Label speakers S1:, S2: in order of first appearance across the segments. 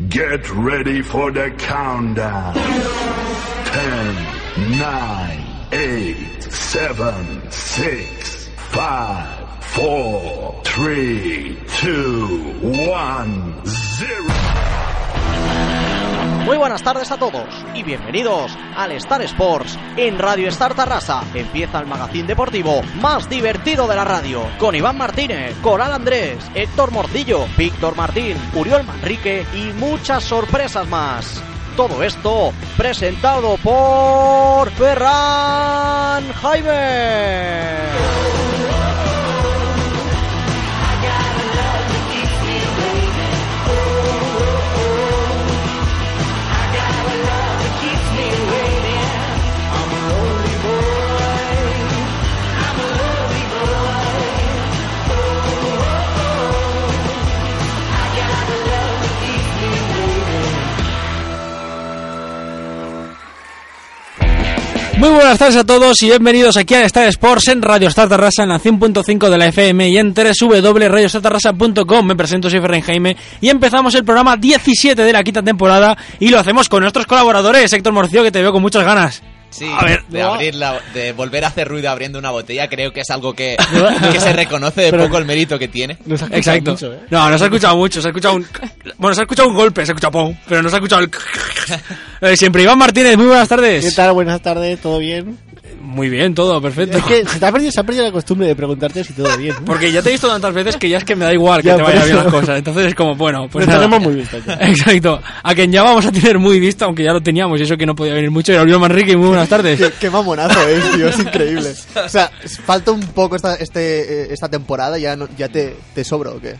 S1: Get ready for the countdown. 10, 9, 8, 7, 6, 5, 4, 3, 2, 1, 0.
S2: Muy buenas tardes a todos y bienvenidos al Star Sports en Radio Star Tarrasa. Empieza el magazín deportivo más divertido de la radio con Iván Martínez, Coral Andrés, Héctor Morcillo, Víctor Martín, Uriol Manrique y muchas sorpresas más. Todo esto presentado por Ferran Jaime.
S3: Muy buenas tardes a todos y bienvenidos aquí a Star Sports en Radio Star Tarrasa en la 100.5 de la FM y en www.radiostartarrasa.com. Me presento, soy Ferran Jaime y empezamos el programa 17 de la quinta temporada y lo hacemos con nuestros colaboradores. Héctor Morcio, que te veo con muchas ganas.
S4: Sí,
S3: A ver,
S4: de,
S3: no.
S4: abrir la- de volver a hacer ruido abriendo una botella creo que es algo que, que se reconoce de
S5: Pero-
S4: poco el mérito que tiene.
S5: Nos ha escuchado
S3: Exacto.
S5: mucho, ¿eh?
S3: No, no se ha escuchado mucho, se ha escuchado un... Bueno, se ha escuchado un golpe, se ha escuchado pum, pero no se ha escuchado el... Lo de Siempre Iván Martínez, muy buenas tardes.
S5: ¿Qué tal? Buenas tardes, ¿todo bien?
S3: Muy bien, todo, perfecto.
S5: Es que se, te ha perdido, se ha perdido la costumbre de preguntarte si todo bien. ¿eh? ¿no?
S3: Porque ya te he visto tantas veces que ya es que me da igual que
S5: Ya,
S3: te
S5: por
S3: vayan bien
S5: eso.
S3: las cosas. Entonces es como, bueno, pues
S5: Lo
S3: nada.
S5: tenemos muy visto ya.
S3: Exacto. A quien ya vamos a tener muy visto, aunque ya lo teníamos, y eso que no podía venir mucho. Era Oriol Manrique, muy buenas tardes.
S5: Qué, qué mamonazo es, tío, es increíble. O sea, falta un poco esta, este, eh, esta temporada, ya, no- ya te, te sobra o qué.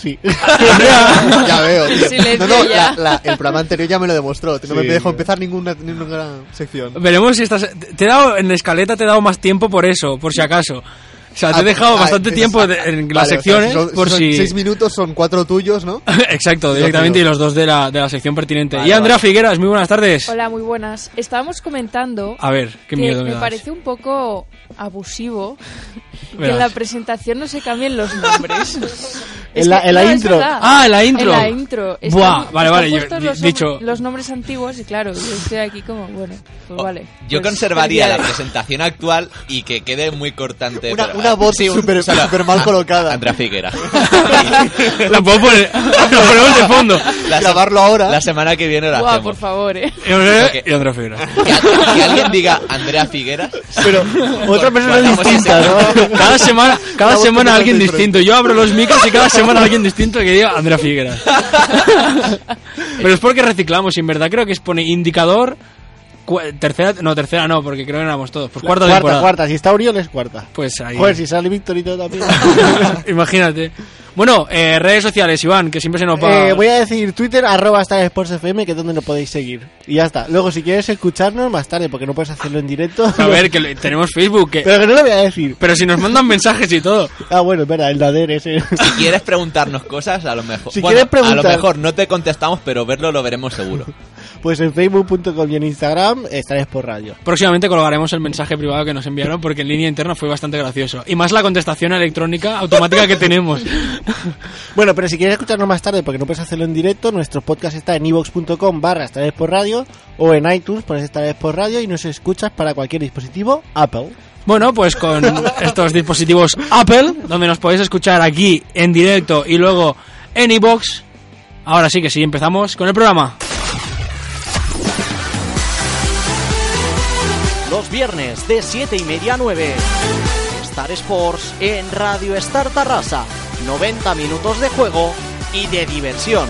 S5: Sí. ya veo. tío.
S6: Silencio
S5: no, no,
S6: ya.
S5: la- la- el programa anterior ya me lo demostró. tío, No
S3: Sí,
S5: me dejó
S3: tío.
S5: empezar ninguna, ninguna sección.
S3: Veremos si estás. Te he dado, en la escaleta te he dado más tiempo por eso, por si acaso. O sea, te he
S5: Ah,
S3: dejado
S5: ah,
S3: bastante
S5: es-
S3: tiempo de- en las
S5: Vale, o sea,
S3: secciones,
S5: son-
S3: por
S5: son
S3: si.
S5: Seis minutos son cuatro tuyos, ¿no?
S3: Exacto, directamente, y los dos de la, de la sección pertinente.
S4: Vale,
S3: y Andrea
S4: vale.
S3: Figueras, muy buenas tardes.
S6: Hola, muy buenas. Estábamos comentando
S3: A ver, qué
S6: que
S3: miedo me,
S6: me
S3: das.
S6: parece un poco abusivo que en la
S3: Verás.
S6: presentación no se cambien los nombres. Es
S5: En la- en la
S6: es
S5: intro.
S6: verdad.
S3: Ah, en la intro.
S6: En la intro. Están-
S3: Buah, vale,
S6: están
S3: vale, yo-
S6: puestos
S3: di-
S6: los nom-
S3: dicho.
S6: Los nombres antiguos y claro, yo estoy aquí como, bueno, pues
S4: O-
S6: vale.
S4: Oh, Yo
S6: pues,
S4: conservaría la
S6: felicidades.
S4: presentación actual y que quede muy cortante.
S5: Una,
S4: pero-
S5: una voz
S4: Sí, un-
S5: súper
S4: solo-
S5: súper mal colocada.
S4: Andrea Figuera.
S3: La puedo poner. Lo ponemos de fondo.
S4: La se-
S5: Grabarlo ahora.
S4: La semana que viene la
S6: Buah,
S4: hacemos.
S6: por favor, eh.
S3: Y Andrea Figueras.
S4: Que, a- que alguien diga Andrea Figuera.
S5: Pero otra persona
S4: Guardamos
S5: Pues distinta,
S4: ese-
S5: ¿no?
S3: pues Cada semana, cada
S5: Vamos
S3: semana
S5: con
S3: alguien
S5: el intro.
S3: distinto. Yo abro los micros y cada semana alguien distinto que diga Andrea Figueras. Pero es porque reciclamos, y en verdad creo que es pone indicador cua- tercera, no tercera no, porque creo que éramos todos. Pues cuarta,
S5: cuarta,
S3: temporada.
S5: cuarta. Si está Oriol es cuarta.
S3: Pues ahí.
S5: Joder, si sale Victorito también.
S3: Imagínate. Bueno, eh, redes sociales, Iván, que siempre se nos va.
S5: Eh, voy a decir Twitter, arroba Star Sports FM, que es donde lo podéis seguir. Y ya está. Luego, si quieres escucharnos, más tarde, porque no puedes hacerlo en directo.
S3: a... ver, que le- tenemos Facebook. que-
S5: Pero que no lo voy a decir.
S3: Pero si nos mandan mensajes y todo.
S5: Ah, bueno, es verdad, el Dader ese.
S4: Si quieres preguntarnos cosas, a lo mejor.
S5: Si
S4: bueno,
S5: quieres preguntar-
S4: A lo mejor no te contestamos, pero verlo lo veremos seguro.
S5: Pues en facebook.com y en Instagram, Star Sports Radio.
S3: Próximamente colgaremos el mensaje privado que nos enviaron porque en línea interna fue bastante gracioso. Y más la contestación electrónica automática que tenemos.
S5: Bueno, pero si quieres escucharnos más tarde, porque no puedes hacerlo en directo, nuestro podcast está en ivox.com barra Star Sports Radio o en iTunes, pones Star Sports Radio y nos escuchas para cualquier dispositivo Apple.
S3: Bueno, pues con estos dispositivos Apple, donde nos podéis escuchar aquí en directo y luego en iBox. Ahora sí que sí, empezamos con el programa.
S2: Los viernes de 7 y media a 9. Star Sports en Radio Star Tarrasa. 90 minutos de juego y de diversión.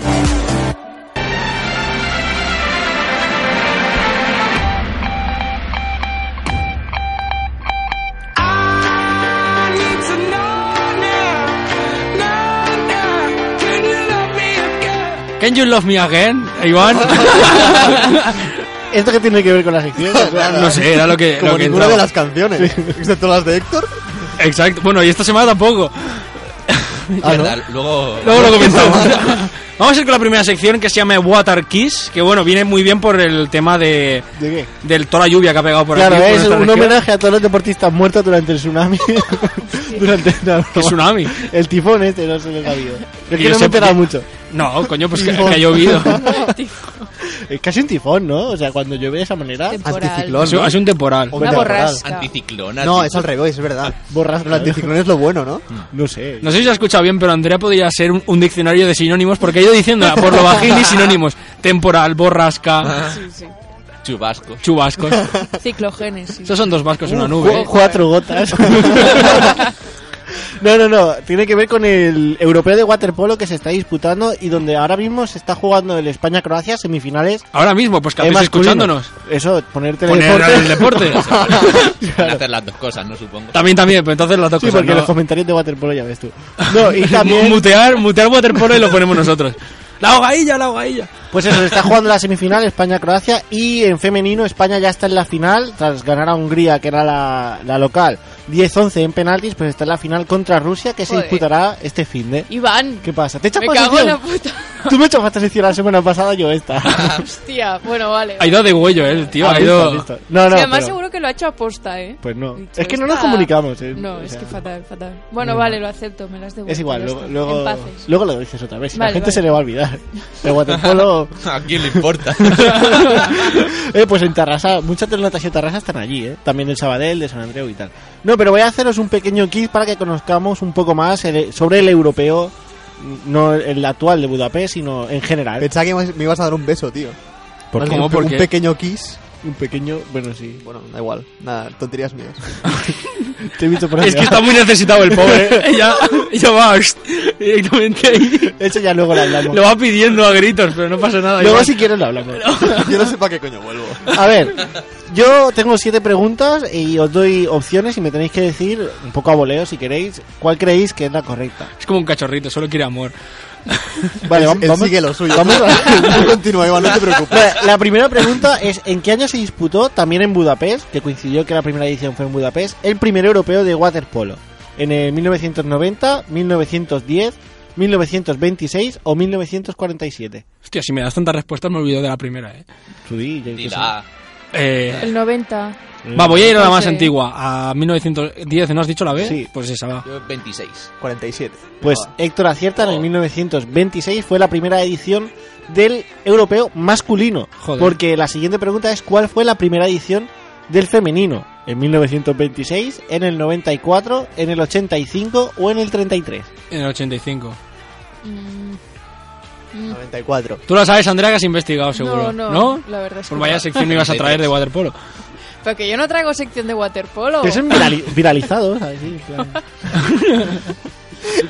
S3: Can you love me again, Iván?
S5: ¿Esto qué tiene que ver con la sección?
S3: no sé, era lo que,
S5: Como
S3: lo que
S5: ninguna de
S3: entraba.
S5: Ah, las canciones, excepto las de Héctor.
S3: Exacto. Bueno, y esta semana tampoco.
S7: Ah, ¿no?
S4: Verdad, Luego.
S3: Luego lo comentamos. Vamos a ir con la primera sección que se llama Water Kiss, que bueno, viene muy bien por el tema de,
S7: ¿De qué?
S3: del toda la lluvia que ha pegado por
S7: claro,
S3: aquí. por
S7: es
S3: nuestra
S7: un
S3: región.
S7: homenaje a todos los deportistas muertos durante el tsunami. durante no, no.
S3: ¿Qué tsunami?
S7: el tifón este, no sé lo que ha habido. Es
S3: Que
S7: que
S3: yo
S7: no me
S3: sepa-
S7: he enterado mucho.
S3: No, coño, pues que,
S7: Tifón.
S3: que ha llovido.
S7: Es casi un tifón, ¿no? O sea, cuando llueve de esa manera,
S6: Temporal.
S3: Es un- es un temporal.
S7: Una
S5: Una
S7: borrasca.
S5: borrasca.
S4: Anticiclón.
S5: No,
S4: anti-
S5: es al revés, es verdad.
S7: borras
S5: El anticiclón es lo bueno, ¿no?
S7: No sé.
S3: No sé si se ha escuchado bien, pero Andrea podría ser un, un diccionario de sinónimos, porque ha ido diciendo ah, por lo bajín y sinónimos. Temporal, borrasca,
S6: Sí, sí.
S4: Chubasco.
S3: chubascos.
S6: Ciclogenes, sí.
S3: Esos son dos vascos en una
S7: Cu-
S3: nube. ¿eh?
S7: cuatro gotas. No, no, no. Tiene que ver con el europeo de waterpolo que se está disputando y donde ahora mismo se está jugando el España-Croacia semifinales.
S3: Ahora mismo, pues que
S7: eh,
S3: habéis
S7: masculino.
S3: escuchándonos.
S7: Eso, ponerte
S3: Poner
S7: deporte.
S3: el deporte.
S4: Van a hacer las dos cosas, ¿no? Supongo.
S3: También, también, pues entonces las dos
S7: Sí,
S3: cosas.
S7: porque
S3: ¿no?
S7: los comentarios de waterpolo ya ves tú. No, y también...
S3: mutear, mutear waterpolo y lo ponemos nosotros. La hogailla, la hogailla.
S7: Pues eso, se está jugando la semifinal España-Croacia y en femenino España ya está en la final tras ganar a Hungría, que era la, la local, 10-11 en penaltis, pues está en la final contra Rusia que se
S6: Joder.
S7: disputará este fin de...
S6: Iván,
S7: ¿Qué pasa? ¿Te echas
S6: me
S7: posición?
S6: cago en la puta.
S7: Tú me echas posición la semana pasada, yo esta.
S6: Hostia, bueno, vale.
S3: Ha ido de huello, eh, el tío.
S7: Ah,
S3: Ha
S7: listo,
S3: ido.
S7: listo. No,
S6: Es
S7: no,
S6: que además
S7: pero-
S6: seguro que lo ha hecho aposta, ¿eh?
S7: Pues no.
S6: Dicho,
S7: Es que no nos
S6: "Esta-
S7: comunicamos. eh".
S6: No,
S7: O
S6: es
S7: sea,
S6: que fatal, fatal. Bueno, vale, lo acepto, me las devuelvo.
S7: Es igual,
S6: ya
S7: luego,
S6: está.
S7: luego,
S6: En paces.
S7: luego lo dices otra vez. y la
S6: Vale,
S7: gente
S6: vale.
S7: se le va a olvidar. El waterpolo...
S4: ¿A quién le importa?
S7: eh, pues en Tarrasa, muchas ternotas y Tarrasa están allí, ¿eh? También del Sabadell, de San Andreu y tal. No, pero voy a haceros un pequeño quiz para que conozcamos un poco más el- sobre el europeo, no el actual de Budapest, sino en general.
S5: Pensaba que me ibas a dar un beso, tío.
S3: ¿Por
S5: Más
S3: qué?
S5: bien,
S3: ¿Cómo? ¿Por
S5: un
S3: qué?
S5: pequeño kiss.
S7: Un pequeño, bueno, sí.
S5: Bueno, da igual. Nada, tonterías mías.
S7: Te he visto por
S3: Es que está muy necesitado el pobre. Ya, ya va hostia, directamente ahí.
S7: Eso ya luego lo hablamos.
S3: Lo va pidiendo a gritos, pero no pasa nada.
S7: Luego
S3: igual.
S7: si quieres lo hablamos.
S5: Yo no sé para qué coño vuelvo.
S7: A ver, yo tengo siete preguntas y os doy opciones y me tenéis que decir, un poco a voleo si queréis, cuál creéis que es la correcta.
S3: Es como un cachorrito, solo quiere amor.
S7: Vale, vam-
S5: Él
S7: vamos.
S5: sigue lo suyo.
S7: Vamos a-
S5: Tú Continúa, Iván, no te preocupes.
S7: Vale, la primera pregunta es ¿en qué año se disputó también en Budapest, que coincidió que la primera edición fue en Budapest, el primer europeo de waterpolo? ¿En el 1990, 1910, 1926 o 1947?
S3: Hostia, si me das tantas respuestas me olvido de la primera, eh.
S7: Tú di, yo qué sé.
S4: Dila.
S3: Eh,
S6: El 90.
S3: Va, voy a ir a la más
S6: Sí.
S3: antigua, a 1910, ¿no has dicho la B?
S7: Sí.
S3: Pues esa va.
S4: Yo 26.
S5: 47.
S7: Pues Héctor acierta, en el 1926 fue la primera edición del europeo masculino.
S3: Joder.
S7: Porque la siguiente pregunta es ¿cuál fue la primera edición del femenino? ¿En 1926, en el 94, en el 85 o en el 33?
S3: En el 85. Pues
S6: Mm,
S5: 94.
S3: Tú la sabes, Andrea, que has investigado seguro.
S6: No, no,
S3: ¿No?
S6: la verdad es que
S3: Pues vaya
S6: no.
S3: sección me ibas a traer de waterpolo.
S6: Porque yo no traigo sección de waterpolo.
S7: Que Eso es virali- viralizado, ¿sabes? Sí, en plan.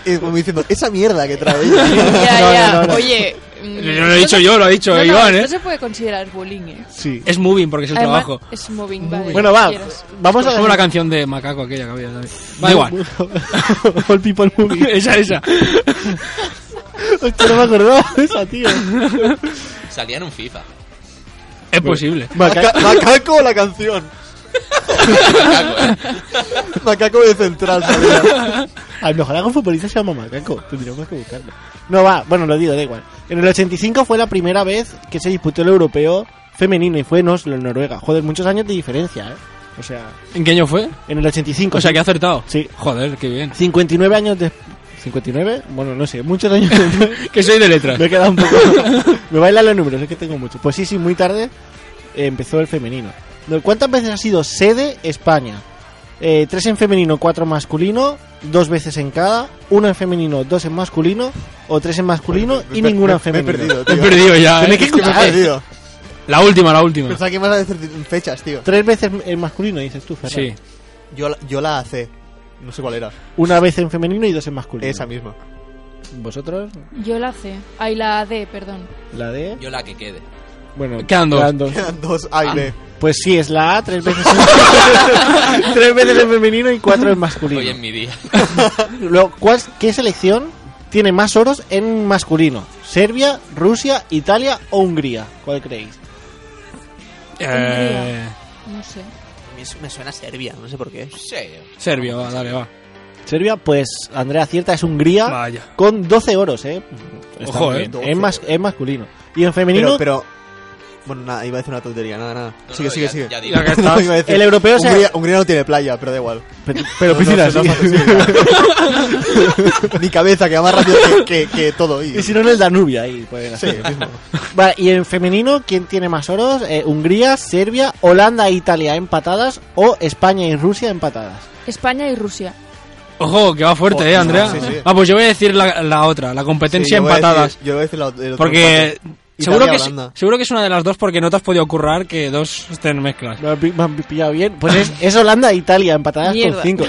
S5: Y como diciendo, esa mierda que trae ella.
S6: Ya,
S7: No,
S6: ya.
S7: no, no, no.
S6: Oye. mm,
S3: Yo no lo he dicho
S6: se-
S3: yo, lo ha dicho
S6: no, no,
S3: Iván,
S6: esto
S3: ¿eh?
S6: se puede considerar bullying, ¿eh?
S7: Sí.
S3: Es moving porque es el
S6: Además,
S3: trabajo.
S6: Es moving, vale.
S7: Bueno, va,
S6: quieras.
S7: vamos
S3: Es
S7: a
S3: como la canción de Macaco aquella que había también. Da igual.
S7: All People Movie.
S3: esa, esa.
S7: Hostia, no me acordaba de esa, tío.
S4: Salía en un FIFA.
S3: Es posible.
S7: Maca-
S5: Maca- Macaco o la canción.
S4: ¿eh?
S5: Macaco de central, sabía.
S7: A lo mejor algún futbolista se llama Macaco. Tendríamos que buscarlo. No va, bueno, lo digo, da igual. En el 85 fue la primera vez que se disputó el europeo femenino y fue en Oslo, en Noruega. Joder, muchos años de diferencia, ¿eh? O sea,
S3: ¿En qué año fue?
S7: en el 85.
S3: O sea, que ha acertado.
S7: Sí.
S3: Joder, qué bien.
S7: 59 años de... ¿59? Bueno, no sé, muchos años de...
S3: Que soy de letras.
S7: Me he quedado un poco. Me bailan los números, es que tengo mucho. Pues sí, sí, muy tarde eh, empezó el femenino. No, ¿Cuántas veces ha sido sede España? Eh, tres en femenino, cuatro en masculino, dos veces en cada, uno en femenino, dos en masculino, o tres en masculino y
S5: Me-
S7: ninguna
S5: me-
S7: en
S5: Me
S7: femenino.
S5: he perdido,
S3: He
S5: tío.
S3: perdido ya. ¿eh?
S7: Tiene que
S5: Es que me he
S7: escuchar.
S5: perdido.
S3: La última, la última.
S5: Pensaba que me ibas a decir fechas, tío.
S7: Tres veces en masculino, dices tú, Ferran.
S3: Sí.
S5: Yo, la- yo la AC. No sé cuál era.
S7: Una vez en femenino y dos en masculino.
S5: Esa misma.
S7: ¿Vosotros?
S6: Yo la C. Ay, la D, perdón.
S7: ¿La D?
S4: Yo la que quede.
S7: Bueno,
S3: Quedan dos.
S5: Eran dos A y B.
S7: Pues sí, es la A, tres veces en, tres veces en femenino y cuatro en masculino.
S4: Hoy en mi día.
S7: Luego, ¿cuál- ¿Qué selección tiene más oros en masculino? ¿Serbia, Rusia, Italia o Hungría? ¿Cuál creéis?
S3: Eh,
S6: No sé.
S5: Me suena a Serbia, no sé por qué.
S4: Sí.
S3: Serbio, va, dale, va.
S7: Serbia, pues Andrea Cierta es Hungría
S3: Vaya.
S7: con 12 oros, ¿eh? Está
S3: Ojo,
S7: muy
S3: ¿eh?
S7: bien. En, mas- en masculino. Y en femenino,
S5: Pero, pero. Bueno, nada, iba a decir una tontería, nada, nada.
S4: No,
S5: sigue,
S4: no,
S5: sigue,
S4: ya-
S5: sigue.
S4: ya di.
S3: Ya que
S5: No,
S3: estás.
S5: iba a decir,
S7: El europeo se-
S5: Hungría, Hungría no tiene playa, pero da igual.
S7: pero, pero
S5: No,
S7: piscina,
S5: no, no,
S7: sí.
S5: no, sí. Mi cabeza, que va más rápido que, que- que todo. Y,
S7: Y si no en el Danubio, ahí pueden
S5: Sí,
S7: hacer.
S5: mismo.
S7: Vale, y en femenino, ¿quién tiene más oros? Eh, Hungría, Serbia, Holanda e Italia empatadas o España y Rusia empatadas.
S6: España y Rusia.
S3: Ojo, que va fuerte, ¿eh,
S5: Joder,
S3: Andrea?
S5: sí, sí.
S3: Ah, pues yo voy a decir la, la otra, la
S5: Sí,
S3: competencia
S5: yo voy a decir-
S3: empatadas.
S5: Yo voy a decir la, el otro
S3: porque
S5: empate.
S3: seguro
S5: Italia,
S3: que, es,
S5: Holanda.
S3: seguro que es una de las dos porque no te has podido currar que dos estén mezclas.
S7: Me han pi- me han pillado bien. Pues es, es Holanda e Italia empatadas
S6: Mierda.
S7: con 5.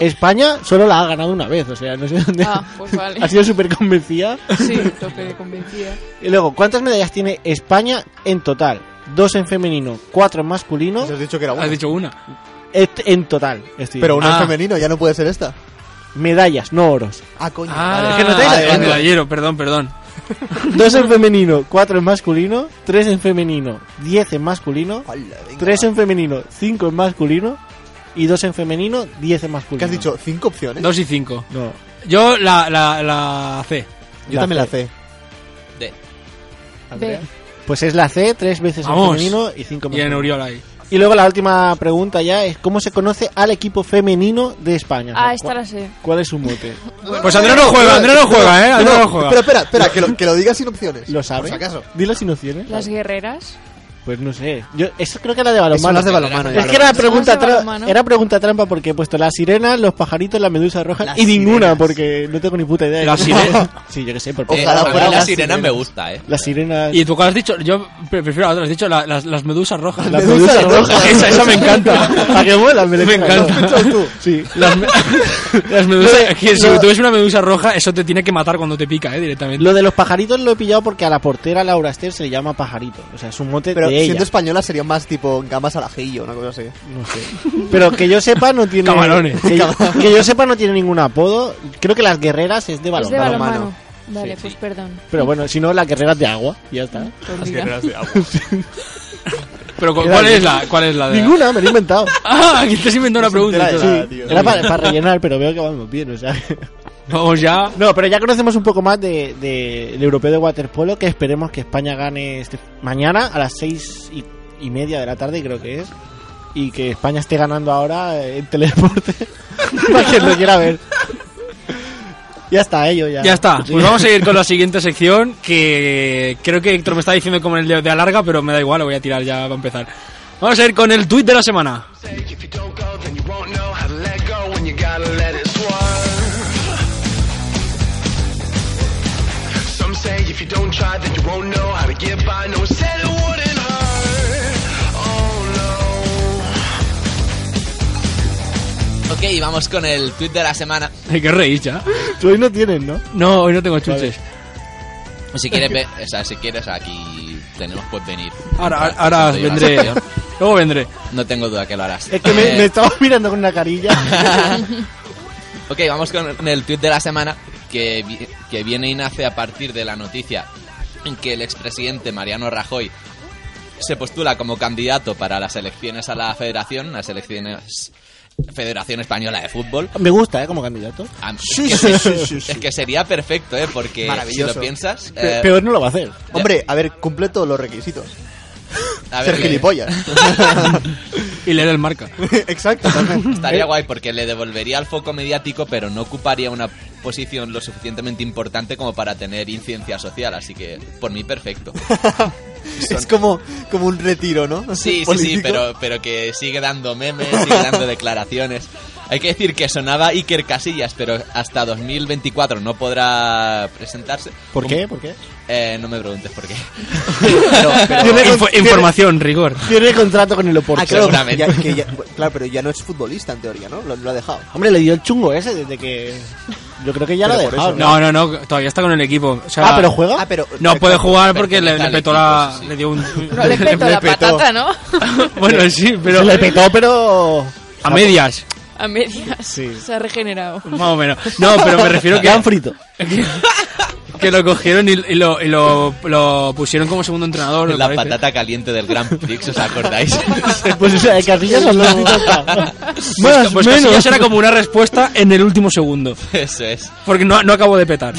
S7: España solo la ha ganado una vez, o sea, no sé dónde.
S6: Ah, pues vale.
S7: Ha sido súper convencida.
S6: Sí, lo que convencía.
S7: Y luego, ¿cuántas medallas tiene España en total? Dos en femenino, cuatro en masculino.
S5: Nos has dicho que era una.
S3: Has dicho una.
S7: Et- En total, estoy
S5: Pero
S7: diciendo.
S5: uno
S3: Ah.
S5: es femenino, ya no puede ser esta.
S7: medallas, no oros.
S5: Ah, coño.
S3: Ah,
S5: vale.
S7: que no te-
S3: el
S7: vale.
S3: medallero, perdón, perdón.
S7: Dos en femenino, cuatro en masculino. Tres en femenino, diez en masculino.
S5: Hola, venga,
S7: Tres
S5: va.
S7: en femenino, cinco en masculino. Y dos en femenino, diez en masculino.
S5: ¿Qué has dicho? ¿Cinco opciones?
S3: Dos y cinco.
S7: No.
S3: Yo la, la, la C.
S5: Yo también la sé.
S4: De-
S6: B.
S7: Pues es la C, tres veces en
S3: Vamos.
S7: femenino y cinco en
S3: Y en
S7: masculino.
S3: Uriola ahí.
S7: Y luego la última pregunta ya es ¿cómo se conoce al equipo femenino de España? O sea,
S6: Ah, esta
S7: ¿cuál-
S6: la sé.
S7: ¿Cuál es su mote?
S3: Pues Andrea no juega, Andrea no juega, ¿eh? Andrea no
S5: Pero
S3: juega.
S5: espera, espera, que lo, que lo digas sin opciones.
S7: ¿Lo sabe?
S5: Por si acaso.
S7: Dilo si no tienes.
S6: Las guerreras.
S7: Pues no sé. Yo, eso creo que era de balonmano.
S5: Son las de balonmano.
S4: ¿eh?
S7: Es
S5: ya,
S7: que era
S6: Son
S7: pregunta,
S6: las de
S7: tra-
S6: balonmano.
S7: era pregunta trampa porque he puesto las sirenas, los pajaritos, la medusa roja
S5: Las
S7: y ninguna
S5: sirenas.
S7: porque no tengo ni puta idea. de
S3: Las
S7: cómo-
S3: sirenas.
S7: sí, yo que sé. Por
S4: Eh,
S5: Ojalá
S4: a mí
S5: fuera
S4: la
S5: las
S4: sirena
S5: sirenas.
S4: me gusta, eh.
S7: Las sirenas...
S3: Y tú que has dicho, yo pre- prefiero la otra, has dicho la- las, las medusas rojas.
S7: La medusa roja.
S3: Esa, esa me encanta.
S7: ¿A que vuelan? Me,
S3: Me
S7: encanta.
S3: encanta.
S7: Sí.
S3: Las, me- las medusas.
S7: Lo de-
S3: que si
S7: lo-
S3: tú ves una medusa roja, eso te tiene que matar cuando te pica, eh, directamente.
S7: Lo de los pajaritos lo he pillado porque a la portera Laura Esther se le llama pajarito. O sea, es un mote
S5: Pero
S7: de ella.
S5: siendo española sería más tipo gambas al ajillo, una cosa así.
S7: No sé. Pero que yo sepa no tiene.
S3: Camarones.
S7: Que yo, que yo sepa no tiene ningún apodo. Creo que las guerreras es de
S6: Es de
S7: balonmano.
S6: balonmano. Vale,
S7: Sí.
S6: pues perdón.
S7: Pero bueno, si no, las guerreras de agua. Y ya
S3: Eh.
S7: está.
S6: Pues mira.
S3: Pero ¿cu- ¿cuál es la, cuál es la de?
S7: Ninguna, me lo he inventado.
S3: Ah, aquí te has inventado una pregunta.
S5: entera de
S3: Sí.
S5: nada. Ah, tío.
S7: Era para, para rellenar, pero veo que vamos bien, o sea.
S3: Vamos ya.
S7: No, pero ya conocemos un poco más del de, del europeo de waterpolo, que esperemos que España gane este, mañana a las seis y, y media de la tarde, creo que es. Y que España esté ganando ahora eh, en teledeporte, para quien lo quiera ver. Ya está, ello ya.
S3: Ya está,
S7: Sí.
S3: pues vamos a ir con la siguiente sección que creo que Héctor me está diciendo como en el de, de alarga, pero me da igual, lo voy a tirar ya para empezar. Vamos a ir con el tuit de la semana.
S1: If you don't go, then you won't know how to let go when you gotta let it swerve. Some say if you don't try, then you won't know how to get by. No one said it wouldn't hurt. Oh
S4: Ok, vamos con el tweet de la semana.
S3: Hay que reír ya.
S7: Tú hoy no tienes, ¿no?
S3: No, hoy no tengo chuches.
S4: Si quieres, ve- o sea, si quieres aquí tenemos pues venir.
S3: Ahora,
S4: Mientras-
S3: ahora
S4: mientras yo
S3: vendré.
S4: la sección.
S3: Luego vendré.
S4: No tengo duda que lo harás.
S7: Es que me,
S4: Eh,
S7: me estaba mirando con una carilla.
S4: Ok, vamos con el tweet de la semana que, vi- que viene y nace a partir de la noticia en que el expresidente Mariano Rajoy se postula como candidato para las elecciones a la federación, las elecciones Federación Española de Fútbol.
S7: Me gusta, ¿eh? Como candidato.
S4: Ah, es
S5: Sí,
S4: que-
S5: sí, sí, sí, sí.
S4: Es que sería perfecto, ¿eh? Porque si
S5: Maravilloso.
S4: lo piensas... eh,
S7: Pe- Peor no lo va a hacer.
S5: Hombre, a ver, cumple todos los requisitos.
S4: a ver eh.
S5: Ser
S4: qué-
S5: gilipollas.
S3: Y leer el marca.
S5: Exacto, también.
S4: Estaría guay porque le devolvería el foco mediático, pero no ocuparía una posición lo suficientemente importante como para tener incidencia social, así que por mí perfecto.
S5: Es como, como un retiro, ¿no?
S4: Sí, sí, sí,
S5: Político.
S4: pero, pero que sigue dando memes, sigue dando declaraciones. Hay que decir que sonaba Iker Casillas, pero hasta 2024 no podrá presentarse.
S7: ¿Por qué? ¿Por qué?
S4: Eh, no me preguntes por qué.
S3: Info- información, rigor.
S7: Tiene contrato con el Oporto.
S5: Ah, claro,
S4: seguramente.
S5: ya- que ya- claro, pero ya no es futbolista en teoría, ¿no? Lo, lo ha dejado.
S7: Hombre, le dio el chungo ese desde que... Yo creo que ya lo
S5: Pero
S7: ha
S5: por
S7: dejado.
S5: eso,
S3: No, no, no, todavía está con el equipo. O sea,
S7: Ah, ¿pero juega?
S5: Ah, pero.
S3: No puede jugar
S4: Pertenece
S3: porque le, le
S4: al
S3: petó
S4: equipo,
S3: la...
S4: sí, sí.
S3: Le dio un...
S6: No le peto la patata, ¿no?
S3: bueno, sí, pero...
S7: Se le petó, pero...
S3: A medias.
S6: A medias.
S7: Sí.
S6: Se ha regenerado.
S3: Más o menos. No, pero me refiero que...
S7: Le han frito.
S3: que lo cogieron y, y lo, y lo- lo pusieron como segundo entrenador. me
S4: la
S3: parece.
S4: patata caliente del Grand Prix, ¿os acordáis?
S7: Pues o sea, de Casillas habló así, ya está.
S3: Pues,
S7: Más,
S3: pues
S7: menos.
S3: Casillas era como una respuesta en el último segundo.
S4: Eso es.
S3: Porque no, no acabo de petar.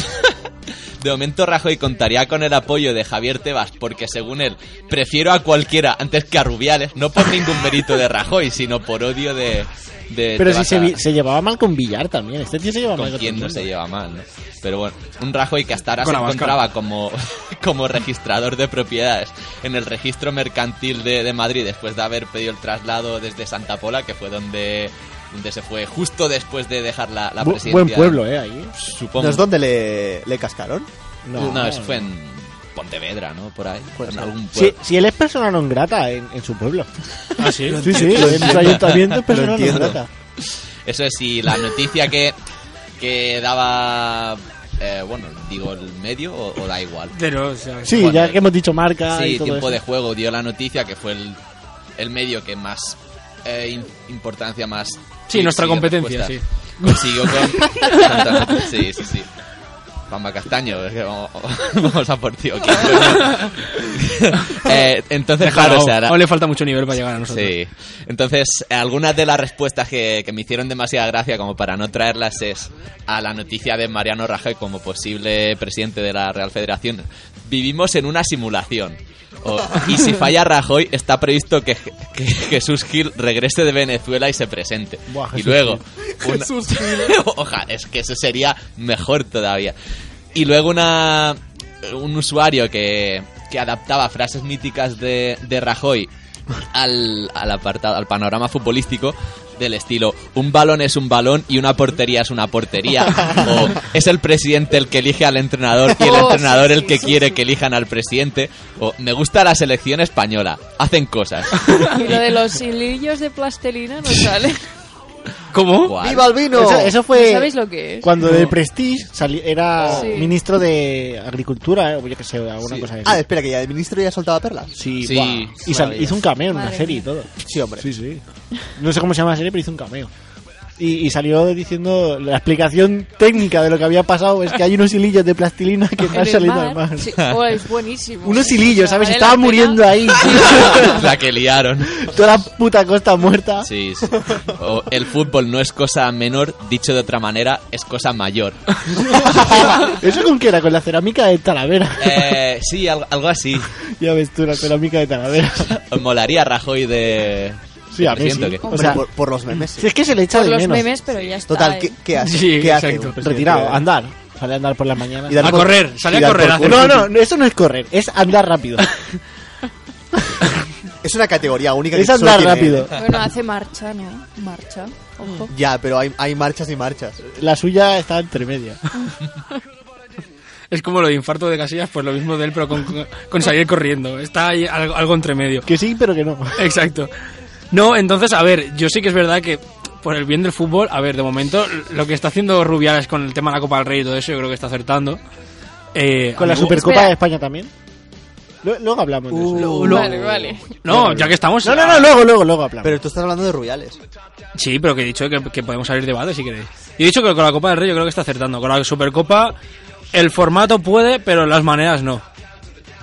S4: De momento Rajoy contaría con el apoyo de Javier Tebas porque según él prefiero a cualquiera antes que a Rubiales, no por ningún mérito de Rajoy, sino por odio de... de
S7: Pero si
S4: Tebas
S7: se,
S4: a-
S7: vi- se llevaba mal con Villar también. Este tío se llevaba mal
S4: con
S7: con
S4: quien
S7: todo
S4: no
S7: el
S4: se
S7: mundo.
S4: lleva mal, ¿no? Pero bueno, un Rajoy que hasta ahora
S3: Con
S4: se
S3: Abascal.
S4: encontraba como, como registrador de propiedades en el registro mercantil de, de Madrid después de haber pedido el traslado desde Santa Pola, que fue donde, donde se fue justo después de dejar la, la
S7: Bu-
S4: presidencia.
S7: Buen pueblo, ¿eh? Ahí.
S4: Supongo.
S5: ¿No es donde le, le cascaron?
S4: No, eso fue en Pontevedra, ¿no? Por ahí.
S7: Pues
S4: en algún
S7: Si,
S4: pueblo.
S7: si él es persona non grata en, en su pueblo.
S3: ¿Ah, sí?
S7: Sí, sí, en su ayuntamiento es persona
S5: Lo
S7: non
S5: entiendo.
S7: grata.
S4: Eso es, y la noticia que, que daba... eh, bueno, digo el medio o- o da igual.
S3: Pero, o sea,
S7: Sí,
S4: Bueno,
S7: ya que hemos dicho marca Ah, y
S4: Sí,
S7: todo
S4: tiempo
S7: eso.
S4: de juego dio la noticia que fue el, el medio que más eh, in- importancia más.
S3: Sí, nuestra
S4: consiguió
S3: competencia,
S4: respuestas. Consiguió Pues con. Exactamente, sí, sí, sí. Pamba Castaño, es que vamos, vamos a por ti. ok. Eh, entonces, claro, o sea,
S3: Aún le falta mucho nivel para llegar a nosotros.
S4: Sí. Entonces, algunas de las respuestas que, que me hicieron demasiada gracia como para no traerlas es a la noticia de Mariano Rajoy como posible presidente de la Real Federación. Vivimos en una simulación. O, y si falla Rajoy, está previsto que, que Jesús Gil regrese de Venezuela y se presente.
S7: Buah,
S4: y
S7: Jesús
S4: luego... una- Oja, es que eso sería mejor todavía. Y luego una un usuario que, que adaptaba frases míticas de, de Rajoy al, al apartado, al panorama futbolístico del estilo un balón es un balón y una portería es una portería o es el presidente el que elige al entrenador y el
S6: Oh,
S4: entrenador
S6: sí,
S4: el
S6: sí,
S4: que
S6: sí,
S4: quiere que elijan al presidente o me gusta la selección española hacen cosas
S6: Y lo de los hilillos de plastelina no sale.
S3: ¿Cómo?
S4: Guau.
S5: ¡Viva el vino!
S7: Eso, eso
S6: ¿No
S7: fue
S6: ¿Sabéis lo que es?
S7: cuando de Prestige sali- era
S6: Sí.
S7: ministro de Agricultura, eh, o yo que sé, alguna
S4: Sí.
S7: cosa de
S5: Ah, espera, que ya el ministro ya soltaba perlas.
S7: Sí,
S4: Sí.
S7: buah. Y sal-
S5: Maravillas.
S7: hizo un cameo en una
S6: Madre
S7: serie y
S6: mía.
S7: todo.
S5: Sí, hombre.
S7: Sí, sí. No sé cómo se llama la serie, pero hizo un cameo. Y, y salió diciendo la explicación técnica de lo que había pasado es que hay unos hilillos de plastilina que
S6: En
S7: están
S6: el
S7: saliendo
S6: mar.
S7: al mar.
S6: Sí. Oh, es buenísimo.
S7: Unos hilillos, ¿sabes?
S6: Vale la
S7: Estaba
S6: pena.
S7: muriendo ahí.
S4: la que liaron
S7: Toda la puta costa muerta.
S4: Sí, sí. O, el fútbol no es cosa menor, dicho de otra manera, es cosa mayor.
S7: ¿Eso con qué era? Con la cerámica de Talavera.
S4: Eh, sí, al- algo así.
S7: ya ves tú, la cerámica de Talavera.
S4: Os molaría Rajoy de...
S7: Sí, a mí
S4: presidente,
S7: sí.
S4: ¿o qué?
S5: Hombre,
S7: O sea-
S5: por, por los memes.
S7: Si
S5: sí.
S7: es que se le echa
S6: Por
S7: de
S6: los
S7: menos.
S6: memes, pero ya está.
S5: Total,
S6: ¿eh?
S5: ¿qué, qué hace?
S3: Sí,
S5: ¿Qué hace
S3: exacto. pues, eh,
S5: un presidente?
S7: Retirado, andar. Sale a andar por las mañanas.
S5: Y dar
S3: A
S5: por-
S3: correr, sale
S5: y
S3: a
S5: dar
S3: correr,
S5: por
S3: a hacer-
S5: culo.
S7: No, no, no, eso no es correr, es andar rápido.
S5: Es una categoría única. que
S7: es
S5: solo
S7: andar
S5: tiene-
S7: rápido.
S6: Bueno, hace marcha, ¿no? Marcha. Ojo.
S7: Mm.
S5: Ya, pero hay, hay marchas y marchas.
S7: La suya está entre media.
S3: Es como lo de infarto de Casillas, pues lo mismo de él, pero con, con salir corriendo. Está ahí algo, algo entre medio.
S7: Que sí, pero que no.
S3: Exacto. No, entonces, a ver, yo sí que es verdad que por el bien del fútbol, a ver, de momento, lo que está haciendo Rubiales con el tema de la Copa del Rey y todo eso, yo creo que está acertando. Eh,
S7: Con la
S3: amigo-
S7: Supercopa
S6: Espera. Uh,
S7: de España también. Lu- luego hablamos
S3: Uh.
S7: de eso.
S6: Vale, vale.
S3: No, ya que estamos.
S7: No, no, no, luego, luego, luego hablamos.
S5: Pero tú estás hablando de Rubiales.
S3: Sí, pero que he dicho que, que podemos abrir debate si queréis. Yo he dicho que con la Copa del Rey yo creo que está acertando. Con la Supercopa, el formato puede, pero las maneras no.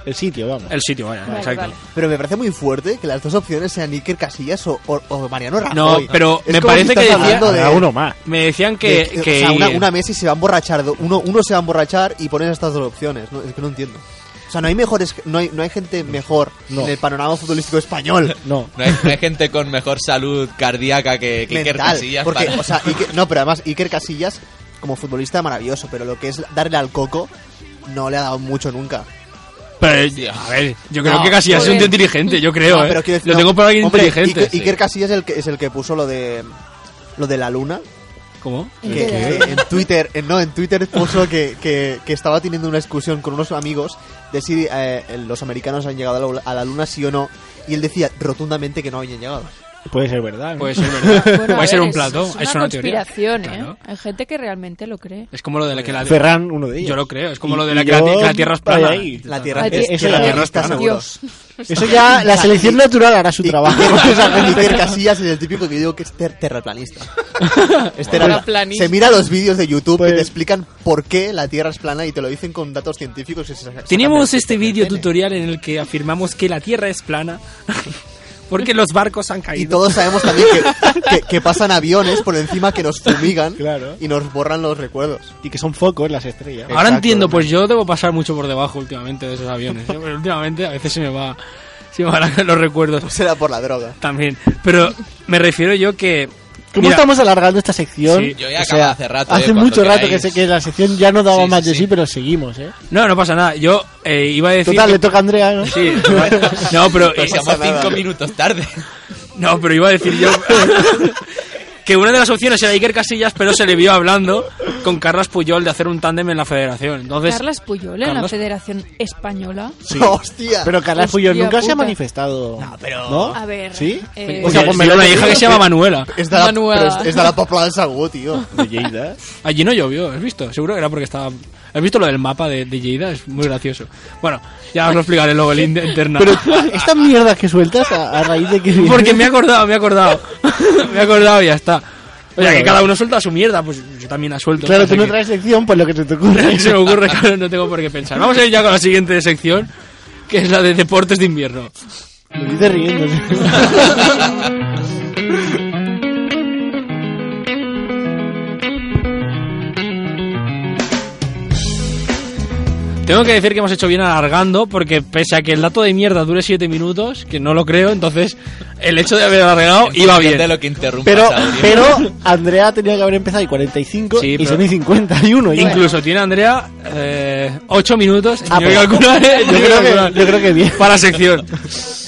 S7: El sitio, vamos.
S3: El sitio, vaya,
S6: Vale,
S3: exacto.
S6: vale.
S5: Pero me parece muy fuerte que las dos opciones sean Iker Casillas o, o- o Mariano Rajoy.
S3: No, pero
S5: Es
S3: me
S5: como si
S3: parece que
S5: estás
S3: decía-
S5: hablando de-
S7: Habrá uno más.
S3: Me decían
S5: de-
S3: que.
S5: de-
S3: que-
S5: o sea, una, una mesa y se va a emborrachar. do- Uno, uno se va a emborrachar y pones estas dos opciones. No, es que no entiendo. O sea, no hay mejores, no hay, no hay gente mejor
S7: No.
S5: en el panorama futbolístico español.
S7: No.
S4: No hay, no hay gente con mejor salud cardíaca que, que Iker
S5: mental.
S4: Casillas
S5: porque,
S4: para-
S5: o sea, Iker- no, pero además Iker Casillas como futbolista maravilloso, pero lo que es darle al coco no le ha dado mucho nunca.
S3: Pero, a ver, yo creo
S5: No,
S3: que Casillas es un tío
S6: joder.
S3: inteligente, yo creo,
S5: No,
S3: ¿eh?
S5: Ah, pero quiero decir,
S3: Lo
S5: no,
S3: tengo por alguien
S5: hombre,
S3: inteligente.
S5: Iker, Iker Casillas es el, que, es el que puso lo de lo de la luna.
S3: ¿Cómo?
S5: Que,
S6: ¿Qué?
S5: que en Twitter, en- no, en Twitter puso que, que- que estaba teniendo una excursión con unos amigos de si eh, los americanos han llegado a la, a la luna, sí o no. Y él decía rotundamente que no habían llegado.
S7: Puede ser verdad. ¿no?
S3: Puede ser verdad.
S6: Bueno, a
S3: Puede ser
S6: ver,
S3: un plato.
S6: Es,
S3: Es
S6: una
S3: una teoría.
S6: conspiración, ¿eh?
S3: Claro.
S6: Hay gente que realmente lo cree.
S3: Es como lo de la que la.
S7: Ferran, uno de ellos.
S3: Yo lo creo, es como
S7: Y-
S3: lo de la
S7: y
S3: que la,
S7: yo-
S3: que la tierra es plana.
S7: ahí.
S5: La Tierra
S7: es-
S5: es,
S7: es la Tierra
S5: está
S7: plana.
S5: seguros.
S6: eh, Dios.
S7: Eso ya, la selección natural hará su
S5: Y-
S7: trabajo.
S5: y Iker- o sea, Iker Casillas es el típico que digo que es ter- terraplanista. Es
S6: Terraplanista.
S5: Se mira los vídeos de YouTube
S7: Pues-
S5: que te explican por qué la Tierra es plana y te lo dicen con datos científicos. que se sacan-
S3: Teníamos
S5: sacan
S3: este
S5: del
S3: vídeo
S5: pene.
S3: tutorial en el que afirmamos que la Tierra es plana porque los barcos han caído.
S5: Y todos sabemos también que, que- que pasan aviones por encima que nos fumigan
S7: Claro.
S5: y nos borran los recuerdos.
S7: Y que son focos las estrellas.
S3: Ahora
S5: Exacto,
S3: entiendo,
S5: ¿no?
S3: pues yo debo pasar mucho por debajo últimamente de esos aviones. ¿eh? Pero últimamente a veces se me va, se me van los recuerdos
S5: Será Pues por la droga.
S3: también. Pero me refiero yo que.
S7: ¿Cómo
S3: mira,
S7: estamos alargando esta sección?
S3: Sí,
S4: yo ya acabo hace rato, eh,
S7: Hace
S4: cuando
S7: mucho rato que,
S4: queráis.
S7: sé que la sección ya no daba
S4: Sí,
S7: más
S4: sí,
S7: de sí,
S4: sí.
S7: pero seguimos, ¿eh?
S3: No, no pasa nada. Yo eh, iba a decir.
S7: Total,
S3: que-
S7: le toca a Andrea, ¿no?
S3: Sí, no, pero.
S4: Y pues somos
S5: pasa nada.
S4: cinco minutos tarde.
S3: No, pero iba a decir yo que una de las opciones era Iker Casillas, pero se le vio hablando con Carlos Puyol de hacer un tándem en la federación. Entonces,
S6: Carlas Puyol en la
S3: Carlos-
S6: Federación Española.
S5: ¡Hostia!
S7: Pero Carla
S6: Hostia,
S7: Puyol nunca se ha
S6: puta.
S7: manifestado. No, pero. ¿No?
S6: A ver,
S7: ¿Sí?
S6: eh,
S7: O sea, pues me
S3: tiene
S7: lo
S3: una
S7: he
S3: hija que se llama Manuela.
S5: Es de la,
S6: Manuela.
S5: pero es, es de la Papla del Sagú, tío.
S3: Allí no llovió, ¿has visto? Seguro que era porque estaba... ¿Has visto lo del mapa de, de Lleida? Es muy gracioso. Bueno, ya os lo explicaré luego el in- interna.
S7: Pero estas mierdas que sueltas a, a raíz de que.
S3: Porque me he acordado, me he acordado. me he acordado y ya está. O sea,
S7: Bueno,
S3: que cada uno suelta su mierda, pues yo también la suelto.
S7: Claro,
S3: Así
S7: tú no
S3: que-
S7: traes sección por lo que se te ocurre.
S3: se me ocurre, claro, no tengo por qué pensar. Vamos a ir ya con la siguiente sección, que es la de deportes de invierno.
S7: Lo dices riendo.
S3: Tengo que decir que hemos hecho bien alargando, porque pese a que el dato de mierda dure 7 minutos, que no lo creo, entonces el hecho de haber alargado iba bien.
S4: De lo que interrumpas
S7: Pero,
S4: a alguien.
S7: pero Andrea tenía que haber empezado y 45
S3: Sí,
S7: y
S3: pero-
S7: son y 51. ya.
S3: Incluso tiene Andrea 8 minutos.
S7: Ah,
S3: yo, voy a
S7: pero-
S3: calcular, eh,
S7: yo,
S3: yo voy a
S7: creo que,
S3: calcular.
S7: yo creo que bien.
S3: Para sección.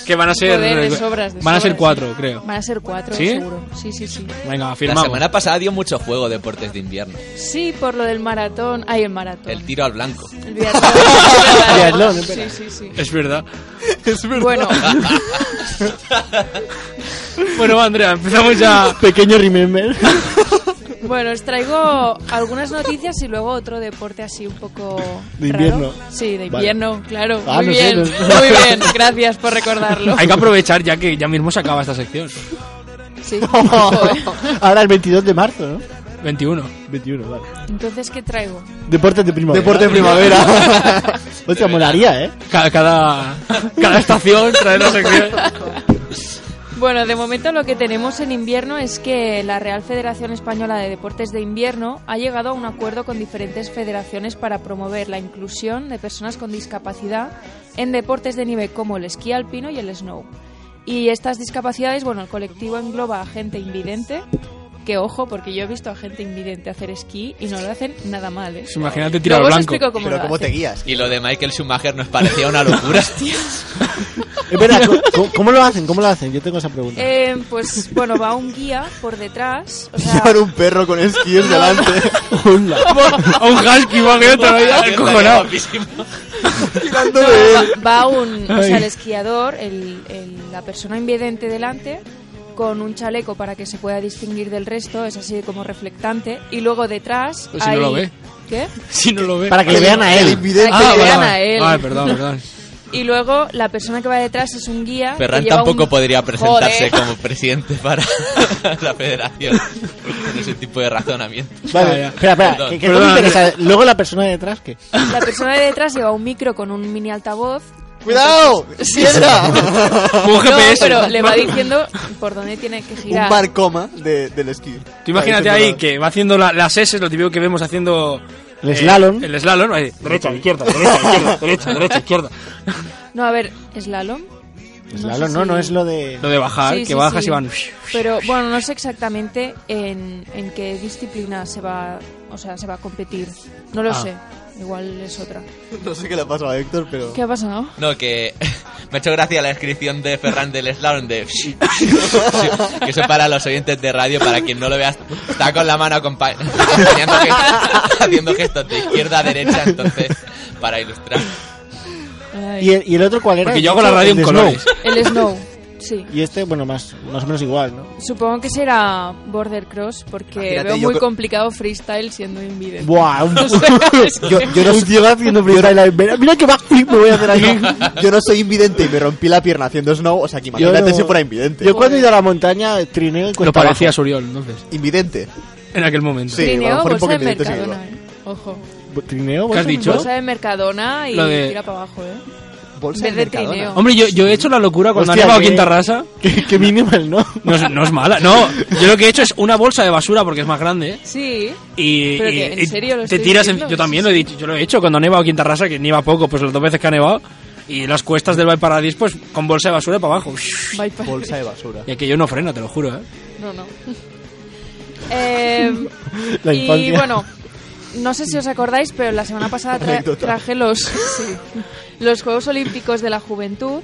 S3: Que van a ser. eh,
S6: Joder, de sobras, de
S3: van a ser
S6: sobras.
S3: 4, creo.
S6: Van a ser cuatro,
S3: ¿Sí?
S6: seguro. Sí, sí, sí.
S3: Venga,
S4: La
S3: firmamos.
S4: semana pasada dio mucho juego deportes de invierno.
S6: Sí, por lo del maratón. Ay, el maratón.
S4: El tiro al blanco.
S6: El biatlón.
S7: Biatlón, espera.
S6: sí, sí, sí.
S3: Es verdad.
S6: Bueno,
S3: Bueno, va, Andrea, empezamos ya.
S7: Pequeño remember.
S6: bueno, os traigo algunas noticias y luego otro deporte así un poco.
S7: De
S6: raro.
S7: invierno.
S6: Sí, de
S7: Vale.
S6: invierno, claro.
S7: Ah,
S6: muy
S7: no sé,
S6: bien,
S7: no-
S6: muy bien. Gracias por recordarlo.
S3: Hay que aprovechar ya que ya mismo se acaba esta sección.
S6: Sí. Joder.
S7: Ahora el 22 de marzo, ¿no?
S3: 21.
S7: 21, vale.
S6: Entonces, ¿qué traigo?
S7: Deportes de primavera.
S5: Deporte de primavera.
S7: Hostia, molaría, ¿eh?
S3: Cada, cada, cada estación trae la sección.
S6: Bueno, de momento lo que tenemos en invierno es que la Real Federación Española de Deportes de Invierno ha llegado a un acuerdo con diferentes federaciones para promover la inclusión de personas con discapacidad en deportes de nieve como el esquí alpino y el snow. Y estas discapacidades, bueno, el colectivo engloba a gente invidente, que ojo, porque yo he visto a gente invidente hacer esquí y no lo hacen nada mal, ¿eh?
S3: Pues Imagínate tirar
S6: Luego os
S3: blanco.
S6: explico cómo
S5: Pero
S6: lo
S5: ¿cómo te
S6: hacen.
S5: guías?
S4: Y lo de Michael Schumacher nos parecía una locura.
S7: Es verdad, ¿cómo- ¿cómo, cómo lo hacen? ¿Cómo lo hacen? Yo tengo esa pregunta.
S6: Eh, pues bueno, va un guía por detrás, o sea,
S5: Llevar un perro con esquíes delante.
S7: Hola.
S3: A un husky, igual que otro, ahí, acojonado.
S5: tirando
S6: No,
S5: de él.
S6: va, va un, o
S3: Ay.
S6: sea, el esquiador, el- el- la persona invidente delante, con un chaleco para que se pueda distinguir del resto, es así como reflectante, y luego detrás
S3: Pues si no
S6: hay-
S3: lo ve.
S6: ¿Qué?
S3: Si no lo ve. Ah,
S7: Para que le vean a
S5: El
S7: él.
S5: invidente.
S6: Para que le
S3: vale,
S6: vean
S3: vale.
S6: a él.
S3: Vale, perdón, perdón.
S6: Y luego la persona que va detrás es un guía. que
S4: Ferran
S6: lleva un-
S4: tampoco podría presentarse
S6: Joder.
S4: como presidente para la federación con ese tipo de razonamiento.
S7: Vale,
S3: Vaya.
S7: espera, espera,
S4: Perdón.
S7: que, que esto me
S3: Perdón,
S7: interesa. Luego la persona de detrás, ¿qué?
S6: La persona de detrás lleva un micro con un mini altavoz.
S5: ¡Cuidado! ¡Piedra!
S3: Como un GPS.
S6: No, pero le va diciendo por dónde tiene que
S5: un
S6: girar.
S5: bar coma de- del esquí. Ah,
S3: Tú imagínate ahí
S5: que
S3: que va haciendo la- las S, lo típico que vemos haciendo. eh,
S7: El slalom.
S3: El slalom. ahí. Derecha, izquierda, derecha, izquierda, derecha, derecha, izquierda.
S6: No, a ver, ¿slalom? No sé
S7: Claro, no,
S6: si-
S7: no es lo de.
S3: Lo de bajar,
S6: Sí,
S3: que
S6: sí,
S3: bajas
S6: sí.
S3: y van.
S6: Pero bueno, no sé exactamente en, en qué disciplina se va, o sea, se va a competir. No lo
S3: Ah.
S6: sé. Igual es otra.
S5: No sé qué le ha pasado a Héctor, pero.
S6: ¿Qué ha pasado?
S4: No, que me ha hecho gracia la descripción de Ferran del Slalom de... Sí, que eso para los oyentes de radio, para quien no lo vea, está con la mano acompa- acompañando gestos- haciendo gestos de izquierda a derecha, entonces, para ilustrar.
S7: ¿Y el, y el otro cuál era?
S3: Porque yo hago la
S7: El
S3: radio en
S7: de
S3: colores.
S7: Snow.
S6: El snow. Sí.
S7: Y este, bueno, más, más o menos igual, ¿no?
S6: Supongo que será Border Cross porque
S5: Imagínate,
S6: veo
S5: yo
S6: muy
S5: creo-
S6: complicado freestyle siendo invidente.
S7: Buah, un
S6: O sea, es que-
S5: Yo, yo no
S7: Un tío haciendo freestyle ahí, Mira, mira que backflip me voy a hacer aquí.
S5: soy, yo no soy invidente y me rompí la pierna haciendo snow. O sea, que
S7: Yo
S5: imagínate
S7: no-
S5: si fuera invidente.
S7: Yo cuando he ido a la montaña, trineo y
S3: Lo
S7: cuesta
S3: parecía
S7: abajo.
S3: Suriol, entonces.
S5: Invidente.
S3: En aquel momento.
S5: Sí,
S6: Trineo,
S5: a lo mejor un
S6: bolsa
S5: poco
S6: de
S5: invidente sí que
S6: Mercadona, eh. Ojo.
S7: ¿Trineo?
S3: ¿Qué has
S7: vos?
S3: dicho?
S6: Bolsa de Mercadona y
S3: Lo de-
S6: tira para abajo, ¿eh?
S5: lo- Bolsa de
S6: Vez de
S5: Mercadona.
S6: trineo.
S3: Hombre, yo, yo he hecho la locura cuando
S7: Hostia,
S3: han llegado a
S7: que-
S3: Quinta Rasa.
S7: Qué, qué minimal, ¿no?
S3: No es, no es mala, no. Yo lo que he hecho es una bolsa de basura porque es más grande. ¿eh?
S6: Sí.
S3: Y,
S6: Pero
S3: y-
S6: que, ¿en
S3: y
S6: serio lo
S3: te
S6: estoy
S3: tiras en-
S6: diciendo?
S3: Yo también
S6: Sí,
S3: lo he
S6: sí.
S3: dicho, yo lo he hecho cuando he nevado a Quinta Rasa, que nieva poco, pues las dos veces que ha nevado. Y las cuestas del Valparadís, pues con bolsa de basura para abajo.
S6: Va y para-
S5: Bolsa de basura.
S3: Y aquello no frena, te lo juro, ¿eh?
S6: No, no. Eh,
S7: La
S6: y
S7: infancia.
S6: bueno, no sé si os acordáis, pero la semana pasada tra-
S5: Anécdota.
S6: traje los, sí, los Juegos Olímpicos de la Juventud.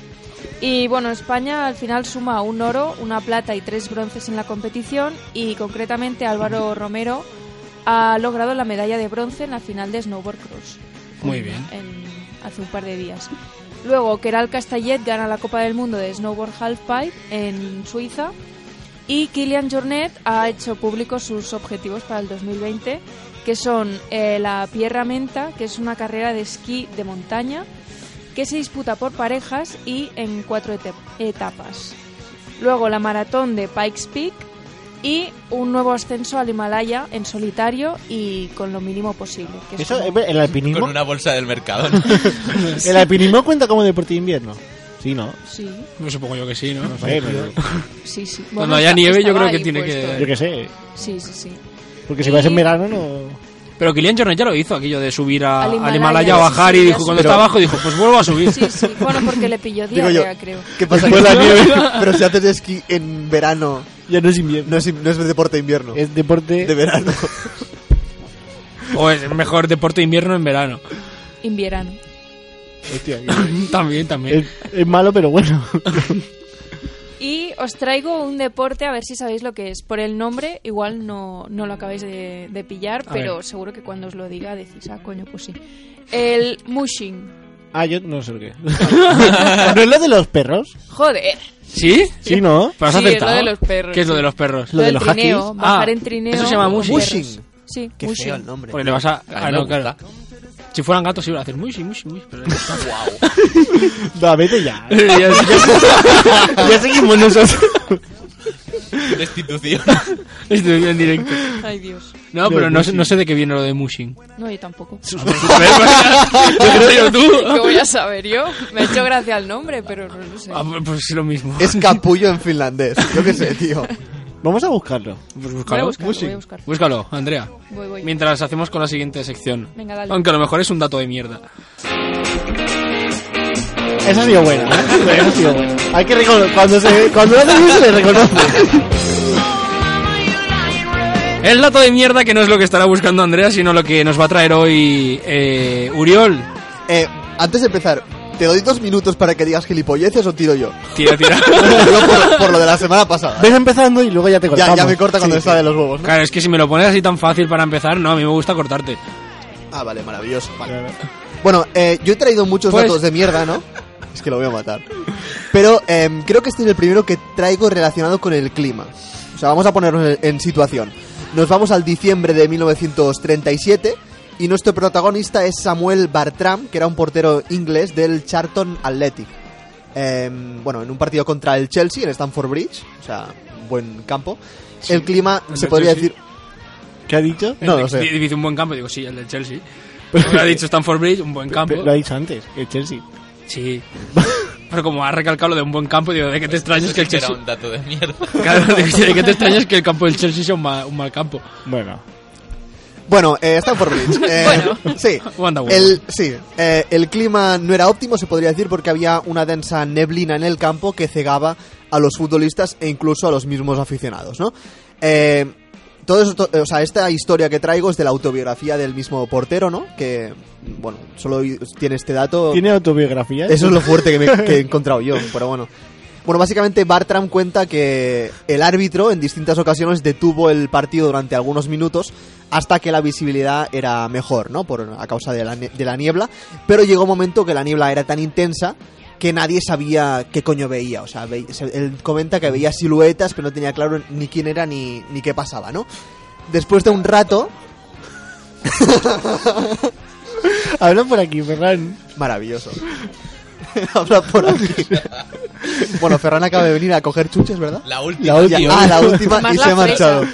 S6: Y bueno, España al final suma un oro, una plata y tres bronces en la competición. Y concretamente Álvaro Romero ha logrado la medalla de bronce en la final de Snowboard Cross
S3: Muy bien.
S6: en- hace un par de días. Luego, Keral Castellet gana la Copa del Mundo de Snowboard Halfpipe en Suiza. Y Kilian Jornet ha hecho públicos sus objetivos para el 2020, que son eh, la Pierra Menta, que es una carrera de esquí de montaña, que se disputa por parejas y en cuatro ete- etapas. Luego la maratón de Pikes Peak y un nuevo ascenso al Himalaya en solitario y con lo mínimo posible. que es
S7: Eso, eh,
S6: como-
S7: ¿El alpinismo?
S4: Con una bolsa del Mercadona.
S7: ¿El alpinismo cuenta como deporte de invierno? Sí, ¿no?
S6: Sí.
S3: No supongo yo que sí, ¿no?
S7: No sé, pero-
S6: Sí, sí.
S3: Cuando haya nieve, yo creo que tiene
S7: yo qué sé.
S6: Sí, sí, sí.
S7: Porque si vas en verano, no.
S3: Pero Kilian Jornet ya lo hizo, aquello de subir a,
S6: Al
S3: al Himalaya,
S6: Himalaya,
S3: a
S6: sí,
S3: bajar
S6: sí,
S3: y
S6: ya
S3: dijo,
S6: sé.
S3: cuando
S5: Pero-
S3: está abajo, dijo, pues vuelvo a subir.
S6: Sí, sí. Bueno, porque le pilló
S5: Digo yo.
S6: diarrea, creo.
S5: ¿Qué pasa?
S7: Después la nieve.
S5: Pero si haces esquí en verano,
S7: Ya no es invierno.
S5: no es, no es deporte de invierno.
S7: Es deporte.
S5: de verano.
S3: O es mejor deporte de invierno en verano.
S6: Invierano.
S7: Hostia,
S3: también, también.
S7: es, es malo, pero bueno.
S6: Y os traigo un deporte, a ver si sabéis lo que es. Por el nombre, igual no, no lo acabáis de, de pillar,
S3: A
S6: pero
S3: ver.
S6: seguro que cuando os lo diga decís, ah, coño, pues sí. El mushing.
S7: Ah, yo no sé lo que es. ¿No es lo de los perros?
S6: Joder.
S3: ¿Sí?
S7: Sí, ¿no?
S3: ¿Pero has
S6: Sí, es
S3: acertado?
S6: lo de los perros.
S3: ¿Qué es lo de los perros?
S7: Lo de
S6: del
S7: los
S6: trineo,
S7: hackis.
S6: bajar
S3: Ah,
S6: en trineo.
S3: eso se llama
S6: con
S3: mushing.
S6: perros.
S5: Mushing.
S6: Sí,
S5: Qué
S6: mushing.
S5: feo el nombre.
S3: Porque le vas a...
S4: A mí
S3: ah,
S4: me
S3: no,
S4: gusta.
S3: claro. Si fueran gatos iban a hacer mushi, mushi, mushi. Pero...
S7: Da, vete ya.
S3: Ya sé.
S7: ya seguimos nosotros.
S4: Destitución.
S3: Estoy en directo.
S6: Ay, Dios.
S3: No, pero no, sé- no sé de qué viene lo de mushing.
S6: No, yo tampoco.
S3: Pero
S6: ¿Qué
S3: tú.
S6: voy a saber yo? Me ha hecho gracia el nombre, pero no lo sé.
S3: Ah, pues- pues es lo mismo.
S5: Es capullo en finlandés. Yo qué sé, tío.
S7: Vamos a buscarlo.
S3: Pues
S6: Voy a
S3: búscalo.
S6: buscarlo, voy a buscar.
S3: Búscalo, Andrea.
S6: Voy, voy.
S3: Mientras hacemos con la siguiente sección.
S6: Venga, dale.
S3: Aunque a lo mejor es un dato de mierda.
S7: Esa ha sido buena. ¿eh? Esa ha sido buena. Hay que reconocer. Cuando, se, cuando lo hace bien, se le reconoce.
S3: El dato de mierda que no es lo que estará buscando Andrea, sino lo que nos va a traer hoy eh, Uriol.
S5: Eh, antes de empezar, ¿te doy dos minutos para que digas gilipolleces o tiro yo?
S3: Tira, tira.
S5: Yo por, por lo de la semana pasada.
S7: Ves empezando y luego ya te
S5: Ya,
S7: cortamos.
S5: ya me corta cuando
S7: Sí,
S5: está de los huevos, ¿no?
S3: Claro, es que si me lo pones así tan fácil para empezar, no, a mí me gusta cortarte.
S5: Ah, vale, maravilloso. Vale. Bueno, eh, yo he traído muchos
S3: Pues-
S5: datos de mierda, ¿no? Es que lo voy a matar. Pero em, creo que este es el primero que traigo relacionado con el clima. O sea, vamos a ponernos en- en situación. Nos vamos al diciembre de 1937 y nuestro protagonista es Samuel Bartram, que era un portero inglés del Charlton Athletic. Em, bueno, en un partido contra el Chelsea en Stamford Bridge, o sea, un buen campo. el clima,
S3: el
S5: se
S3: del
S5: podría
S3: Chelsea.
S5: decir...
S7: ¿Qué ha dicho?
S5: No,
S3: El-
S5: lo sé.
S3: di- Dice un buen campo, digo, sí, el del Chelsea. Lo ha dicho Stanford Bridge, un buen campo.
S7: Lo ha dicho antes, el Chelsea.
S3: Sí. Pero como ha recalcado lo de un buen campo, digo, ¿de qué te extrañas que el
S4: Era
S3: Chelsea...
S4: un dato de mierda.
S3: Claro, ¿de qué- de qué te extrañas que el campo del Chelsea sea un ma- un mal, campo?
S7: Bueno.
S5: Bueno, eh, Stanford Bridge. eh, sí.
S3: Wanda Woman.
S5: El, sí, eh, el clima no era óptimo, se podría decir, porque había una densa neblina en el campo que cegaba a los futbolistas e incluso a los mismos aficionados, ¿no? Eh, todo eso, to- o sea, esta historia que traigo es de la autobiografía del mismo portero, ¿no? Que, bueno, solo i- tiene este dato.
S7: ¿Tiene autobiografía?
S5: Eso es lo fuerte que, me- que he encontrado yo, pero bueno. Bueno, básicamente Bartram cuenta que el árbitro en distintas ocasiones detuvo el partido durante algunos minutos hasta que la visibilidad era mejor, ¿no? Por, a causa de la, nie- de la niebla. Pero llegó un momento que la niebla era tan intensa que nadie sabía qué coño veía. O sea, ve- se- él comenta que veía siluetas, pero no tenía claro ni quién era ni, ni qué pasaba, ¿no? Después de un rato,
S7: Habla por aquí, Ferran.
S5: maravilloso. Habla por aquí. bueno, Ferran acaba de venir a coger chuches, ¿verdad?
S4: La
S7: La
S4: última.
S7: última.
S5: Ya- ah, la última
S6: Más
S5: y
S6: la
S5: se ha
S6: fresa.
S5: marchado.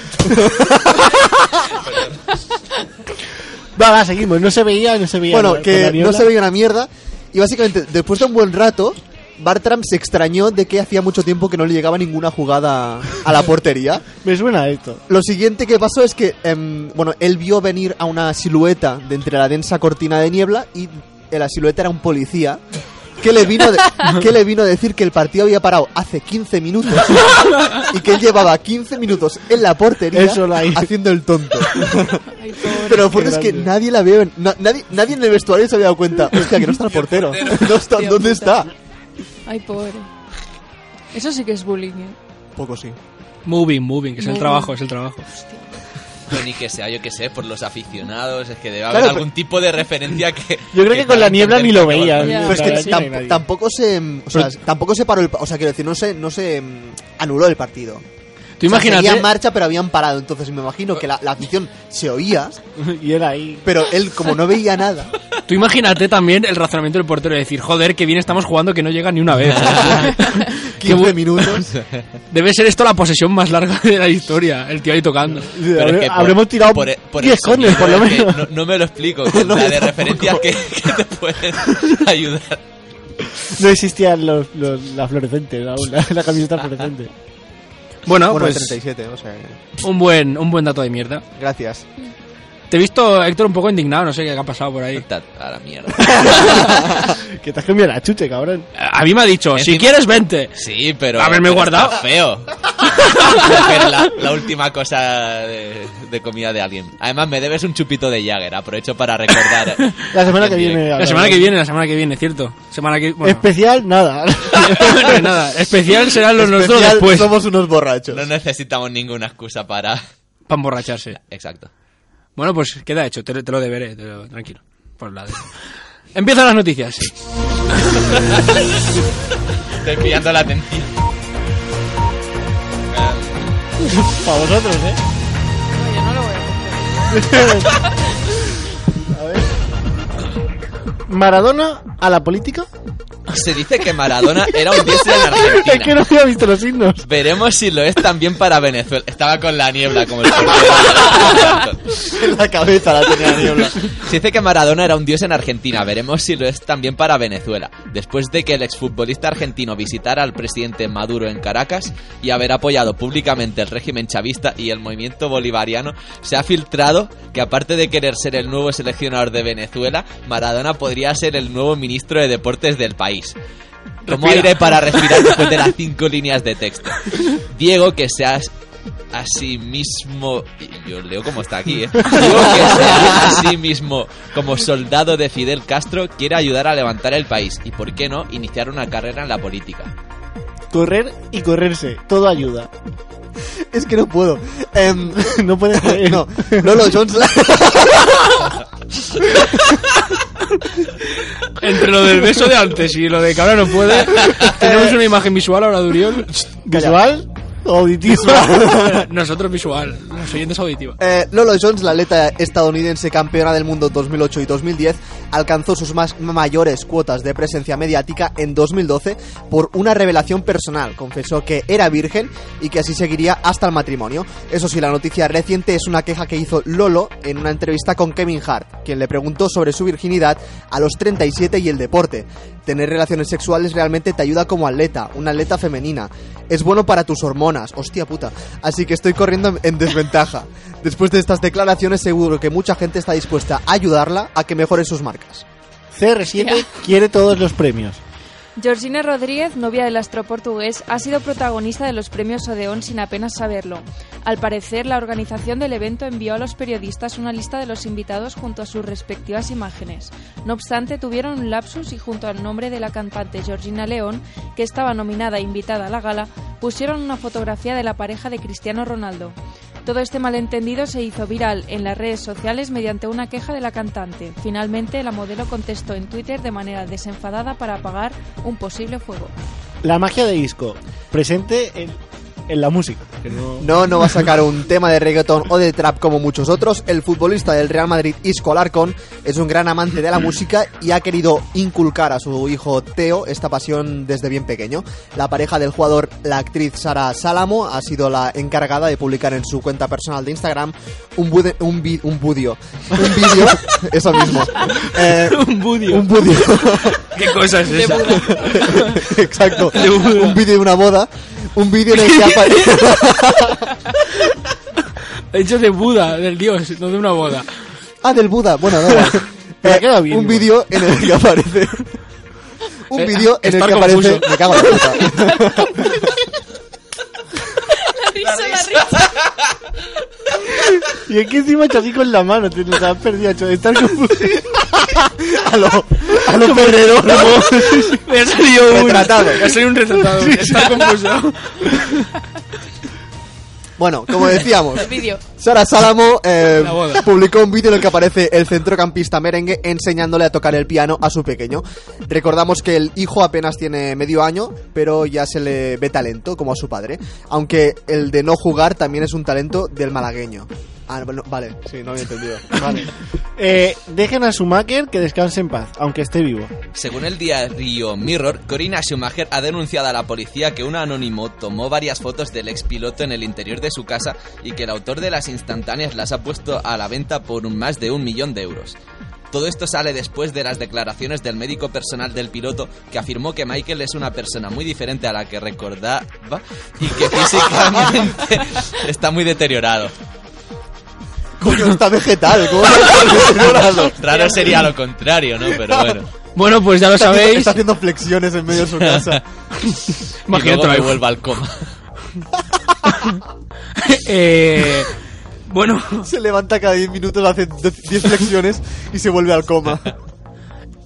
S7: Va, va, seguimos. No se veía, no se veía.
S5: Bueno,
S7: nada. Con la
S5: que no
S7: niebla.
S5: se veía una mierda. Y básicamente, después de un buen rato, Bartram se extrañó de que hacía mucho tiempo que no le llegaba ninguna jugada a la portería.
S7: Me suena a esto.
S5: Lo siguiente que pasó es que, em, bueno, él vio venir a una silueta de entre la densa cortina de niebla y eh, la silueta era un policía que le vino, de- que le vino a decir que el partido había parado hace 15 minutos y que él llevaba 15 minutos en la portería
S7: Eso, la-
S5: haciendo el tonto.
S6: Ay, pobre.
S5: Pero lo fuerte es
S7: Qué
S5: que
S7: grande.
S5: nadie la vio, ven- na- nadie, nadie en el vestuario se había dado cuenta. Hostia, que no está el portero. No está-
S6: Tío,
S5: ¿Dónde
S6: puta.
S5: está?
S6: Ay, pobre. Eso sí que es bullying, ¿eh?
S5: Poco sí.
S3: Moving, moving, que es el
S6: Moving.
S3: trabajo, es el trabajo.
S4: Yo ni que sea, yo que sé, por los aficionados. Es que debe haber
S5: Claro,
S4: algún tipo de referencia que.
S7: Yo creo que con la niebla ni lo veía.
S6: Ya.
S5: Pero es que
S7: La
S5: tam-
S7: verdad no hay nadie.
S5: tampoco se o sea, tampoco se paró el pa- o sea quiero decir no se no se mm, anuló el partido.
S3: Tú
S5: O sea,
S3: imagínate.
S5: seguía en marcha pero habían parado entonces me imagino que la, la afición se oía
S7: Y él ahí.
S5: pero él como no veía nada
S3: Tú imagínate también el razonamiento del portero de decir, joder, que bien estamos jugando que no llega ni una vez.
S5: 15 minutos
S3: Debe ser esto la posesión más larga de la historia, el tío ahí tocando.
S4: Pero es
S7: Habre-
S4: que por-
S7: habremos tirado
S4: por el- por el
S7: 10
S4: sonido,
S7: cones, e- por lo
S4: es que
S7: menos.
S4: No, no me lo explico. con la de referencias que, que te pueden ayudar.
S7: No existían los, los, la fluorescente, aún, la, la camiseta fluorescente.
S3: Bueno,
S5: bueno
S3: pues
S5: 37 o sea que-
S3: un buen, un buen dato de mierda.
S5: gracias
S3: Te he visto, Héctor, un poco indignado, no sé qué ha pasado por ahí.
S4: A la mierda.
S7: Que te has cambiado la chuche, cabrón.
S3: A mí me ha dicho, si
S4: Encima-
S3: quieres, vente.
S4: Sí, pero.
S3: Haberme
S4: pero
S3: guardado.
S4: está feo. Coger la, la última cosa de, de comida de alguien. Además, me debes un chupito de Jagger. Aprovecho para recordar.
S7: La semana que viene.
S3: La semana que viene, la semana que viene, cierto. Semana que bueno.
S7: Especial, nada.
S3: No, nada, especial serán los nosotros
S5: Especial,
S3: después.
S5: somos unos borrachos
S4: No necesitamos ninguna excusa para.
S3: Para emborracharse.
S4: Exacto.
S3: Bueno, pues queda hecho, te, te lo deberé, te lo- tranquilo. Por la de- Empiezan las noticias.
S4: Estoy pillando la atención.
S7: Para vosotros, eh.
S6: No, yo no lo voy a coger.
S7: Maradona a la política.
S4: Se dice que Maradona era un dios en Argentina.
S7: Es que no había visto los signos.
S4: Veremos si lo es también para Venezuela. Estaba con la niebla como el portero.
S5: en la cabeza la tenía la niebla
S4: Se dice que Maradona era un dios en Argentina. Veremos si lo es también para Venezuela. Después de que el exfutbolista argentino visitara al presidente Maduro en Caracas y haber apoyado públicamente el régimen chavista y el movimiento bolivariano, se ha filtrado que aparte de querer ser el nuevo seleccionador de Venezuela, Maradona podría ser el nuevo ministro de deportes del país. Como
S3: Respira.
S4: aire para respirar después de las cinco líneas de texto. Diego, que seas asimismo. Yo leo como está aquí, ¿eh? Diego, que sea asimismo como soldado de Fidel Castro, quiere ayudar a levantar el país y, por qué no, iniciar una carrera en la política.
S7: Correr y correrse. Todo ayuda.
S5: es que no puedo Em,
S7: No puedes creer.
S5: no Lolo Jones
S3: Entre lo del beso de antes y lo de que ahora no puede, tenemos una imagen visual ahora de Uriol.
S7: Visual o auditivo.
S3: Nosotros visual, los oyentes auditiva.
S5: Eh, Lolo Jones, la atleta estadounidense campeona del mundo 2008 y 2010, alcanzó sus más mayores cuotas de presencia mediática en 2012 por una revelación personal. Confesó que era virgen y que así seguiría hasta el matrimonio. Eso sí, la noticia reciente es una queja que hizo Lolo en una entrevista con Kevin Hart, quien le preguntó sobre su virginidad a los 37 y el deporte. Tener relaciones sexuales realmente te ayuda como atleta, una atleta femenina. Es bueno para tus hormonas, hostia puta. Así que estoy corriendo en desventaja. Después de estas declaraciones seguro que mucha gente está dispuesta a ayudarla a que mejore sus marcas.
S7: CR7 quiere todos los premios.
S6: Georgina Rodríguez, novia del astro portugués, ha sido protagonista de los premios Odeón sin apenas saberlo. Al parecer, la organización del evento envió a los periodistas una lista de los invitados junto a sus respectivas imágenes. No obstante, tuvieron un lapsus y junto al nombre de la cantante Georgina León, que estaba nominada e invitada a la gala, pusieron una fotografía de la pareja de Cristiano Ronaldo. Todo este malentendido se hizo viral en las redes sociales mediante una queja de la cantante. Finalmente, la modelo contestó en Twitter de manera desenfadada para apagar un posible fuego.
S7: La magia de disco, presente en, en la música. que no-
S5: No, no va a sacar un tema de reggaeton o de trap como muchos otros. El futbolista del Real Madrid, Isco Alarcón, es un gran amante de la música y ha querido inculcar a su hijo Teo esta pasión desde bien pequeño. La pareja del jugador, la actriz Sara Salamo, ha sido la encargada de publicar en su cuenta personal de Instagram un bude- un, vi- un budio. Un vídeo, eso mismo. Eh,
S3: un budio.
S5: un budio.
S3: ¿Qué cosa es esa?
S5: Exacto. Un vídeo de una boda. Un vídeo en el que aparece...
S3: He dicho de Buda, del dios, no de una boda.
S5: Ah, del Buda. Bueno, no.
S7: Me ha quedado bien
S5: un
S7: igual.
S5: vídeo en el que aparece. Un
S3: Eh,
S5: vídeo en el
S3: estar
S5: que aparece.
S3: confuso.
S5: Me cago en la puta.
S7: Y es que encima ha hecho así con la mano, te nos has perdido, ha hecho de estar confuso.
S5: A lo, a lo Ferrero.
S3: Me ha salido un
S5: Retratado.
S3: Me ha salido un retratado. Está confuso.
S5: Bueno, como decíamos.
S6: El vídeo.
S5: Sara Salamo eh,
S3: La boda.
S5: publicó un vídeo en el que aparece el centrocampista merengue enseñándole a tocar el piano a su pequeño. Recordamos que el hijo apenas tiene medio año, pero ya se le ve talento, como a su padre. Aunque el de no jugar también es un talento del malagueño. Ah, no, vale, sí, no había entendido. Vale.
S7: Eh, dejen a Schumacher que descanse en paz, aunque esté vivo.
S4: Según el diario Mirror, Corina Schumacher ha denunciado a la policía que un anónimo tomó varias fotos del expiloto en el interior de su casa y que el autor de las instantáneas las ha puesto a la venta por un- más de un millón de euros. Todo esto sale después de las declaraciones del médico personal del piloto que afirmó que Michael es una persona muy diferente a la que recordaba y que físicamente está muy deteriorado.
S5: Coño, está vegetal, ¿cómo está
S4: Raro sería lo contrario, ¿no? Pero bueno.
S3: Bueno, pues ya lo
S5: haciendo,
S3: sabéis.
S5: está haciendo flexiones en medio de su casa.
S4: Y
S3: Imagínate
S4: luego
S3: otra
S4: me
S3: vez.
S4: vuelva al coma.
S3: Eh, bueno,
S5: Se levanta cada 10 minutos, hace 10 flexiones y se vuelve al coma.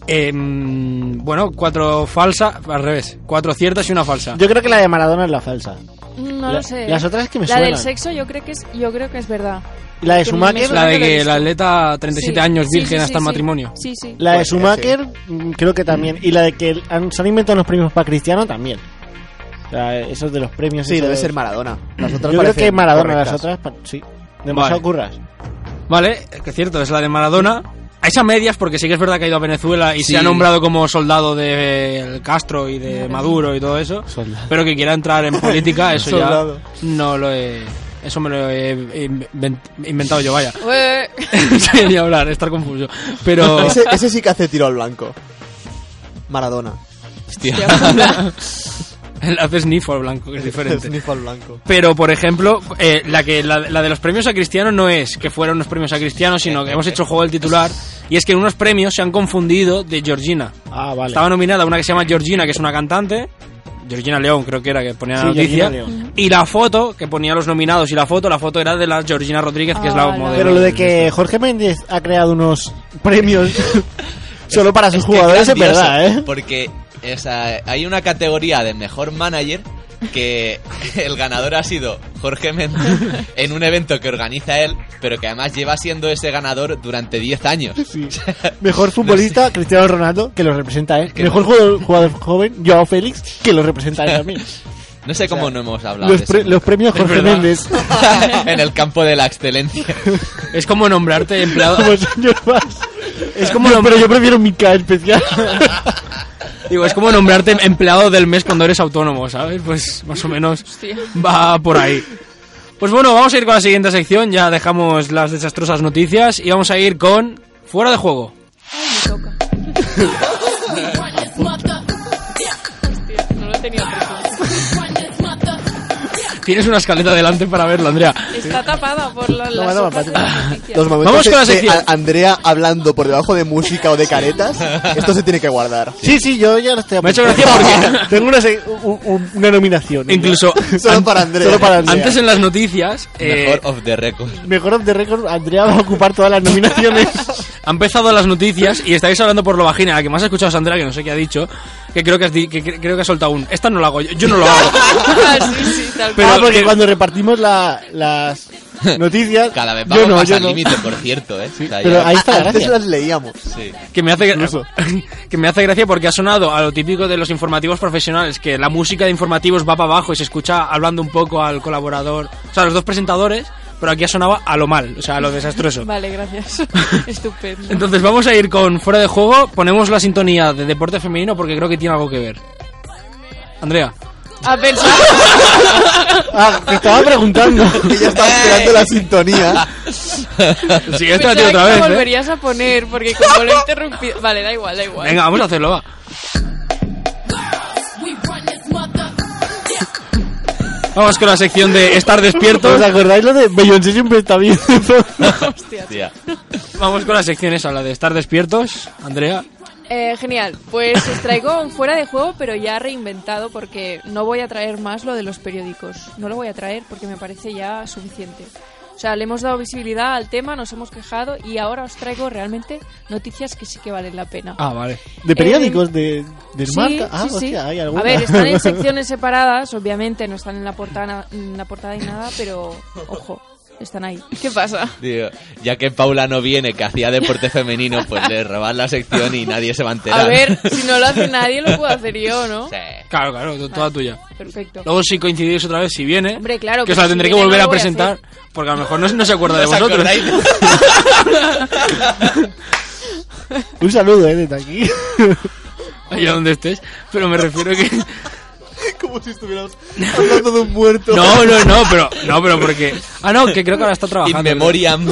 S3: em, bueno, cuatro falsas, al revés, cuatro ciertas y una falsa.
S7: Yo creo que la de Maradona es la falsa.
S6: No
S7: La-
S6: lo sé.
S7: las otras que me
S6: La
S7: suenan.
S6: del sexo yo creo que es, yo creo que es verdad.
S7: Y La de
S6: Que me- me
S7: Schumacher,
S6: suena
S3: la de
S6: lo he
S3: que
S6: visto.
S3: el atleta 37
S6: Sí,
S3: años
S6: sí,
S3: virgen
S6: sí,
S3: hasta el
S6: sí.
S3: matrimonio.
S6: Sí, sí.
S7: la de
S5: Pues,
S7: Schumacher mm, creo que también. Y la de que el- han- se han inventado los premios para Cristiano también. O sea, esos de los premios.
S5: Sí,
S7: esos
S5: debe
S7: de-
S5: ser Maradona. Las otras
S7: Yo creo
S5: parecen
S7: que Maradona,
S5: correctas.
S7: las otras, pa- sí. Demasiado
S3: Vale.
S7: curras.
S3: Vale, que es cierto, es la de Maradona. A esa medias, porque sí que es verdad que ha ido a Venezuela y
S4: Sí.
S3: se ha nombrado como soldado de Castro y de Maduro y todo eso.
S7: Soldado.
S3: Pero que quiera entrar en política, eso ya
S5: Soldado.
S3: no lo he... Eso me lo he invent- inventado yo, vaya.
S6: Ué.
S3: Sí, ni hablar, estar confuso. Pero...
S5: Ese, ese sí que hace tiro al blanco. Maradona.
S4: Hostia.
S3: Haces nifo al blanco, que es diferente.
S5: Sniff al blanco.
S3: Pero, por ejemplo, eh, la, que, la, la de los premios a Cristiano no es que fueron unos premios a Cristiano, sino que hemos hecho juego del titular. Y es que en unos premios se han confundido de Georgina.
S7: Ah, vale.
S3: Estaba nominada una que se llama Georgina, que es una cantante. Georgina León, creo que era, que ponía la
S7: Sí,
S3: noticia.
S7: Georgina León.
S3: Y la foto, que ponía los nominados y la foto, la foto era de la Georgina Rodríguez, que es la
S6: Ah, la-
S3: modelo.
S7: Pero lo de que Jorge Méndez ha creado unos premios solo para sus
S4: Es que
S7: jugadores es
S4: grandioso,
S7: verdad, ¿eh?
S4: Porque o sea, hay una categoría de mejor manager que el ganador ha sido Jorge Méndez en un evento que organiza él, pero que además lleva siendo ese ganador durante 10 años.
S7: Sí. Mejor futbolista, Cristiano Ronaldo, que lo representa a él.
S4: Que
S7: Mejor jugador, jugador joven, Joao Félix, que lo representa ¿eh? a él también.
S4: No sé cómo no hemos hablado
S7: Los,
S4: de
S7: pre-
S4: eso.
S7: los premios
S3: Es
S7: Jorge
S3: verdad.
S7: Méndez.
S4: en el campo de la excelencia.
S3: Es como nombrarte empleado.
S7: Como señor Valls.
S3: Es como
S7: No,
S3: lo-
S7: pero yo prefiero mi K especial.
S3: Digo, es como nombrarte empleado del mes cuando eres autónomo, ¿sabes? Pues más o menos va por ahí. Pues bueno, vamos a ir con la siguiente sección, ya dejamos las desastrosas noticias y vamos a ir con fuera de juego.
S6: Me toca. Hostia, no lo he tenido presente.
S3: Tienes una escaleta delante para verlo, Andrea.
S6: Está tapada por la, las
S7: no,
S6: hojas de la noticia.
S5: Los momentos
S3: Vamos con la
S5: de- de,
S3: sección.
S5: a- Andrea hablando por debajo de música o de caretas, esto se tiene que guardar.
S7: Sí, sí, yo ya lo estoy
S3: Me ha hecho
S7: apuntando.
S3: gracia porque-
S7: Tengo una, se- u- u- una nominación. ¿eh?
S3: Incluso
S5: Solo para Andrea.
S7: Solo para Andrea.
S3: antes en las noticias eh,
S4: Mejor of the record.
S7: Mejor of the record, Andrea va a ocupar todas las nominaciones.
S3: han empezado las noticias y estáis hablando por lo vagina, la que más ha escuchado es Andrea, que no sé qué ha dicho, que creo que, has di- que cre- creo que ha soltado un... Esta no la hago yo, yo no lo hago.
S6: Ah, sí, sí, tal
S3: Pero-
S7: ah, porque
S3: que-
S7: cuando repartimos la- las, Noticias.
S4: Cada vez
S7: Yo
S4: vamos
S7: no,
S4: más
S7: yo
S4: al
S7: no.
S4: límite, por cierto, ¿eh? O sea,
S7: pero
S4: ya-
S7: ahí está la
S5: Antes
S7: gracia.
S5: las leíamos.
S4: sí.
S3: Que me, hace, gra-
S7: Incluso.
S3: que me hace gracia porque ha sonado a lo típico de los informativos profesionales, que la música de informativos va para abajo y se escucha hablando un poco al colaborador, o sea, a los dos presentadores, pero aquí ha sonado a lo mal, o sea, a lo desastroso.
S6: Vale, gracias. Estupendo.
S3: Entonces vamos a ir con fuera de juego, ponemos la sintonía de deporte femenino porque creo que tiene algo que ver. Andrea.
S6: A pensar.
S7: Ah, te estaba preguntando.
S5: Que ya
S3: Eh.
S5: estaba esperando la sintonía.
S3: Sí, esta la tiene otra
S6: que
S3: vez.
S6: Pues la
S3: ¿eh?
S6: volverías a poner porque como lo he interrumpido. Vale, da igual, da igual.
S3: Venga, vamos a hacerlo, va. Vamos con la sección de estar despiertos.
S7: ¿Os acordáis lo de Beyoncé siempre está bien?
S4: Hostia.
S3: Vamos con la sección esa, la de estar despiertos. Andrea.
S6: Eh, genial, pues os traigo un fuera de juego, pero ya reinventado porque no voy a traer más lo de los periódicos. No lo voy a traer porque me parece ya suficiente. O sea, le hemos dado visibilidad al tema, nos hemos quejado y ahora os traigo realmente noticias que sí que valen la pena.
S3: Ah, vale.
S7: ¿De periódicos? ¿De, de marca? Ah,
S6: sí,
S7: hostia,
S6: sí.
S7: hay alguna.
S6: A ver, están en secciones separadas, obviamente no están en la portada, en la portada y nada, pero ojo, están ahí. ¿Qué pasa?
S4: Digo, ya que Paula no viene, que hacía deporte femenino, pues le roban la sección y nadie se va a enterar.
S6: A ver, si no lo hace nadie, lo puedo hacer yo, ¿no?
S4: Sí.
S3: Claro, claro, to- toda tuya.
S6: Perfecto.
S3: Luego si coincidís otra vez, si viene,
S6: Hombre, claro,
S3: que os
S6: pero
S3: la
S6: si
S3: tendré que
S6: viene,
S3: volver
S6: no
S3: a
S6: lo voy a
S3: presentar, porque a lo mejor no, no se acuerda de
S4: ¿Os
S3: vosotros.
S4: acordáis?
S7: Un saludo, eh, desde aquí.
S3: Allá donde estés, pero me refiero que...
S5: Como si estuviéramos hablando de un muerto.
S3: No, no, no, pero, no, pero porque... Ah, no, que creo que ahora está trabajando.
S4: In memoriam.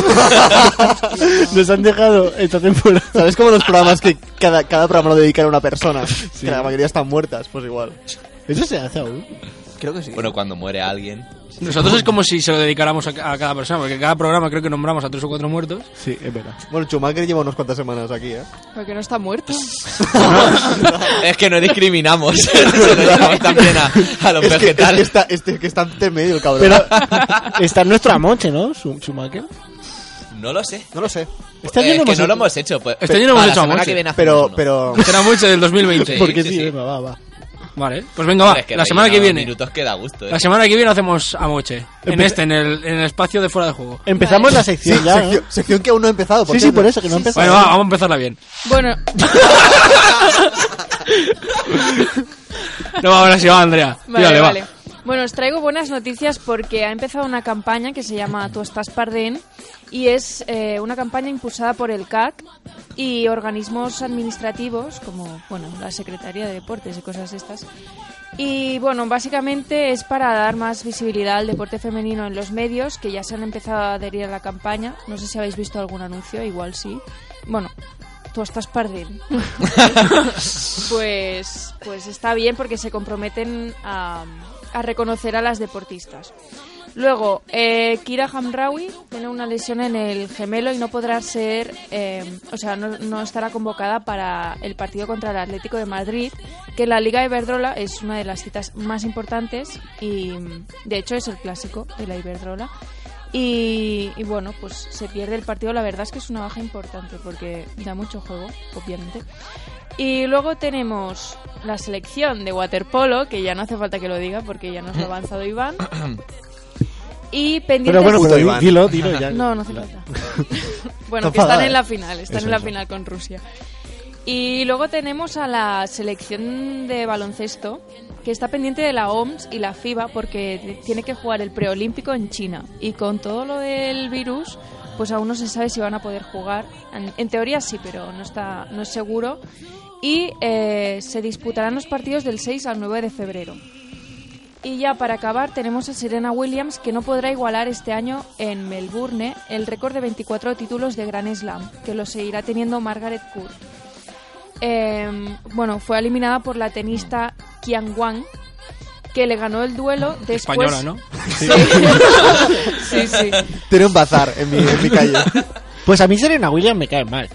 S7: Nos han dejado esta temporada.
S5: ¿Sabes como los programas que cada, cada programa lo dedican a una persona? Que la mayoría están muertas, pues igual.
S7: ¿Eso se hace aún?
S5: Creo que sí.
S4: bueno, cuando muere alguien.
S3: Nosotros es como si se lo dedicáramos a, a cada persona, porque cada programa creo que nombramos a tres o cuatro muertos.
S7: Sí, es verdad.
S5: Bueno, Schumacher lleva unas cuantas semanas aquí, ¿eh?
S6: Porque no está muerto.
S4: es que no discriminamos. Se lo dejamos también a, a los
S5: Es que, es que
S4: vegetales.
S5: está, este, que está entre medio el cabrón.
S7: Pero está en nuestra moche, ¿no? Su- Schumacher.
S4: No lo sé.
S5: No lo sé.
S7: Este año
S4: es
S7: no
S4: que
S7: hemos
S4: no lo
S7: hecho-
S4: hemos hecho. Pues,
S3: Este año no hemos
S4: para la
S3: hecho
S4: semana
S3: mucho.
S4: que viene hacemos
S5: Pero,
S4: uno.
S5: pero...
S3: Será mucho Este del 2020.
S4: Sí.
S7: Porque sí,
S4: sí, sí.
S7: venga, va, va.
S3: Vale, pues venga, va.
S4: Hombre, es que
S3: la semana que
S4: rellenado
S3: viene.
S4: minutos queda gusto. ¿eh?
S3: La semana que viene hacemos a Moche. En
S7: Empe-
S3: este, en el, en el espacio de fuera de juego.
S7: Empezamos la sección
S5: Sí,
S7: ya. ¿no?
S5: sección, sección que aún no ha empezado.
S7: Sí, sí,
S5: cierto.
S7: por eso, que no ha empezado.
S3: Bueno, va, vamos a empezarla bien.
S6: Bueno,
S3: No, ahora sí va, Andrea.
S6: Vale,
S3: Tírale, va.
S6: vale. Bueno, os traigo buenas noticias porque ha empezado una campaña que se llama Tú estás Pardén y es eh, una campaña impulsada por el CAC y organismos administrativos como bueno la Secretaría de Deportes y cosas de estas. Y bueno, básicamente es para dar más visibilidad al deporte femenino en los medios que ya se han empezado a adherir a la campaña. No sé si habéis visto algún anuncio, igual sí. Bueno, tú estás Pardén. Pues, pues está bien porque se comprometen a, a reconocer a las deportistas. Luego, eh, Kira Hamraoui tiene una lesión en el gemelo y no podrá ser, eh, o sea, no, no estará convocada para el partido contra el Atlético de Madrid, que en la Liga Iberdrola es una de las citas más importantes y, mm, de hecho, es el clásico de la Iberdrola. Y, y bueno, pues se pierde el partido. La verdad es que es una baja importante porque da mucho juego, obviamente. Y luego tenemos la selección de waterpolo, que ya no hace falta que lo diga porque ya nos lo ha avanzado Iván. Y pendientes...
S7: Pero bueno,
S5: Puto
S7: pero di-
S5: Iván.
S7: dilo, dilo ya.
S6: No, no hace falta. bueno,
S7: Está
S6: que están
S7: enfadada,
S6: en
S7: ¿eh?
S6: la final, están
S7: Eso,
S6: en la
S7: eso.
S6: final con Rusia. Y luego tenemos a la selección de baloncesto, que está pendiente de la OMS y la FIBA porque tiene que jugar el preolímpico en China. Y con todo lo del virus, pues aún no se sabe si van a poder jugar. En, en teoría sí, pero no, está, no es seguro. Y eh, se disputarán los partidos del 6 al 9 de febrero. Y ya para acabar tenemos a Serena Williams que no podrá igualar este año en Melbourne ¿eh? el récord de 24 títulos de Grand Slam, que lo seguirá teniendo Margaret Court. Eh, bueno, fue eliminada por la tenista Qian Wang, que le ganó el duelo después...
S3: Española, ¿no?
S6: Sí, sí, sí.
S5: Tiene un bazar en mi, en mi calle.
S7: Pues a mí Serena Williams me cae mal.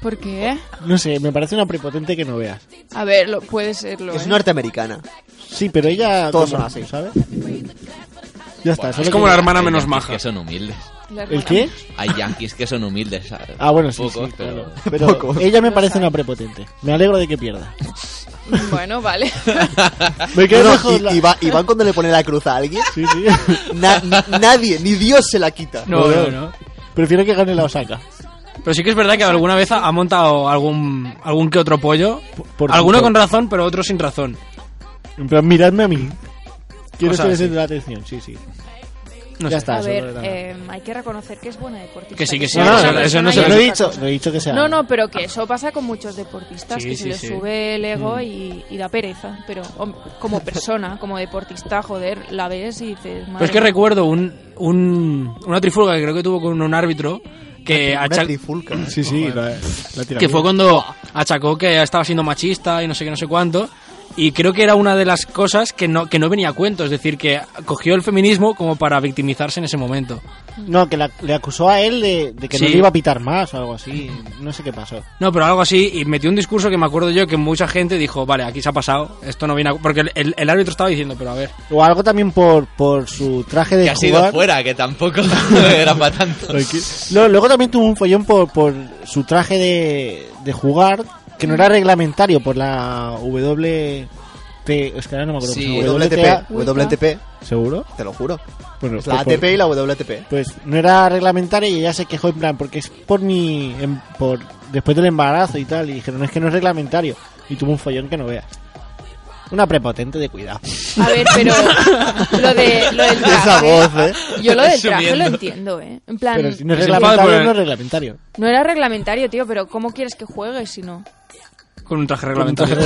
S6: ¿Por qué?
S7: No sé, me parece una prepotente que no veas.
S6: A ver, lo, puede serlo.
S5: Es
S6: ¿eh?
S5: norteamericana.
S7: Sí, pero ella...
S5: Todos
S7: como-
S5: son así.
S7: ¿Sabes? Ya está. solo
S3: es como
S7: que-
S3: la hermana
S4: Hay
S3: menos
S4: yanquis
S3: maja.
S4: Que son humildes.
S6: La hermana.
S7: ¿El qué?
S4: Hay yanquis que son humildes. ¿sabes?
S7: Ah, bueno, sí,
S4: Pocos,
S7: sí,
S4: pero...
S7: claro. Pero ella me parece una prepotente. Me alegro de que pierda.
S6: Bueno, vale.
S7: Me quedé
S5: No, no,
S7: mejor.
S5: y,
S7: la-
S5: y va- y van cuando le pone la cruz a alguien,
S7: Sí, sí.
S5: na- ni- nadie, ni Dios se la quita.
S3: No, no,
S7: Joder.
S3: no.
S7: Prefiero que gane la Osaka.
S3: Pero sí que es verdad que alguna vez ha ha montado algún, algún que otro pollo.
S7: por
S3: Alguno
S7: supuesto.
S3: con razón, pero otro sin razón.
S7: En plan, miradme a mí. Quiero
S3: O sea,
S7: ser el
S3: sí.
S7: centro de la atención, sí, sí.
S3: No sé.
S7: ya está.
S6: A
S7: eso
S6: ver,
S7: no era nada.
S6: eh, hay que reconocer que es buena deportista.
S3: Que sí, que sí,
S6: es
S7: No, no,
S6: una
S7: no,
S3: eso no
S6: persona
S3: se
S6: y
S3: lo
S7: no he
S6: otra
S7: dicho,
S6: cosa.
S7: no he dicho que sea.
S6: No, no, pero que eso pasa con muchos deportistas
S3: Sí,
S6: que
S3: sí,
S6: se les
S3: sí.
S6: sube el ego y, y la pereza. Pero hom- como persona, como deportista, joder, la ves y dices.
S3: Pero es que recuerdo un, un- una trifulga que creo que tuvo con un árbitro que,
S5: Una
S3: acha-
S5: trifulca.
S7: Sí, sí, la, la tira
S3: que
S7: bien.
S3: fue cuando achacó que estaba siendo machista y no sé qué, no sé cuánto. Y creo que era una de las cosas que no, que no venía a cuento. Es decir, que cogió el feminismo como para victimizarse en ese momento.
S7: No, que la- le acusó a él de, de que no
S3: Sí.
S7: le iba a pitar más o algo así. No sé qué pasó.
S3: No, pero algo así, y metió un discurso que me acuerdo yo que mucha gente dijo, vale, aquí se ha pasado, esto no viene a... Porque el, el- el árbitro estaba diciendo, pero a ver,
S7: O algo también por, por su traje de
S4: Que ha sido
S7: jugar.
S4: fuera, que tampoco era para tanto.
S7: Tranqui- Lo- luego también tuvo un follón por, por su traje de, de jugar, que no era reglamentario por la WT. Es que ahora no me acuerdo.
S4: Sí,
S7: cómo se llama,
S5: WTP,
S6: Uy,
S5: WTP,
S7: ¿Seguro?
S5: te lo juro.
S7: Bueno,
S5: Es la
S7: pues por-
S5: ATP y la WTP.
S7: Pues no era reglamentaria y ella se quejó en plan, porque es por mi. em- por, después del embarazo y tal. Y dijeron, es que no es reglamentario. Y tuvo un follón que no veas. Una prepotente de cuidado.
S6: A ver, pero lo, de, lo del traje.
S5: Esa voz, ¿eh?
S6: Yo lo del traje lo
S4: Asumiendo.
S6: entiendo, ¿eh? En plan,
S7: Pero si no es pues,
S3: se puede poner-
S7: reglamentario, no es reglamentario.
S6: no era reglamentario, tío, pero ¿cómo quieres que juegue si no?
S3: con un traje reglamentario.
S6: No,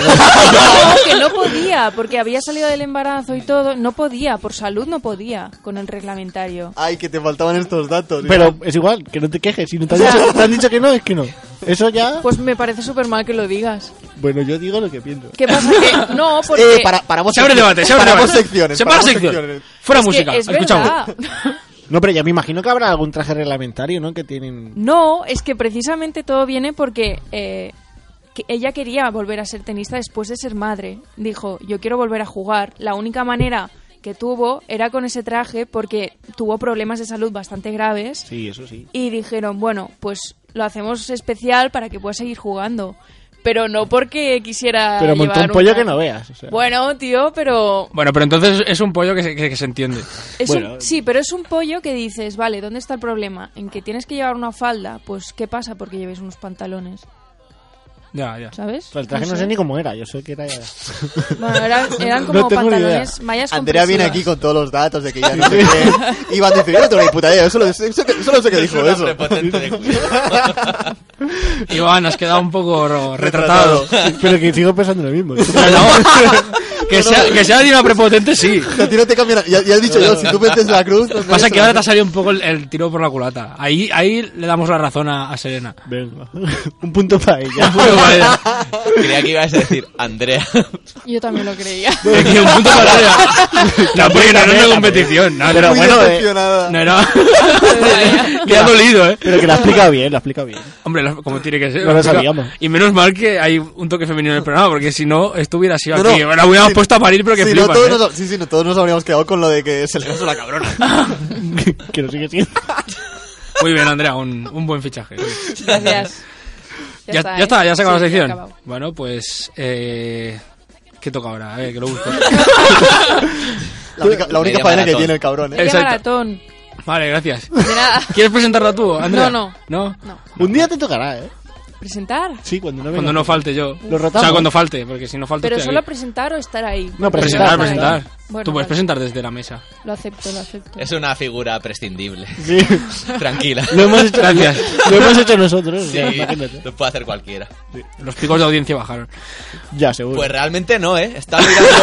S6: que no podía, porque había salido del embarazo y todo. No podía, por salud no podía con el reglamentario.
S5: Ay, que te faltaban estos datos.
S7: Pero es igual, que no te quejes. Si no te han dicho, te han dicho que no, es que no. Eso ya.
S6: Pues me parece súper mal que lo digas.
S7: Bueno, yo digo lo que pienso.
S6: ¿Qué pasa? Que no, porque...
S5: Eh, para, paramos
S3: Se abre el
S5: secciones,
S3: debate, se abre el
S5: paramos
S3: debate.
S5: secciones.
S3: Se para
S5: paramos
S3: sección.
S5: secciones.
S3: Fuera
S6: es que
S3: música,
S6: es
S3: escuchamos.
S6: verdad.
S7: No, pero ya me imagino que habrá algún traje reglamentario, ¿no? Que tienen.
S6: No, es que precisamente todo viene porque eh, que ella quería volver a ser tenista después de ser madre. Dijo, yo quiero volver a jugar. La única manera que tuvo era con ese traje porque tuvo problemas de salud bastante graves
S7: Sí, eso sí.
S6: y dijeron, bueno, pues lo hacemos especial para que pueda seguir jugando. Pero no porque quisiera.
S7: Pero montó
S6: llevar
S7: un pollo
S6: traje.
S7: que no veas. o sea.
S6: Bueno, tío, pero.
S3: Bueno, pero entonces es un pollo que se, que- que se entiende.
S6: es
S7: Bueno.
S6: un- sí, pero es un pollo que dices, vale, ¿dónde está el problema? En que tienes que llevar una falda, pues ¿qué pasa porque lleves unos pantalones?
S3: Ya, ya.
S6: ¿Sabes?
S7: el traje no sé ni cómo era, yo sé que era. Sí,
S6: Bueno, eran, eran como
S7: No tengo ni
S6: pantalones, mallas
S5: Andrea viene
S6: compresivas.
S5: aquí con todos los datos de que ya no sé qué. Iván dice, yo no tengo ni puta idea, yo solo, sé- sé que- solo sé que dijo
S4: Una
S5: eso.
S4: prepotente de cuidado.
S3: Iván, has quedado un poco ro- retratado.
S7: Pero que sigo pensando lo mismo.
S3: No, que, sea, que sea de una prepotente, sí.
S5: A ti no te cambia nada. Ya, ya has dicho yo, si tú metes la cruz... no sé,
S3: Pasa que
S5: eso
S3: ahora te
S5: no
S3: ha salido un poco el, el tiro por la culata. Ahí, ahí le damos la razón a, a Serena.
S7: Venga. Un punto para ella.
S3: Bueno, vale.
S4: Creía que ibas a decir Andrea.
S6: Yo también lo creía.
S3: Es que un punto para Andrea. No, porque no, no es una
S7: También,
S3: competición. No, no,
S7: Pero
S5: Muy
S7: bueno, eh,
S5: decepcionada.
S3: No, no. Le ha dolido, ¿eh?
S7: pero que la explica bien, la explica bien.
S3: Hombre, lo- como tiene que ser.
S7: No lo sabíamos.
S3: Y menos mal que hay un toque femenino en el programa, porque si no, esto hubiera sido
S5: No, no.
S3: aquí. La hubiéramos
S5: Sí,
S3: puesto a parir, pero que
S5: sí, no,
S3: flipas,
S5: todos
S3: ¿eh?
S5: nos, sí, sí, no, todos nos habríamos quedado con lo de que se le pasó la cabrona.
S7: que no sigue siendo.
S3: Muy bien, Andrea, un, un buen fichaje.
S6: Gracias.
S3: Ya, ya está, ya, se acabó
S6: ¿eh? Sí,
S3: la
S6: ya
S3: sección.
S6: ha acabado.
S3: Bueno, pues. Eh, ¿Qué toca ahora? A ver, que lo busco.
S5: La única, la única
S4: Media
S5: faena que
S4: maratón.
S5: tiene el cabrón, ¿eh?
S6: Media
S3: Exacto.
S6: maratón.
S3: vale, gracias.
S6: De nada.
S3: ¿Quieres presentarla tú, Andrea?
S6: No,
S3: no.
S6: No.
S7: Un día te tocará, ¿eh?
S6: ¿Presentar?
S7: Sí, cuando no venga.
S3: Cuando no falte yo.
S7: Lo
S3: O
S7: rotamos.
S3: sea, cuando falte, porque si no falte.
S6: ¿Pero
S3: estoy
S6: solo
S3: aquí.
S6: presentar o estar ahí?
S7: No,
S3: presentar,
S7: presentar,
S3: presentar.
S6: Bueno,
S3: Tú puedes
S6: vale.
S3: presentar desde la mesa.
S6: Lo acepto, lo acepto.
S4: Es una figura prescindible.
S7: Sí.
S4: Tranquila.
S7: Lo hemos hecho,
S3: Gracias.
S7: Lo hemos hecho nosotros.
S4: Sí,
S7: Ya, imagínate.
S4: lo puede hacer cualquiera.
S3: Los picos de audiencia bajaron.
S7: Ya, seguro.
S4: Pues realmente no, ¿eh? Está mirando,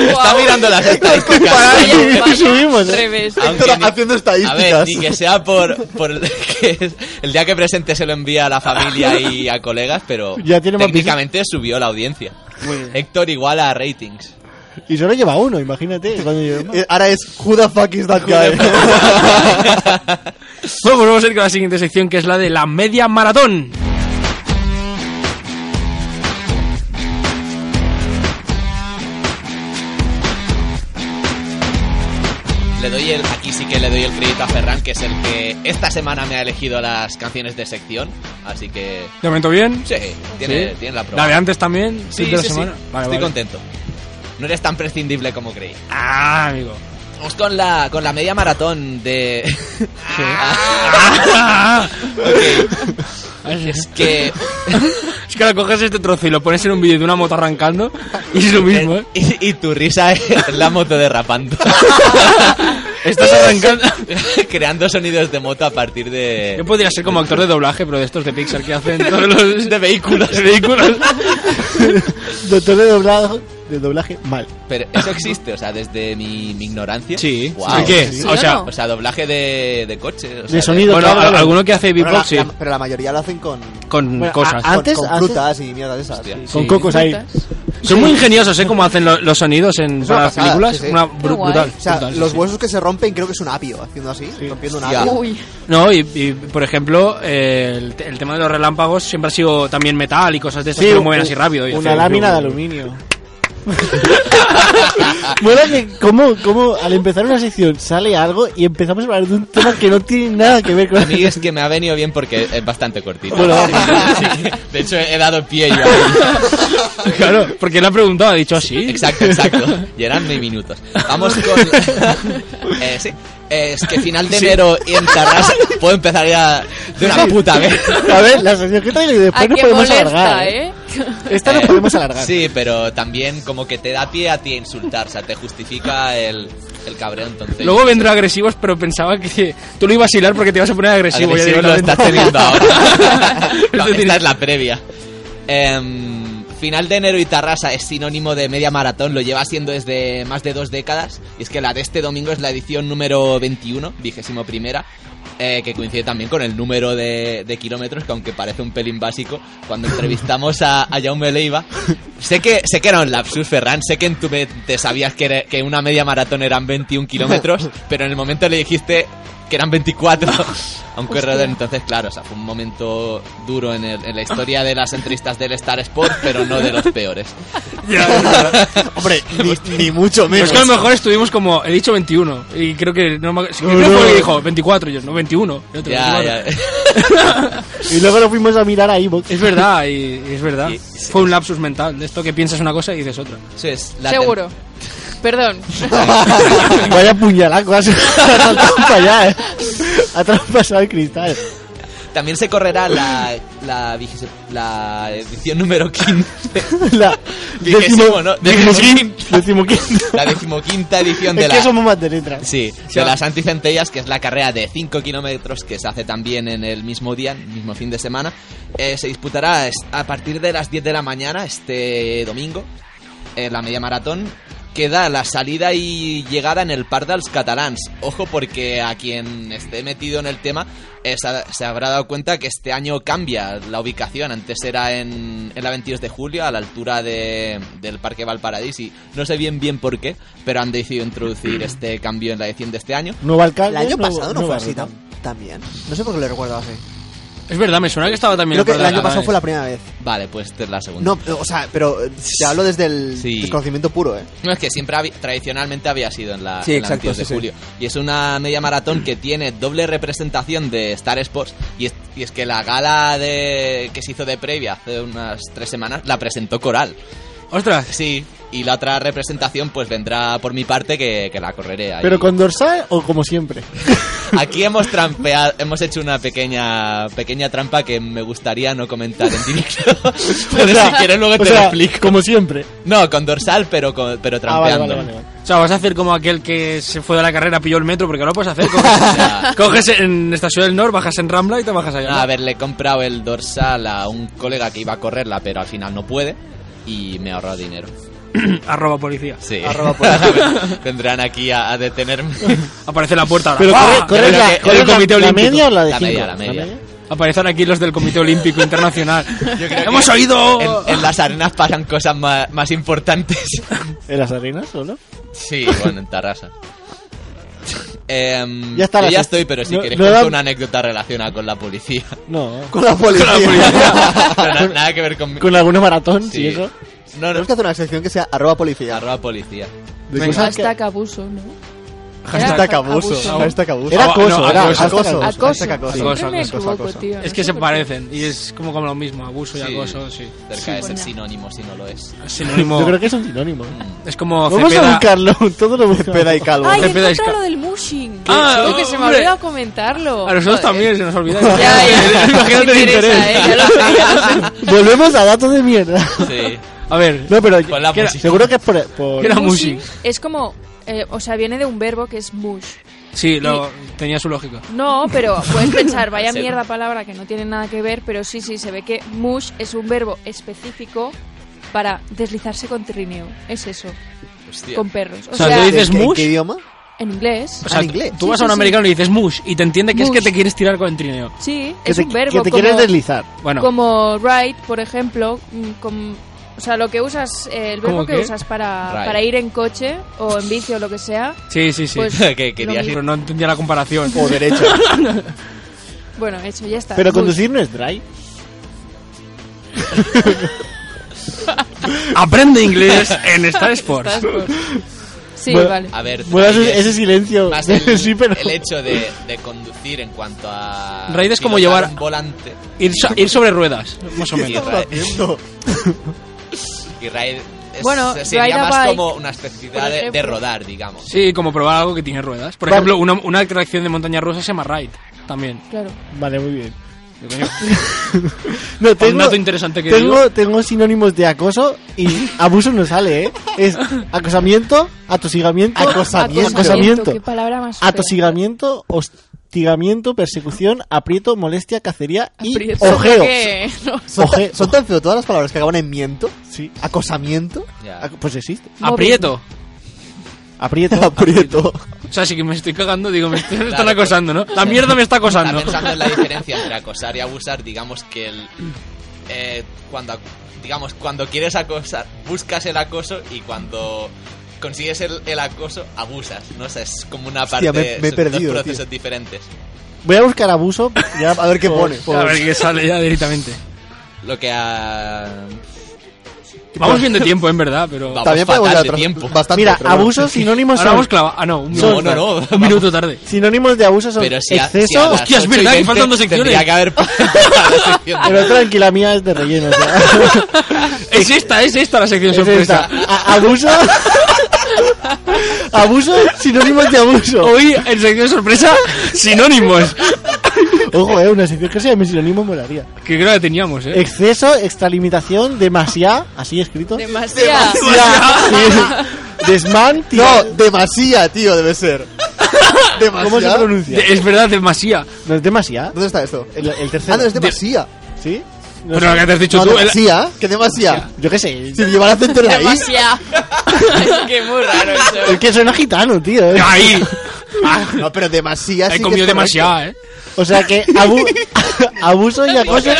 S4: está mirando las estadísticas.
S7: Ay, y subimos. ¿eh?
S6: Revés.
S4: Aunque
S5: Héctor
S4: ni-
S5: haciendo
S4: A ver,
S5: estadísticas.
S4: ni que sea por, por el, que es- el día que presente se lo envía a la familia y a colegas, pero
S7: Ya tiene más
S4: técnicamente subió la audiencia. Héctor igual a ratings.
S7: Y solo lleva uno, imagínate. Cuando lleva-
S5: Eh, Ahora es Who the fuck is that guy?
S3: Bueno, pues vamos a ir con la siguiente sección que es la de la media maratón.
S4: Le doy el, aquí sí que le doy el crédito a Ferran, que es el que esta semana me ha elegido las canciones de sección. Así que.
S3: De momento bien.
S4: Sí, tiene,
S3: ¿Sí?
S4: tiene la prueba.
S3: La de antes también.
S4: Sí,
S3: Sí, de la
S4: sí, sí.
S3: semana. Vale,
S4: Estoy
S3: vale.
S4: contento. No eres tan prescindible como creí.
S3: Ah, amigo.
S4: Vamos con la, con la media maratón de.
S3: Ah,
S4: Ah, es que.
S3: Es que ahora coges este trozo y lo pones en un vídeo de una moto arrancando y es lo mismo, ¿eh?
S4: Y, y tu risa es la moto derrapando.
S3: Estás arrancando.
S4: Creando sonidos de moto a partir de.
S3: Yo podría ser como actor de doblaje, pero de estos de Pixar que hacen todos los de vehículos. vehículos.
S7: Doctor de doblado, de doblaje, mal.
S4: Pero eso existe, o sea, desde mi, mi ignorancia.
S3: Sí.
S4: Guau.
S3: ¿Y qué?
S6: Sí,
S3: o sea,
S6: no, no.
S4: O sea, doblaje de, de coches. O sea,
S7: De sonido,
S3: bueno,
S7: claro.
S3: a- alguno que hace
S5: Pero la,
S3: beatbox sí,
S5: la- pero la mayoría lo hacen con,
S3: con
S7: Bueno,
S3: cosas.
S7: a- Antes-
S5: con, con
S7: antes-
S5: frutas y mierda de esas.
S4: Hostia.
S3: Sí.
S7: Con cocos ahí.
S3: Son muy ingeniosos, ¿eh? Como hacen lo- los sonidos en
S5: Es una
S3: para las
S5: pasada,
S3: películas.
S5: sí, sí.
S3: Una
S6: Qué
S3: bru-
S6: guay.
S3: brutal.
S5: O sea,
S3: brutal,
S5: los
S3: sí.
S5: huesos que se rompen creo que es un apio haciendo así, rompiendo un
S4: Hostia.
S5: apio.
S6: Uy.
S3: No, y, y, por ejemplo, eh, el, te- el tema de los relámpagos siempre ha sido también metal y cosas de esas que lo mueven
S7: un-
S3: así rápido. y
S7: una
S3: hace-
S7: lámina de aluminio. Mola que como, como al empezar una sección sale algo y empezamos a hablar de un tema que no tiene nada que ver con
S4: A mí es que me ha venido bien porque es bastante cortito.
S7: Bueno.
S4: Así que, de hecho, he dado pie yo. ahí.
S3: Claro, porque le ha preguntado, ha dicho así.
S4: Exacto, exacto. Y eran mis minutos. Vamos con. Eh, sí. Eh, Es que final de enero y en Tarrasa puedo empezar ya de una puta vez.
S7: A ver, la sección que traigo y
S6: ¿A
S7: después no
S6: qué
S7: podemos
S6: molesta,
S7: alargar. ¿eh?
S6: eh?
S7: Esta no
S4: Eh,
S7: podemos alargar.
S4: Sí, pero también como que te da pie a ti a insultar, o sea, te justifica el, el cabreo, entonces...
S3: Luego vendrá agresivos, pero pensaba que tú lo ibas a hilar porque te ibas a poner agresivo. ya
S4: agresivo lo
S3: directamente.
S4: estás teniendo ahora.
S3: Lo
S4: No,
S3: estoy
S4: Esta es
S3: teniendo.
S4: la previa. Em, final de enero y Tarrasa es sinónimo de media maratón, lo lleva siendo desde más de dos décadas. Y es que la de este domingo es la edición número 21, vigésimo primera. eh, que coincide también con el número de, de kilómetros, que aunque parece un pelín básico, cuando entrevistamos a, a Jaume Leiva, sé que, sé que era un lapsus, Ferran, sé que en tu mente sabías que, era- que una media maratón eran 21 kilómetros, pero en el momento le dijiste que eran 24 a
S7: Pues
S4: un corredor. Entonces, claro, o sea, fue un momento duro en, el- en la historia de las entrevistas del Star Sport, pero no de los peores.
S7: Hombre, ni, ni mucho
S3: Pero es que a lo mejor estuvimos como, he dicho 21, y creo que no me- creo que
S7: no.
S3: fue que dijo 24, y yo, no, 21. y otro,
S4: Ya,
S3: 24.
S4: ya.
S7: Y luego lo fuimos a mirar a Evox.
S3: Es verdad, y, y es verdad.
S4: Y-
S3: Fue un lapsus mental, de esto que piensas una cosa y dices otra.
S4: Eso es la tem-
S6: Seguro. Perdón.
S7: Vaya puñalaco, has para allá, eh. Ha traspasado el cristal.
S4: También se correrá la, la, vigésima- la edición número 15.
S7: La
S4: Vigésimo, ¿no?
S7: decimoquin- decimoquinto.
S4: La decimoquinta edición de
S7: Es
S4: la...
S7: que somos más de letras.
S4: Sí, de las anticentellas, que es la carrera de 5 kilómetros que se hace también en el mismo día, en el mismo fin de semana. Eh, se disputará es- a partir de las 10 de la mañana este domingo, eh, la media maratón. Queda la salida y llegada en el par dels catalans. Ojo porque a quien esté metido en el tema eh, se, ha- se habrá dado cuenta que este año cambia la ubicación. Antes era en, en la 22 de julio, a la altura de- del Parque Valparadís y no sé bien bien por qué, pero han decidido introducir este cambio en la edición de este año.
S7: Nuevo
S5: El
S7: alcalde.
S5: año
S7: nuevo-
S5: pasado no,
S7: nuevo
S5: fue así
S7: alcalde.
S5: tam- también. No sé por qué lo recuerdo así.
S3: Es verdad, me suena que estaba también
S5: Creo que el
S3: par de
S5: año pasado
S3: catalanes.
S5: fue la primera vez.
S4: Vale, pues esta es la segunda.
S5: No, o sea, pero eh, te hablo desde el
S4: Sí.
S5: desconocimiento puro, ¿eh?
S4: No, es que siempre habi- tradicionalmente había sido en la,
S5: Sí,
S4: en la
S5: exacto,
S4: 22 de
S5: sí, sí.
S4: julio. Y es una media maratón que tiene doble representación de Star Sports. Y es, y es que la gala de, que se hizo de previa hace unas tres semanas la presentó Coral.
S3: Ostras,
S4: Sí, y la otra representación pues vendrá por mi parte que, que la correré ahí.
S7: Pero con dorsal o como siempre.
S4: Aquí hemos trampeado, hemos hecho una pequeña pequeña trampa que me gustaría no comentar en directo. pero
S7: O sea,
S4: si quieres luego
S7: o
S4: te lo
S7: sea,
S4: explico. Ah,
S7: Como siempre.
S4: No, con dorsal pero, con- pero
S7: Ah, vale,
S4: trampeando.
S7: vale, vale, vale.
S3: o sea, vas a hacer como aquel que se fue de la carrera, pilló el metro, porque no lo puedes hacer.
S4: O
S3: Coges,
S4: sea,
S3: coges en Estación del Norte, bajas en Rambla y te bajas allá.
S4: No, a ver, le he comprado el dorsal a un colega que iba a correrla, pero al final no puede. Y me ahorra dinero.
S3: Arroba policía.
S4: Sí.
S5: Arroba
S4: Vendrán aquí a, a detenerme.
S3: Aparece en la puerta ahora.
S7: Pero
S3: ¡Ah!
S7: corre, corre
S4: pero
S7: la,
S4: que-
S7: corre
S3: el comité
S7: la, la
S3: olímpico.
S7: media o la de
S4: La
S7: cinco?
S4: media, la media.
S3: Aparecen aquí los del Comité Olímpico Internacional. Hemos oído...
S4: En, en las arenas pasan cosas más, más importantes.
S7: ¿En las arenas solo?
S4: Sí, bueno, en Tarrasa. Em,
S7: Ya está
S4: yo
S7: la
S4: ya
S7: sec-
S4: estoy, pero si
S7: No-
S4: queréis
S7: no
S4: contar
S7: da-
S4: una anécdota relacionada con la policía.
S7: No.
S5: Con la policía.
S4: Pero na- nada que ver con...
S7: Con algunos maratón y
S4: Sí.
S7: eso.
S4: No, no,
S5: Tenemos que hacer una sección que sea arroba policía.
S4: arroba policía.
S7: De
S3: Venga.
S7: cosas Pues que-
S6: Hashtag abuso, ¿no?
S5: Hashtag abuso.
S6: abuso.
S5: Hashtag abuso.
S7: Era Ah, acoso,
S3: no,
S7: era
S3: acoso.
S7: acoso.
S6: Acoso.
S5: Hashtag acoso.
S6: Siempre me
S3: Acoso,
S6: equivoco,
S5: acoso.
S6: tío.
S3: Es que
S6: No sé
S3: se
S6: por qué.
S3: parecen y es como como lo mismo, abuso y
S4: Sí.
S3: acoso, Pues sí.
S4: Cerca de ser sinónimo si no lo es.
S3: Sinónimo.
S7: Yo creo que es un sinónimo.
S3: Es como
S7: Vamos a
S3: Cepeda.
S7: buscarlo, todo lo buscamos.
S5: Cepeda y Calvo.
S6: Ay,
S3: Te pedáis
S6: encontré
S3: ca-
S6: lo del mushing. Que,
S3: Ah,
S6: chico, que se me
S3: hombre.
S6: olvidó comentarlo.
S3: A nosotros
S6: Joder.
S3: también se nos olvida.
S6: Ya, ya.
S3: Imagínate el interés.
S6: interesa, eh, ya lo sé, ya lo sé.
S7: Volvemos a datos de mierda.
S4: Sí.
S3: A ver,
S7: No, pero
S4: Con la
S3: Que era-
S4: música.
S7: seguro que es por... por-
S3: ¿Qué era
S6: Mushing
S3: mushing?
S6: es como, eh, o sea, viene de un verbo que es mush.
S3: Sí, lo, tenía su lógica.
S6: No, pero puedes pensar, vaya
S4: Sí.
S6: mierda palabra que no tiene nada que ver, pero sí, sí, se ve que mush es un verbo específico para deslizarse con trineo. Es eso,
S4: Hostia.
S6: con perros. O,
S3: O sea,
S6: sea,
S3: tú
S5: ¿En
S3: dices
S5: qué- en
S3: mush?
S5: qué idioma?
S6: en inglés.
S3: O sea,
S5: Ah, en inglés.
S3: tú
S6: Sí,
S3: vas
S6: sí,
S3: a un
S6: sí.
S3: americano y dices mush y te entiende que es
S6: Mush.
S3: que te quieres tirar con el trineo.
S6: Sí,
S7: que
S6: es
S7: te,
S6: un verbo.
S7: que te
S6: como-
S7: quieres deslizar.
S3: Bueno,
S6: como ride, por ejemplo, mm, com- o sea, lo que usas, eh, el verbo
S3: ¿Cómo
S6: que
S3: qué?
S6: usas para,
S4: Ride.
S6: para ir en coche o en bici o lo que sea.
S3: sí, sí, sí.
S6: Pues-
S4: que
S6: lo
S4: querías
S6: mismo.
S4: ir.
S3: Pero no entendía la comparación.
S5: O derecho.
S6: Bueno, hecho, ya está.
S7: Pero
S6: Bus.
S7: conducir no es drive.
S3: Aprende inglés en Star Sports.
S6: Transport. Sí,
S7: Bueno,
S6: vale.
S4: A ver,
S7: Bueno,
S4: Raid
S7: ese,
S4: es
S7: ese silencio.
S4: más el,
S7: sí, pero...
S4: el hecho de, de conducir en cuanto a.
S3: Raid es como
S4: pilotar
S3: llevar-
S4: Un volante.
S3: Ir, so- ir sobre ruedas, más o
S4: Y
S3: menos.
S4: Raid, y Raid es-
S6: Bueno, Raid
S4: sería
S6: a
S4: más
S6: bike,
S4: como una
S6: por
S4: especificidad de, de
S6: ejemplo.
S4: rodar, digamos.
S3: Sí, como probar algo que tiene ruedas. Por
S7: Vale.
S3: ejemplo, una, una atracción de montaña rusa se llama Ride también.
S6: Claro.
S7: Vale, muy bien.
S3: Yo creo.
S7: No, tengo,
S3: Un dato interesante que digo.
S7: tengo, tengo sinónimos de acoso y abuso no sale, ¿eh? Es acosamiento, atosigamiento,
S5: Acosamiento.
S7: acosamiento,
S6: Qué palabra más
S7: Ah,
S6: fea.
S7: atosigamiento, hostigamiento, persecución, aprieto, molestia, cacería y
S6: Aprieto.
S7: ojeo.
S6: ¿Qué? No.
S5: Son, tan-
S7: Oje-
S5: son tan feo todas las palabras que acaban en miento.
S7: Sí.
S5: Acosamiento.
S4: Ya.
S7: Ac- Pues existe.
S3: Aprieto.
S7: Aprieto.
S5: Aprieto.
S3: O sea, sí que me estoy cagando, digo, me estoy- me están
S4: Claro.
S3: acosando, ¿no? La mierda me está
S4: Está
S3: acosando.
S4: pensando en la diferencia entre acosar y abusar, digamos que el. eh, cuando. ac- Digamos, cuando quieres acosar, buscas el acoso y cuando consigues el, el acoso, abusas. No sé, es como una parte.
S5: Hostia, me- me he
S4: son
S5: perdido,
S4: Dos procesos diferentes.
S7: Voy a buscar abuso.
S5: Ya, a ver qué
S7: Por-
S5: pone.
S7: por-
S3: A ver qué sale ya directamente.
S4: Lo que a.
S3: Vamos bien de tiempo, en verdad, pero.
S4: Vamos
S5: También podemos
S4: fatal
S5: dar
S4: de
S5: otro-
S4: tiempo.
S5: Bastante
S7: Mira,
S5: otro, bueno.
S7: abuso, sinónimos
S3: Ahora
S7: son...
S3: hemos clavado. Ah, no, un
S4: No,
S3: minuto.
S4: no, no.
S3: Un minuto tarde.
S7: Sinónimos de abuso son
S4: Pero si a- si a
S7: exceso...
S4: las
S3: Hostia, es
S4: ocho y
S3: verdad que
S4: 20
S3: faltan dos secciones.
S4: Tendría que haber faltado la sección de-
S7: Pero tranquila, mía es de relleno. o sea,
S3: Es esta, es esta la sección
S7: es
S3: sorpresa.
S7: esta. A- abuso... abuso, sinónimos de abuso.
S3: Hoy, en sección sorpresa, sinónimos.
S7: Ojo, eh, una sección que se llame sinónimo molaría.
S3: Que creo que teníamos, ¿eh?
S7: Exceso, extralimitación, demasiado, así escrito.
S6: Demasiado.
S7: Demasiado. Desmán, tío.
S5: No, demasía, tío, debe ser. Demasía.
S7: ¿Cómo se pronuncia?
S3: De- es verdad, demasía.
S7: ¿No es demasiado?
S5: ¿Dónde está esto?
S7: El, el tercero.
S5: Ah, no, es demasía.
S7: ¿Sí? No
S3: Pero
S7: sé.
S3: lo que te has dicho
S5: No,
S3: tú. el-
S5: demasía. ¿Qué demasía?
S7: Yo qué sé.
S5: Si llevar acento en la I.
S6: Demasiado. es que muy raro eso.
S7: Es que suena gitano, tío.
S3: Ahí.
S5: No, pero demasía sí
S3: He
S5: que
S3: comido
S5: es correcto.
S3: demasiado, ¿eh?
S7: O sea que abu- abuso y acoso.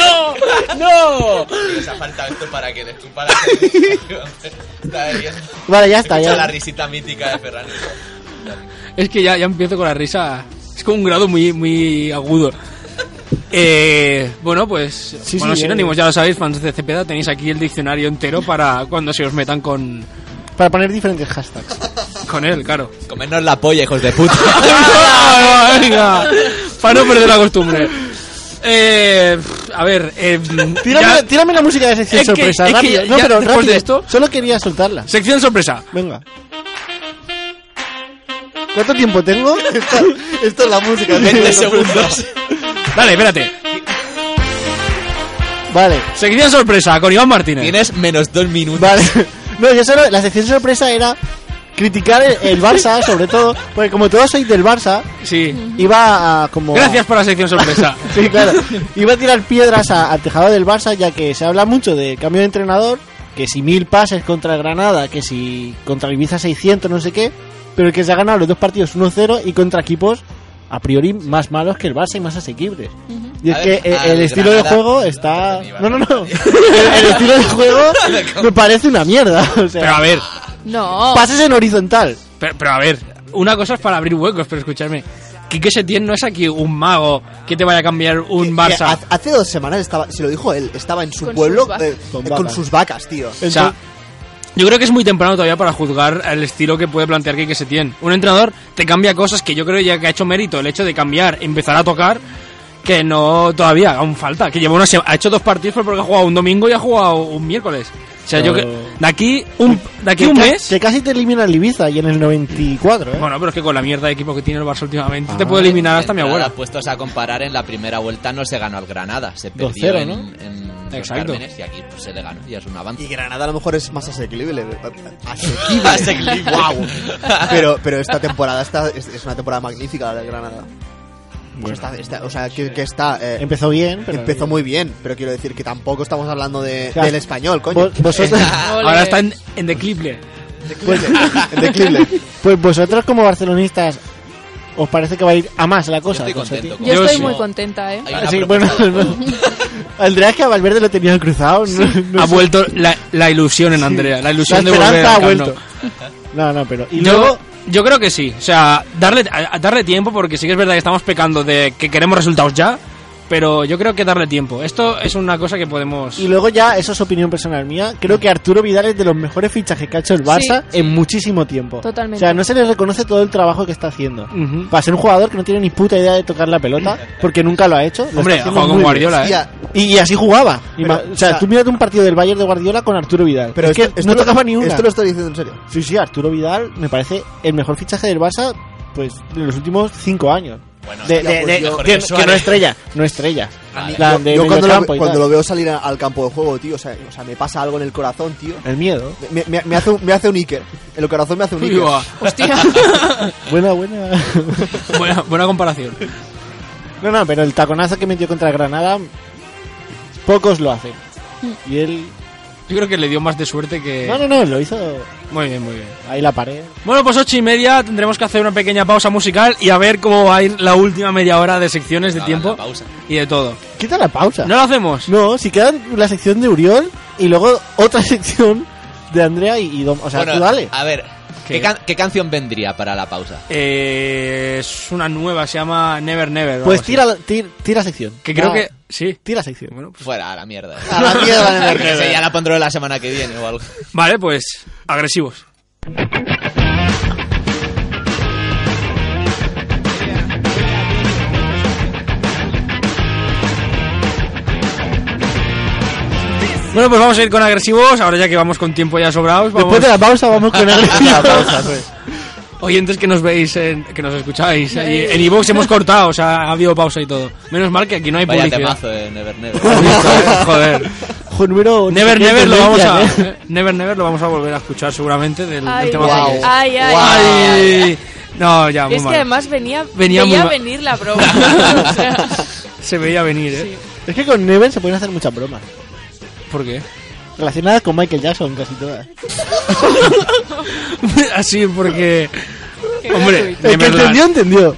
S4: Nos ha faltado esto para que les culpa la sección. Está bien.
S7: Vale, ya está.
S4: Escucha
S7: Ya.
S4: la risita mítica de Ferran.
S3: Es que ya, ya empiezo con la risa. Es como un grado muy, muy agudo. Eh, bueno, pues
S7: Sí,
S3: bueno,
S7: sí, eh.
S3: sinónimos,
S7: ya,
S3: ya lo sabéis, fans de Cepeda, tenéis aquí el diccionario entero para cuando se os metan con,
S7: Para poner diferentes hashtags.
S3: con él, claro.
S4: Comernos la polla, hijos de puta.
S3: ¡Ah, venga! para no perder la costumbre. Eh, a ver, eh,
S7: Tírame,
S3: ya-
S7: tírame la música de sección
S3: Es que-
S7: sorpresa,
S3: es que
S7: rápido.
S3: ya-
S7: no,
S3: ya
S7: pero
S3: después
S7: rápido.
S3: de esto-
S7: Solo quería soltarla.
S3: sección sorpresa.
S7: Venga. ¿Cuánto tiempo tengo?
S5: Esto es la música.
S4: 20 segundos.
S3: Dale, espérate.
S7: vale,
S3: Sección sorpresa con Iván Martínez.
S4: Tienes menos dos minutos.
S7: vale. No, yo solo. La sección sorpresa era criticar el, el Barça, sobre todo. Porque como todos sois del Barça,
S3: Sí.
S7: iba a como. a-
S3: Gracias por la sección sorpresa.
S7: Sí, claro. Iba a tirar piedras a- al tejado del Barça, ya que se habla mucho de cambio de entrenador, que si mil pases contra el Granada, que si contra el Ibiza 600, no sé qué, pero que se ha ganado los dos partidos 1-0 y contra equipos a priori más malos que el Barça y más asequibles. Y es
S4: A
S7: que
S4: ver,
S7: eh,
S4: al
S7: el estilo de
S4: Granada-
S7: juego está... No, no, no. El, el estilo de juego me parece una mierda. O
S3: Pero
S7: sea,
S3: a ver,
S6: No.
S7: pases en horizontal.
S3: pero, pero a ver, una cosa es para abrir huecos, pero escucharme. Quique Setién no es aquí un mago que te vaya a cambiar un
S5: Que
S3: Barça.
S5: Eh, hace- Hace dos semanas estaba, se lo dijo él, estaba en su
S6: Con
S5: pueblo
S6: sus
S5: eh,
S7: vacas.
S5: con sus vacas, tío.
S3: O sea,
S7: Entonces-
S3: Yo creo que es muy temprano todavía para juzgar el estilo que puede plantear Quique Setién. Un entrenador te cambia cosas que yo creo ya que ha hecho mérito el hecho de cambiar, empezar a tocar, que no todavía, aún falta. Que lleva una sema- ha hecho dos partidos pero porque ha jugado un domingo y ha jugado un miércoles. O sea, yo
S7: Pero-
S3: que de aquí un de aquí
S7: que
S3: un
S7: ca-
S3: mes.
S7: Que casi te elimina el Ibiza y en el 94, ¿eh?
S3: Bueno, pero es que con la mierda de equipo que tiene el Barça últimamente te
S7: Ah.
S3: puede eliminar hasta mi
S4: Entrada,
S3: abuela.
S4: Puestos a comparar, en la primera vuelta no se ganó al Granada, se perdió
S7: 2-0,
S4: en,
S7: ¿no?
S4: en Los
S3: Exacto.
S4: Cármenes y aquí pues, se le ganó y es un
S5: Y
S4: avance.
S5: Granada a lo mejor es más asequible. eh, Asequible.
S2: Este
S5: wow. Pero, pero esta temporada está, es, es una temporada magnífica la de Granada. O sea, está- está- o sea, que, que está. eh,
S7: Empezó bien, Em- pero... eh,
S5: empezó muy bien, pero quiero decir que tampoco estamos hablando de,
S7: sea,
S5: del español, coño.
S7: Vos- vosotros,
S6: Ole.
S3: Ahora está en, en declive.
S5: Pues, en declive.
S7: pues vosotros como barcelonistas, ¿os parece que va a ir a más la cosa?
S4: estoy
S7: con
S4: contento
S7: Seti?
S6: Yo,
S3: Yo
S6: estoy
S3: sí.
S6: muy contenta, ¿eh?
S4: Hay
S7: Ah,
S4: una
S7: sí, bueno,
S4: propuesta de-
S7: Andrea es que a Valverde lo tenía cruzado. No, no
S3: Ha
S7: sé.
S3: vuelto la, la ilusión en Ah, Andrea, la
S7: La
S3: ilusión de volver
S7: esperanza
S3: al
S7: ha
S3: Camp
S7: vuelto.
S3: Nou.
S7: No, no, pero... Y
S3: yo,
S7: luego...
S3: yo creo que sí. O sea, darle, a- a darle tiempo, porque sí que es verdad que estamos pecando de que queremos resultados ya, pero yo creo que darle tiempo. Esto es una cosa que podemos...
S7: Y luego ya, eso es opinión personal mía, creo que Arturo Vidal es de los mejores fichajes que ha hecho el Barça
S6: Sí,
S7: en muchísimo tiempo.
S6: Totalmente.
S7: O sea, no se le reconoce todo el trabajo que está haciendo.
S3: Ujú.
S7: Para ser un jugador que no tiene ni puta idea de tocar la pelota, porque nunca lo ha hecho. lo
S3: Hombre, ha
S7: está haciendo
S3: jugado con
S7: muy bien.
S3: Guardiola, ¿eh?
S5: Hostia,
S7: Y, y así jugaba. Y
S5: Pero,
S7: ma- o sea,
S5: o sea,
S7: tú mírate un partido del Bayern de Guardiola con Arturo Vidal.
S5: pero
S7: es que
S5: esto- esto
S7: no
S5: lo-
S7: tocaba ni una.
S5: Esto lo estoy diciendo en serio.
S7: Sí, sí, Arturo Vidal me parece el mejor fichaje del Barça pues de los últimos cinco años.
S4: Bueno,
S7: De-
S5: hostia,
S7: de-
S5: pues
S7: de-
S5: mejor
S7: que,
S4: que
S7: que no
S4: Suárez.
S7: estrella, no estrella.
S4: Vale.
S7: La
S5: Yo-
S7: de
S5: yo cuando, lo,
S7: mediocampo y
S5: cuando
S7: tal.
S5: lo veo salir a- al campo de juego, tío, o sea, o sea, me pasa algo en el corazón, tío.
S7: El miedo.
S5: Me, me- me hace, un- me hace un Iker. En el corazón me hace un
S3: Uy,
S5: Iker.
S3: va.
S6: Hostia.
S7: Buena, buena.
S3: buena, buena comparación.
S7: no, no, pero el taconazo que metió contra Granada, pocos lo hacen. Y él...
S3: Yo creo que le dio más de suerte que...
S7: No, no, no, lo hizo
S3: Muy bien, muy bien.
S7: ahí la pared.
S3: Bueno, pues ocho y media tendremos que hacer una pequeña pausa musical y a ver cómo va a ir la última media hora de secciones de
S4: Ahora
S3: tiempo
S4: la pausa.
S3: y de todo.
S7: Quita la pausa.
S3: ¿No lo hacemos?
S7: No, si queda la sección de Uriol y luego otra sección de Andrea y, y Dom. O sea,
S4: Bueno,
S7: tú dale.
S3: ah,
S4: A ver,
S3: ¿Qué?
S4: ¿qué, can- qué canción vendría para la pausa?
S3: Eh, es una nueva, se llama Never Never. o
S7: Pues
S3: algo así.
S7: tira, la- tir- tira sección.
S3: Que creo
S7: Va,
S3: que... pues Sí.
S7: Tira sección.
S4: Fuera, a la mierda.
S5: A la mierda, en el
S4: Porque ese ya la pondré la semana que viene o algo.
S3: Vale, pues agresivos. Bueno, pues vamos a ir con agresivos, ahora ya que vamos con tiempo ya sobrados, vamos.
S7: Después de la pausa vamos con Andrea.
S3: pues. Oyentes que nos veis, en- que nos escucháis, ahí en iVoox hemos cortado, o sea, ha habido pausa y todo. Menos mal que aquí no hay
S4: Vaya
S3: publicidad.
S4: temazo de Never Never.
S3: Has visto, eh, Joder.
S7: Ojo, número
S3: Never Never lo vamos a
S7: ¿eh?
S3: Never Never lo vamos a volver a escuchar seguramente del, del
S6: Ay,
S3: tema
S5: guau.
S3: que es.
S6: ay, ay, ay.
S3: Ay, no, ya, muy
S6: Es
S3: mal.
S6: que además venía,
S3: Venía
S6: venía,
S3: muy mal.
S6: venir la broma. O sea,
S3: Se veía venir, ¿eh?
S6: sí.
S7: Es que con Never se pueden hacer muchas bromas.
S3: ¿Por qué?
S7: Relacionadas con Michael Jackson, casi todas.
S3: Así, porque.
S6: Qué
S3: Hombre,
S6: gratuito.
S7: El que
S3: Neverland.
S7: entendió,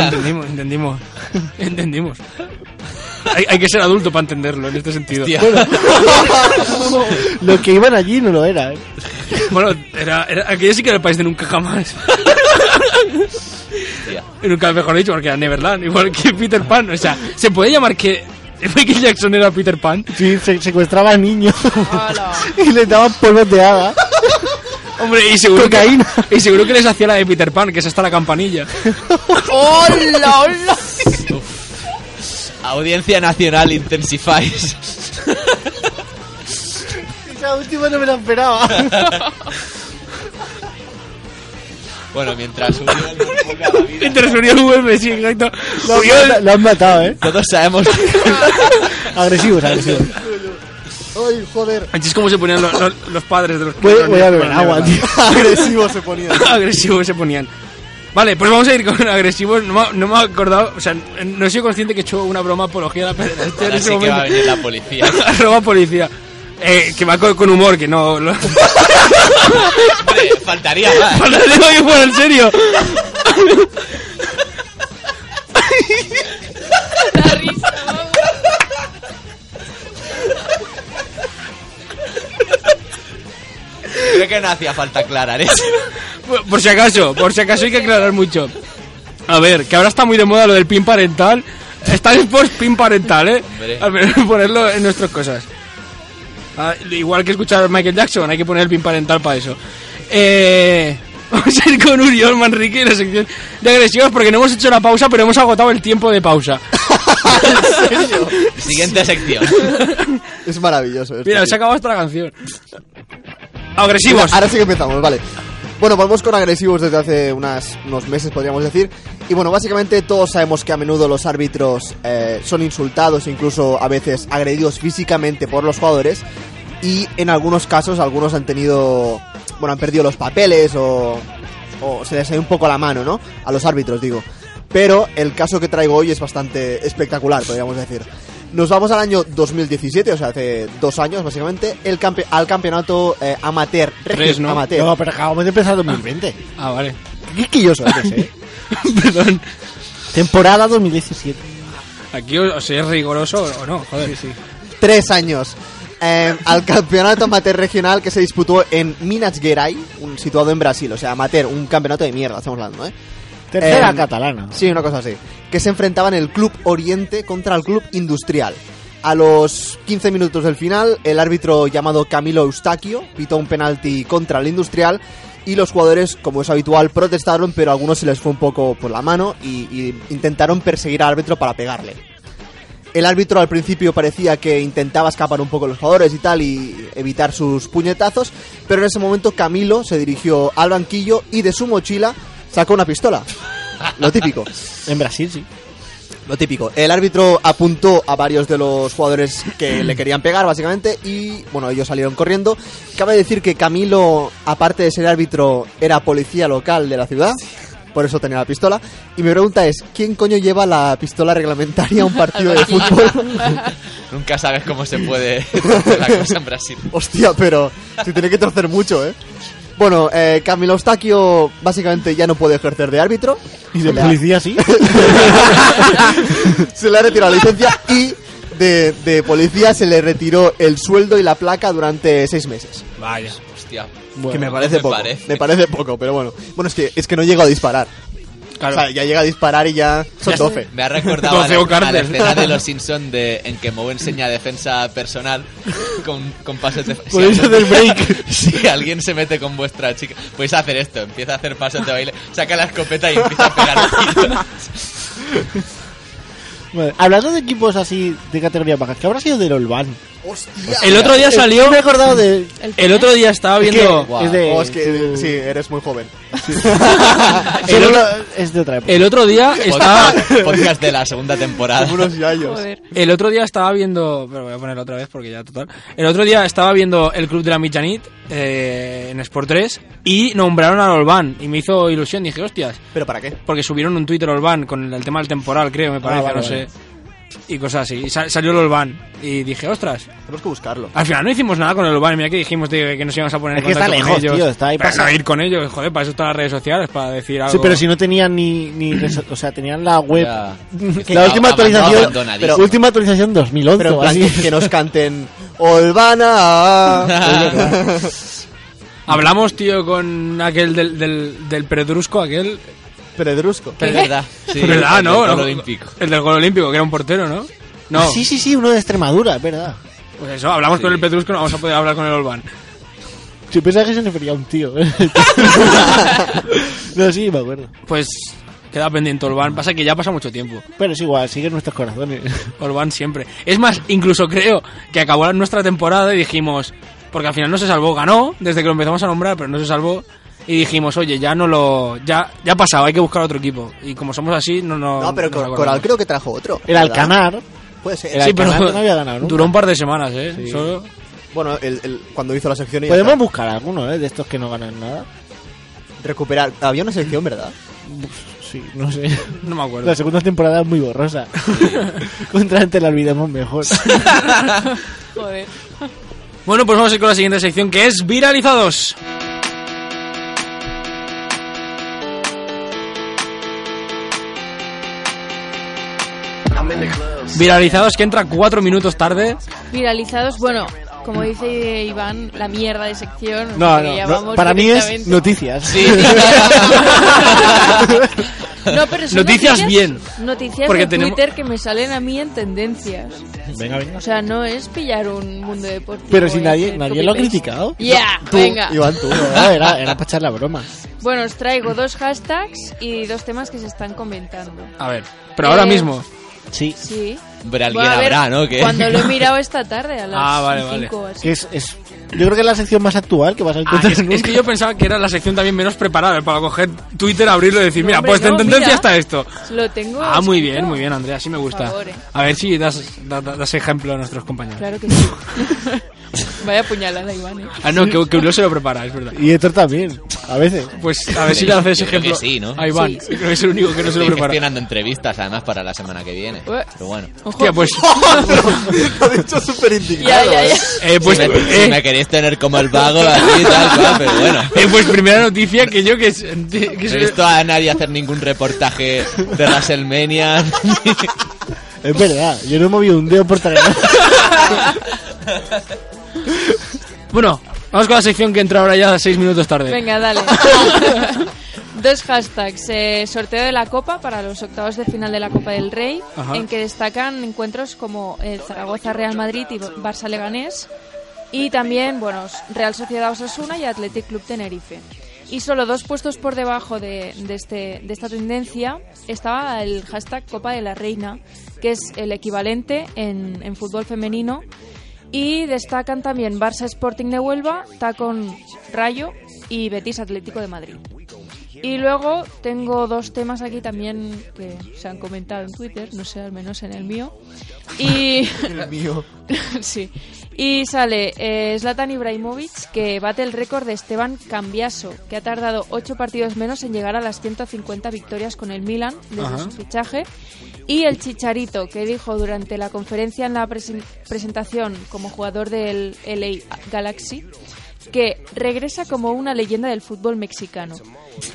S3: Entendió, entendimos, entendimos. Entendimos. Hay, hay que ser adulto para entenderlo en este sentido.
S4: Hostia.
S7: Lo que iban allí no lo era. ¿eh?
S3: Bueno, era, era- aquello sí que era el país de nunca jamás.
S4: Hostia.
S3: Y nunca mejor dicho, porque era Neverland, igual que Peter Pan. O sea, se puede llamar que Michael Jackson era Peter Pan.
S7: Sí, se secuestraba a niños
S6: Hola.
S7: y le daban polvos de hada.
S3: Hombre, y seguro,
S7: Cocaína.
S3: Que, y seguro que les hacía la de Peter Pan, que es hasta la campanilla.
S6: Hola, hola.
S4: Audiencia Nacional Intensifies.
S7: Esa última no me la esperaba.
S4: Bueno, mientras Uriol nos ponga la vida,
S3: Mientras Uriol vuelve, sí, exacto.
S7: Lo, han
S3: Uriol-
S7: mata- lo han matado, ¿eh?
S4: todos sabemos
S7: Agresivos, agresivos.
S5: Ay, joder.
S3: Así es como se ponían los, los- los padres de los
S7: Voy,
S3: los
S7: voy
S3: niños
S7: a beber
S3: con la
S7: agua,
S3: mierda.
S7: tío.
S5: Agresivo se ponía.
S3: agresivos se ponían. Vale, pues vamos a ir con agresivos. No, me- no me he acordado, o sea, no he sido consciente que he hecho una broma apología a la pederastia en
S4: ahora
S3: ese
S4: sí que va a
S3: momento.
S4: venir la policía.
S3: Arroba policía. Eh, que va con, con humor, que no. Lo,
S4: Hombre, faltaría más.
S3: Ahora le doy humor, en serio.
S6: La risa, vamos.
S4: Creo que no hacía falta aclarar eso.
S3: Por, por si acaso, por si acaso hay que aclarar mucho. A ver, que ahora está muy de moda lo del pin parental. Está en post pin parental, eh.
S4: Hombre.
S3: A ver, ponerlo en nuestras cosas. Ah, igual que escuchar a Michael Jackson, hay que poner el pin parental para eso. Eh, vamos a ir con Uriol Manrique y la sección de agresivos porque no hemos hecho la pausa, pero hemos agotado el tiempo de pausa.
S4: Siguiente sección.
S5: Es maravilloso. esto,
S3: Mira,
S5: tío.
S3: se ha acabado hasta la canción. Agresivos.
S5: Ahora sí que empezamos, vale. Bueno, volvemos con agresivos desde hace unas- unos meses, podríamos decir. Y bueno, básicamente todos sabemos que a menudo los árbitros eh, son insultados, incluso a veces agredidos físicamente por los jugadores. Y en algunos casos, algunos han tenido. Bueno, han perdido los papeles o. O se les ha ido un poco la mano, ¿no? A los árbitros, digo. Pero el caso que traigo hoy es bastante espectacular, podríamos decir. Nos vamos al año 2017, o sea, hace dos años básicamente, el campe- al campeonato eh, amateur.
S3: Tres, ¿no?
S5: Amateur.
S7: No, pero acabamos de empezar 2020.
S3: Ah, vale.
S5: Qué quisquilloso eres, eh.
S3: Perdón.
S7: Temporada 2017.
S3: Aquí o, o si es rigoroso o no, joder.
S5: Tres años. Eh, al campeonato amateur regional que se disputó en Minas Gerais, un, situado en Brasil. O sea, amateur, un campeonato de mierda, estamos hablando, ¿eh?
S7: Tercera
S5: Eh,
S7: catalana.
S5: Sí, una cosa así. Que se enfrentaban el Club Oriente contra el Club Industrial. A los 15 minutos del final, el árbitro llamado Camilo Eustaquio pitó un penalti contra el Industrial y los jugadores, como es habitual, protestaron, pero a algunos se les fue un poco por la mano y, y intentaron perseguir al árbitro para pegarle. El árbitro al principio parecía que intentaba escapar un poco los jugadores y tal y evitar sus puñetazos, pero en ese momento Camilo se dirigió al banquillo y de su mochila sacó una pistola. Lo típico.
S7: En Brasil, sí.
S5: Lo típico. El árbitro apuntó a varios de los jugadores que le querían pegar, básicamente, y bueno, ellos salieron corriendo. Cabe decir que Camilo, aparte de ser árbitro, era policía local de la ciudad. Por eso tenía la pistola. Y mi pregunta es, ¿quién coño lleva la pistola reglamentaria a un partido de fútbol?
S4: Nunca sabes cómo se puede hacer la cosa en Brasil.
S5: Hostia, pero se tiene que torcer mucho, ¿eh? Bueno, eh, Camilo Eustaquio básicamente ya no puede ejercer de árbitro.
S7: Y de
S5: Le ha-
S7: policía, sí.
S5: se le ha retirado la licencia y de, de policía se le retiró el sueldo y la placa durante seis meses.
S3: Vaya.
S4: Hostia.
S5: que me parece
S4: me
S5: poco.
S4: parece.
S5: Me parece poco, pero bueno. Bueno, es que, es que no llega a disparar.
S3: Claro.
S5: O sea, ya llega a disparar y ya son doce.
S4: Me ha recordado a
S3: Doce o
S4: la, a la
S3: cárcel.
S4: escena de los Simpsons de, en que Moe enseña defensa personal con, con pasos de... si
S7: Podéis
S4: alguien-
S7: hacer break.
S4: Si alguien se mete con vuestra chica, podéis hacer esto. Empieza a hacer pasos de baile, saca la escopeta y empieza a pegar tiros.
S7: Vale, Hablando de equipos así de categoría baja, ¿qué habrá sido del Olván?
S5: Hostia.
S3: El otro día salió.
S7: Me he acordado de.
S3: El otro día estaba
S7: Es que-
S3: viendo.
S7: es de.
S5: Oh, es que sí, eres muy joven.
S7: solo
S3: otro-
S7: la- es de otra época.
S3: El otro día estaba.
S4: Podcast- Podcast de la segunda
S7: Ah.
S4: temporada.
S5: Unos yayos.
S6: Joder.
S3: El otro día estaba viendo. Pero voy a ponerlo otra vez porque ya total. El otro día estaba viendo el club de la Mitjanit eh, en Sport 3 y nombraron a Olván. Y me hizo ilusión, dije, hostias.
S5: ¿Pero para qué?
S3: Porque subieron un Twitter Olván con el, el tema del temporal, creo, me parece,
S7: Ah, vale,
S3: no
S7: vale.
S3: sé. Y cosas así. Y sal- salió el Olván. Y dije, ostras.
S5: Tenemos que buscarlo.
S3: Al final no hicimos nada con el Olván. Mira que dijimos tío, que nos íbamos a poner
S7: Es
S3: en
S7: que está
S3: contacto con
S7: lejos,
S3: ellos.
S7: tío, está ahí
S3: para
S7: pasado.
S3: salir con ellos, joder, para eso están las redes sociales, para decir algo.
S7: Sí, pero si no tenían ni, ni reso- o sea, tenían la web.
S4: Ya.
S7: La
S4: Estaba
S7: última actualización,
S4: abandonadillo.
S7: pero- última actualización 2011
S5: Pero en
S7: o
S5: plan
S7: así.
S5: que, que nos canten Olvana.
S3: Hablamos, tío, con aquel del, del, del Pedrusco, aquel.
S5: Pedrusco.
S4: Es verdad, sí,
S3: Es verdad,
S4: el
S3: ¿no?
S4: gol
S3: ¿no?
S4: olímpico.
S3: El del gol olímpico, que era un portero, ¿no? No,
S7: Ah, Sí, sí, sí, uno de Extremadura, es verdad.
S3: pues eso, hablamos con el Pedrusco, no vamos a poder hablar con el Olván.
S7: Yo pensaba que se refería a un tío. ¿eh? no, sí, me acuerdo.
S3: Pues queda pendiente Olván, pasa que ya pasa mucho tiempo.
S7: Pero es igual, sigue en nuestros corazones.
S3: Olván siempre. Es más, incluso creo que acabó nuestra temporada y dijimos, porque al final no se salvó, ganó desde que lo empezamos a nombrar, pero no se salvó. Y dijimos, oye, ya no lo. Ya, ya ha pasado, hay que buscar otro equipo. Y como somos así, no nos.
S5: No, pero
S3: nos
S5: Cor-
S3: acordamos.
S5: Coral creo que trajo otro.
S7: El
S5: ¿verdad?
S7: Alcanar.
S5: Puede ser.
S7: El
S3: Sí, pero
S7: Alcanar no había ganado nunca.
S3: duró un par de semanas, ¿eh? Solo-
S5: Bueno, el, el- cuando hizo la sección y ya
S7: Podemos
S5: está.
S7: buscar alguno, ¿eh? De estos que no ganan nada.
S5: recuperar. Había una sección, ¿verdad?
S7: Sí, no sé.
S3: No me acuerdo.
S7: La segunda temporada es muy borrosa. Contra antes la olvidamos mejor.
S6: Joder.
S3: Bueno, pues vamos a ir con la siguiente sección que es Viralizados. Viralizados que entra cuatro minutos tarde.
S6: Viralizados, bueno, como dice Iván, la mierda de sección.
S7: No,
S6: porque
S7: no,
S6: ya
S7: no,
S6: vamos
S7: Para mí es
S6: directamente.
S7: noticias.
S4: Sí.
S6: No, pero son
S3: Noticias bien.
S6: Noticias
S3: Porque
S6: de
S3: tenemos-
S6: Twitter que me salen a mí en tendencias.
S7: Venga, venga.
S6: O sea, no es pillar un mundo deportivo.
S7: Pero si
S6: y
S7: nadie,
S6: hacer
S7: nadie lo ha
S6: copy-paste.
S7: criticado.
S6: Yeah,
S7: Tú,
S6: venga.
S7: Iván, tú. ¿no? Era, era para echar la broma.
S6: Bueno, os traigo dos hashtags y dos temas que se están comentando.
S3: A ver, pero ahora
S6: Eh,
S3: mismo.
S7: Sí.
S6: Sí.
S4: Hombre, alguien
S6: Bueno, a ver,
S4: habrá, ¿no? Que-
S6: Cuando lo he mirado esta tarde a las
S3: Ah, vale, vale.
S6: cinco o así.
S7: Que es, es- yo creo que es la sección más actual que vas a
S3: Ah,
S7: encontrar
S3: es,
S7: nunca.
S3: es que yo pensaba que era la sección también menos preparada para coger Twitter, abrirlo y decir,
S6: No,
S3: mira,
S6: hombre,
S3: pues en
S6: no,
S3: tendencia
S6: mira.
S3: está esto.
S6: Lo tengo.
S3: Ah, muy
S6: escrito.
S3: bien, muy bien, Andrea, así me gusta.
S6: favor, eh.
S3: A ver si das, da- da- das ejemplo a nuestros compañeros.
S6: Claro que sí. Vaya puñalada, Iván. ¿eh?
S3: Ah, no, que, que Ulió se lo prepara, es verdad.
S7: Y Héctor también, a veces.
S3: Pues a ver si
S4: Sí,
S3: le haces
S4: yo creo que
S3: ejemplo
S4: sí, ¿no?
S3: a Iván, que creo que es el único que no se lo
S4: Estoy
S3: prepara.
S4: gestionando entrevistas además para la semana que viene.
S6: Ué.
S4: Pero bueno.
S6: Ojo.
S3: Hostia, pues,
S5: Lo ha dicho súper
S6: Ya,
S5: indignado.
S6: ya, ya.
S3: eh, pues,
S4: si, me, si me
S3: eh,
S4: queréis tener como el vago así, tal cual, pero bueno.
S3: eh, pues primera noticia que yo que... es- que
S4: No he
S3: es-
S4: visto a nadie hacer ningún reportaje de WrestleMania.
S7: Es verdad, yo no he movido un dedo por tragar.
S3: Bueno, vamos con la sección que entra ahora ya seis minutos tarde.
S6: Venga, dale. Dos hashtags. eh, sorteo de la Copa para los octavos de final de la Copa del Rey,
S3: Ajá.
S6: en que destacan encuentros como el Zaragoza-Real Madrid y Barça-Leganés. Y también, bueno, Real Sociedad Osasuna y Athletic Club Tenerife. Y solo dos puestos por debajo de, de este, de esta tendencia estaba el hashtag Copa de la Reina, que es el equivalente en, en fútbol femenino. Y destacan también Barça Sporting de Huelva, Tacón Rayo y Betis Atlético de Madrid. Y luego tengo dos temas aquí también que se han comentado en Twitter, no sé, al menos en el mío. Y
S5: El mío.
S6: Sí. Y sale eh, Zlatan Ibrahimovic, que bate el récord de Esteban Cambiaso, que ha tardado ocho partidos menos en llegar a las 150 victorias con el Milan desde
S3: Ajá.
S6: su fichaje. Y el Chicharito, que dijo durante la conferencia en la presen- presentación como jugador del LA Galaxy que regresa como una leyenda del fútbol mexicano.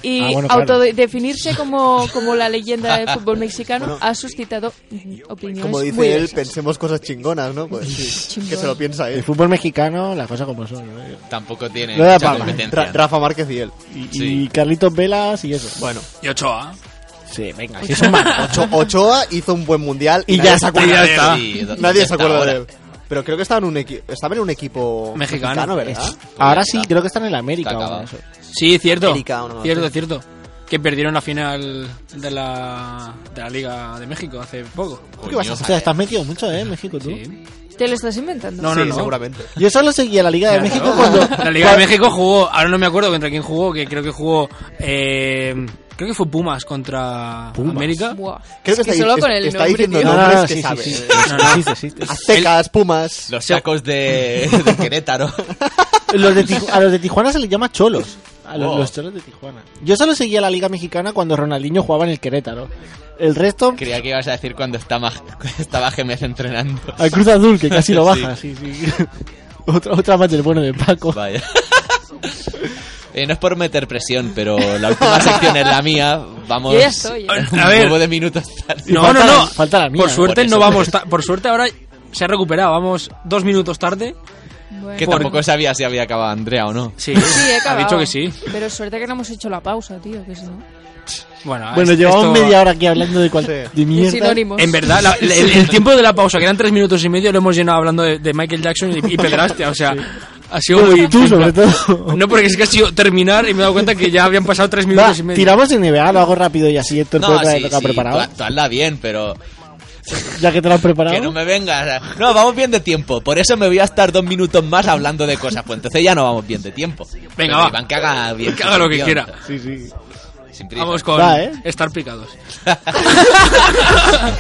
S6: Y
S7: Ah, bueno, claro.
S6: autodefinirse como, como la leyenda del fútbol mexicano ha suscitado mm, opiniones
S5: Como
S6: muy
S5: dice él,
S6: diversas.
S5: pensemos cosas chingonas, ¿no? Pues sí,
S6: Chingón.
S5: que se lo piensa
S7: El
S5: él.
S7: fútbol mexicano, las cosas como son. ¿no?
S4: Tampoco tiene
S7: Lo de la
S4: mucha
S7: palma.
S4: competencia.
S5: Ra- Rafa Márquez y él.
S7: Y,
S4: Sí.
S7: y Carlitos Velas y eso. Bueno,
S3: Y Ochoa.
S7: sí, venga, sí son malos.
S5: Ocho- Ochoa hizo un buen mundial y,
S7: Y
S5: nadie
S7: ya
S5: se
S7: está,
S5: acuerda
S3: ya
S5: de él.
S3: está.
S4: Y do-
S5: Nadie se
S4: hasta
S5: acuerda
S4: ahora.
S5: de él. Pero creo que estaba en un equipo. Estaba en un equipo
S3: Mexicano.
S5: ¿verdad?
S7: Ahora
S4: Ya
S7: sí,
S4: está.
S7: creo que están en la América.
S4: Está
S7: o
S4: acabado.
S7: algo de eso.
S3: Sí, cierto.
S5: Erika, una más.
S3: cierto, cierto. Que perdieron la final de la, de la Liga de México hace poco.
S5: ¿Tú qué vas a
S7: O
S5: hacer?
S7: sea, estás metido mucho, ¿eh? en México, tú.
S3: Sí.
S6: ¿Te lo estás inventando?
S3: No,
S5: Sí,
S3: no, no.
S5: seguramente.
S7: Yo solo seguía la Liga de México
S3: Claro.
S7: cuando.
S3: La Liga de México jugó, ahora no me acuerdo contra quién jugó, que creo que jugó. eh, creo que fue Pumas contra
S7: Pumas.
S3: América.
S6: Buah,
S5: Creo que,
S6: es que
S5: está,
S6: solo
S5: es-
S6: con el
S5: está
S6: nombre,
S5: diciendo
S6: tío.
S7: No, no,
S5: nombres
S7: no,
S5: que
S7: Ah, sí,
S5: sabe.
S7: sí, sí.
S5: Eh,
S3: No, no.
S7: Existe, existe.
S5: Aztecas, Pumas.
S4: Los sacos de, de Querétaro.
S7: Los de Tiju- a los de Tijuana se les llama cholos. A los,
S4: Oh.
S7: los cholos de Tijuana. Yo solo seguía la Liga Mexicana cuando Ronaldinho jugaba en el Querétaro. El resto,
S4: Creía que ibas a decir cuando estaba, cuando estaba Gemez entrenando.
S7: al Cruz Azul, que casi lo baja. Sí, sí. otra, otra más del bueno de Paco.
S4: Vaya. Eh, no es por meter presión, pero la última sección es la mía. Vamos.
S6: Yo ya estoy, ¿eh?
S4: Un
S3: A ver.
S4: huevo de minutos tarde.
S3: No,
S7: falta
S3: no,
S7: la-
S3: no.
S7: falta la mía,
S3: Por
S7: ¿eh?
S3: suerte
S4: Por
S3: no
S4: eso.
S3: vamos. ta- Por suerte ahora se ha recuperado. Vamos dos minutos tarde.
S6: bueno.
S4: Que
S3: Por-
S4: tampoco sabía si había acabado Andrea o no.
S3: Sí,
S6: Sí, he
S3: ha
S6: acabado.
S3: dicho que sí.
S6: Pero suerte que no hemos hecho la pausa, tío, que si no.
S3: Bueno,
S7: Bueno,
S3: es-
S7: llevamos
S3: esto-
S7: media hora aquí hablando de, cual-
S5: Sí.
S7: de mierda.
S6: Sinónimos.
S3: En verdad, la- el, el- el tiempo de la pausa, que eran tres minutos y medio, lo hemos llenado hablando de, de Michael Jackson y, y pedrastia. O sea, ha sido
S7: Bueno,
S3: muy.
S7: y tú, sobre todo.
S3: No, porque es que ha sido terminar y me he dado cuenta que ya habían pasado tres
S7: Va,
S3: minutos y medio.
S7: tiramos en NBA, lo hago rápido y así Héctor puede
S4: No,
S7: traer
S4: sí,
S7: lo que ha
S4: sí, tú,
S7: preparado.
S4: tú hazla bien, pero
S7: Ya que te lo has
S4: que no
S7: preparado.
S4: me vengas. No, vamos bien de tiempo. Por eso me voy a estar dos minutos más hablando de cosas. Pues entonces ya no vamos bien de tiempo. Venga,
S3: va.
S4: Iván, que haga bien.
S3: Que
S4: su
S3: haga lo que
S4: sección.
S3: quiera.
S7: Sí, sí.
S4: Sin prisa.
S3: Vamos con
S7: Va, ¿eh?
S3: estar picados.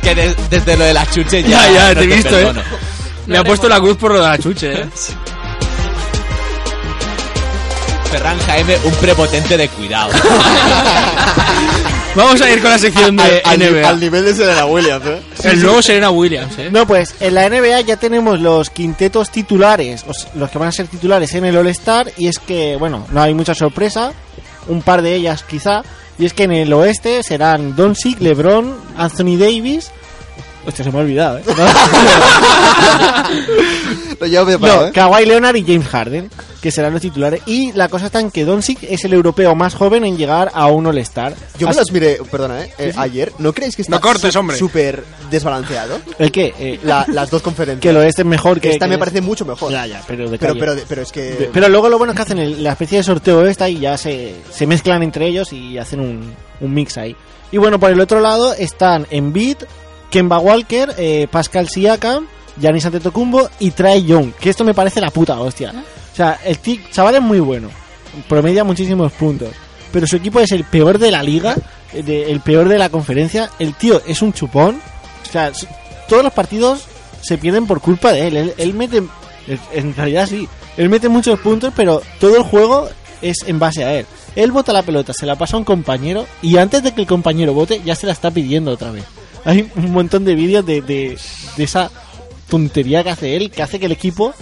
S4: Que de- desde lo de las chuches ya.
S3: Ya, ya, te he
S4: no
S3: visto,
S4: perdono.
S3: eh. Me ha puesto la cruz por lo de la chuche, eh.
S4: Ferran Jaime, un prepotente de cuidado.
S3: Vamos a ir con la sección de
S5: al, al-
S3: NBA.
S5: al nivel de Serena Williams, ¿eh?
S3: El nuevo Serena Williams, eh.
S7: No, pues en la NBA ya tenemos los quintetos titulares, o s- los que van a ser titulares en el All-Star, y es que, bueno, no hay mucha sorpresa, un par de ellas quizá, y es que en el oeste serán Doncic, LeBron, Anthony Davis. Hostia, se me ha olvidado, ¿eh?
S5: Lo llevo preparado,
S7: No,
S5: ¿eh?
S7: Kawhi Leonard y James Harden. que serán los titulares. Y la cosa está en que Doncic es el europeo más joven en llegar a un All-Star.
S5: Yo me
S7: Así-
S5: los miré, perdona, ¿eh? Eh, ayer. ¿No creéis que está
S8: No cortes,
S5: su-
S8: hombre.
S5: súper desbalanceado?
S7: ¿El qué? Eh,
S5: La- las dos conferencias.
S7: que el oeste es mejor que...
S5: Esta
S7: que
S5: me
S7: el este.
S5: parece mucho mejor.
S7: Ya, ya, pero de
S5: pero,
S7: calle.
S5: pero, de- pero es que...
S7: De- Pero luego lo bueno es que hacen el- la especie de sorteo esta y ya se, se mezclan entre ellos y hacen un, un mix ahí. Y bueno, por el otro lado están Embiid, Kemba Walker, eh, Pascal Siakam, Giannis Antetokounmpo y Trae Young, que esto me parece la puta hostia. O sea, el ti- chaval es muy bueno, promedia muchísimos puntos, pero su equipo es el peor de la liga, eh, de- el peor de la conferencia, el tío es un chupón, o sea, su- todos los partidos se pierden por culpa de él, él, él mete, en realidad sí, él mete muchos puntos, pero todo el juego es en base a él. Él bota la pelota, se la pasa a un compañero y antes de que el compañero bote ya se la está pidiendo otra vez. Hay un montón de vídeos de, de- de esa tontería que hace él, que hace que el equipo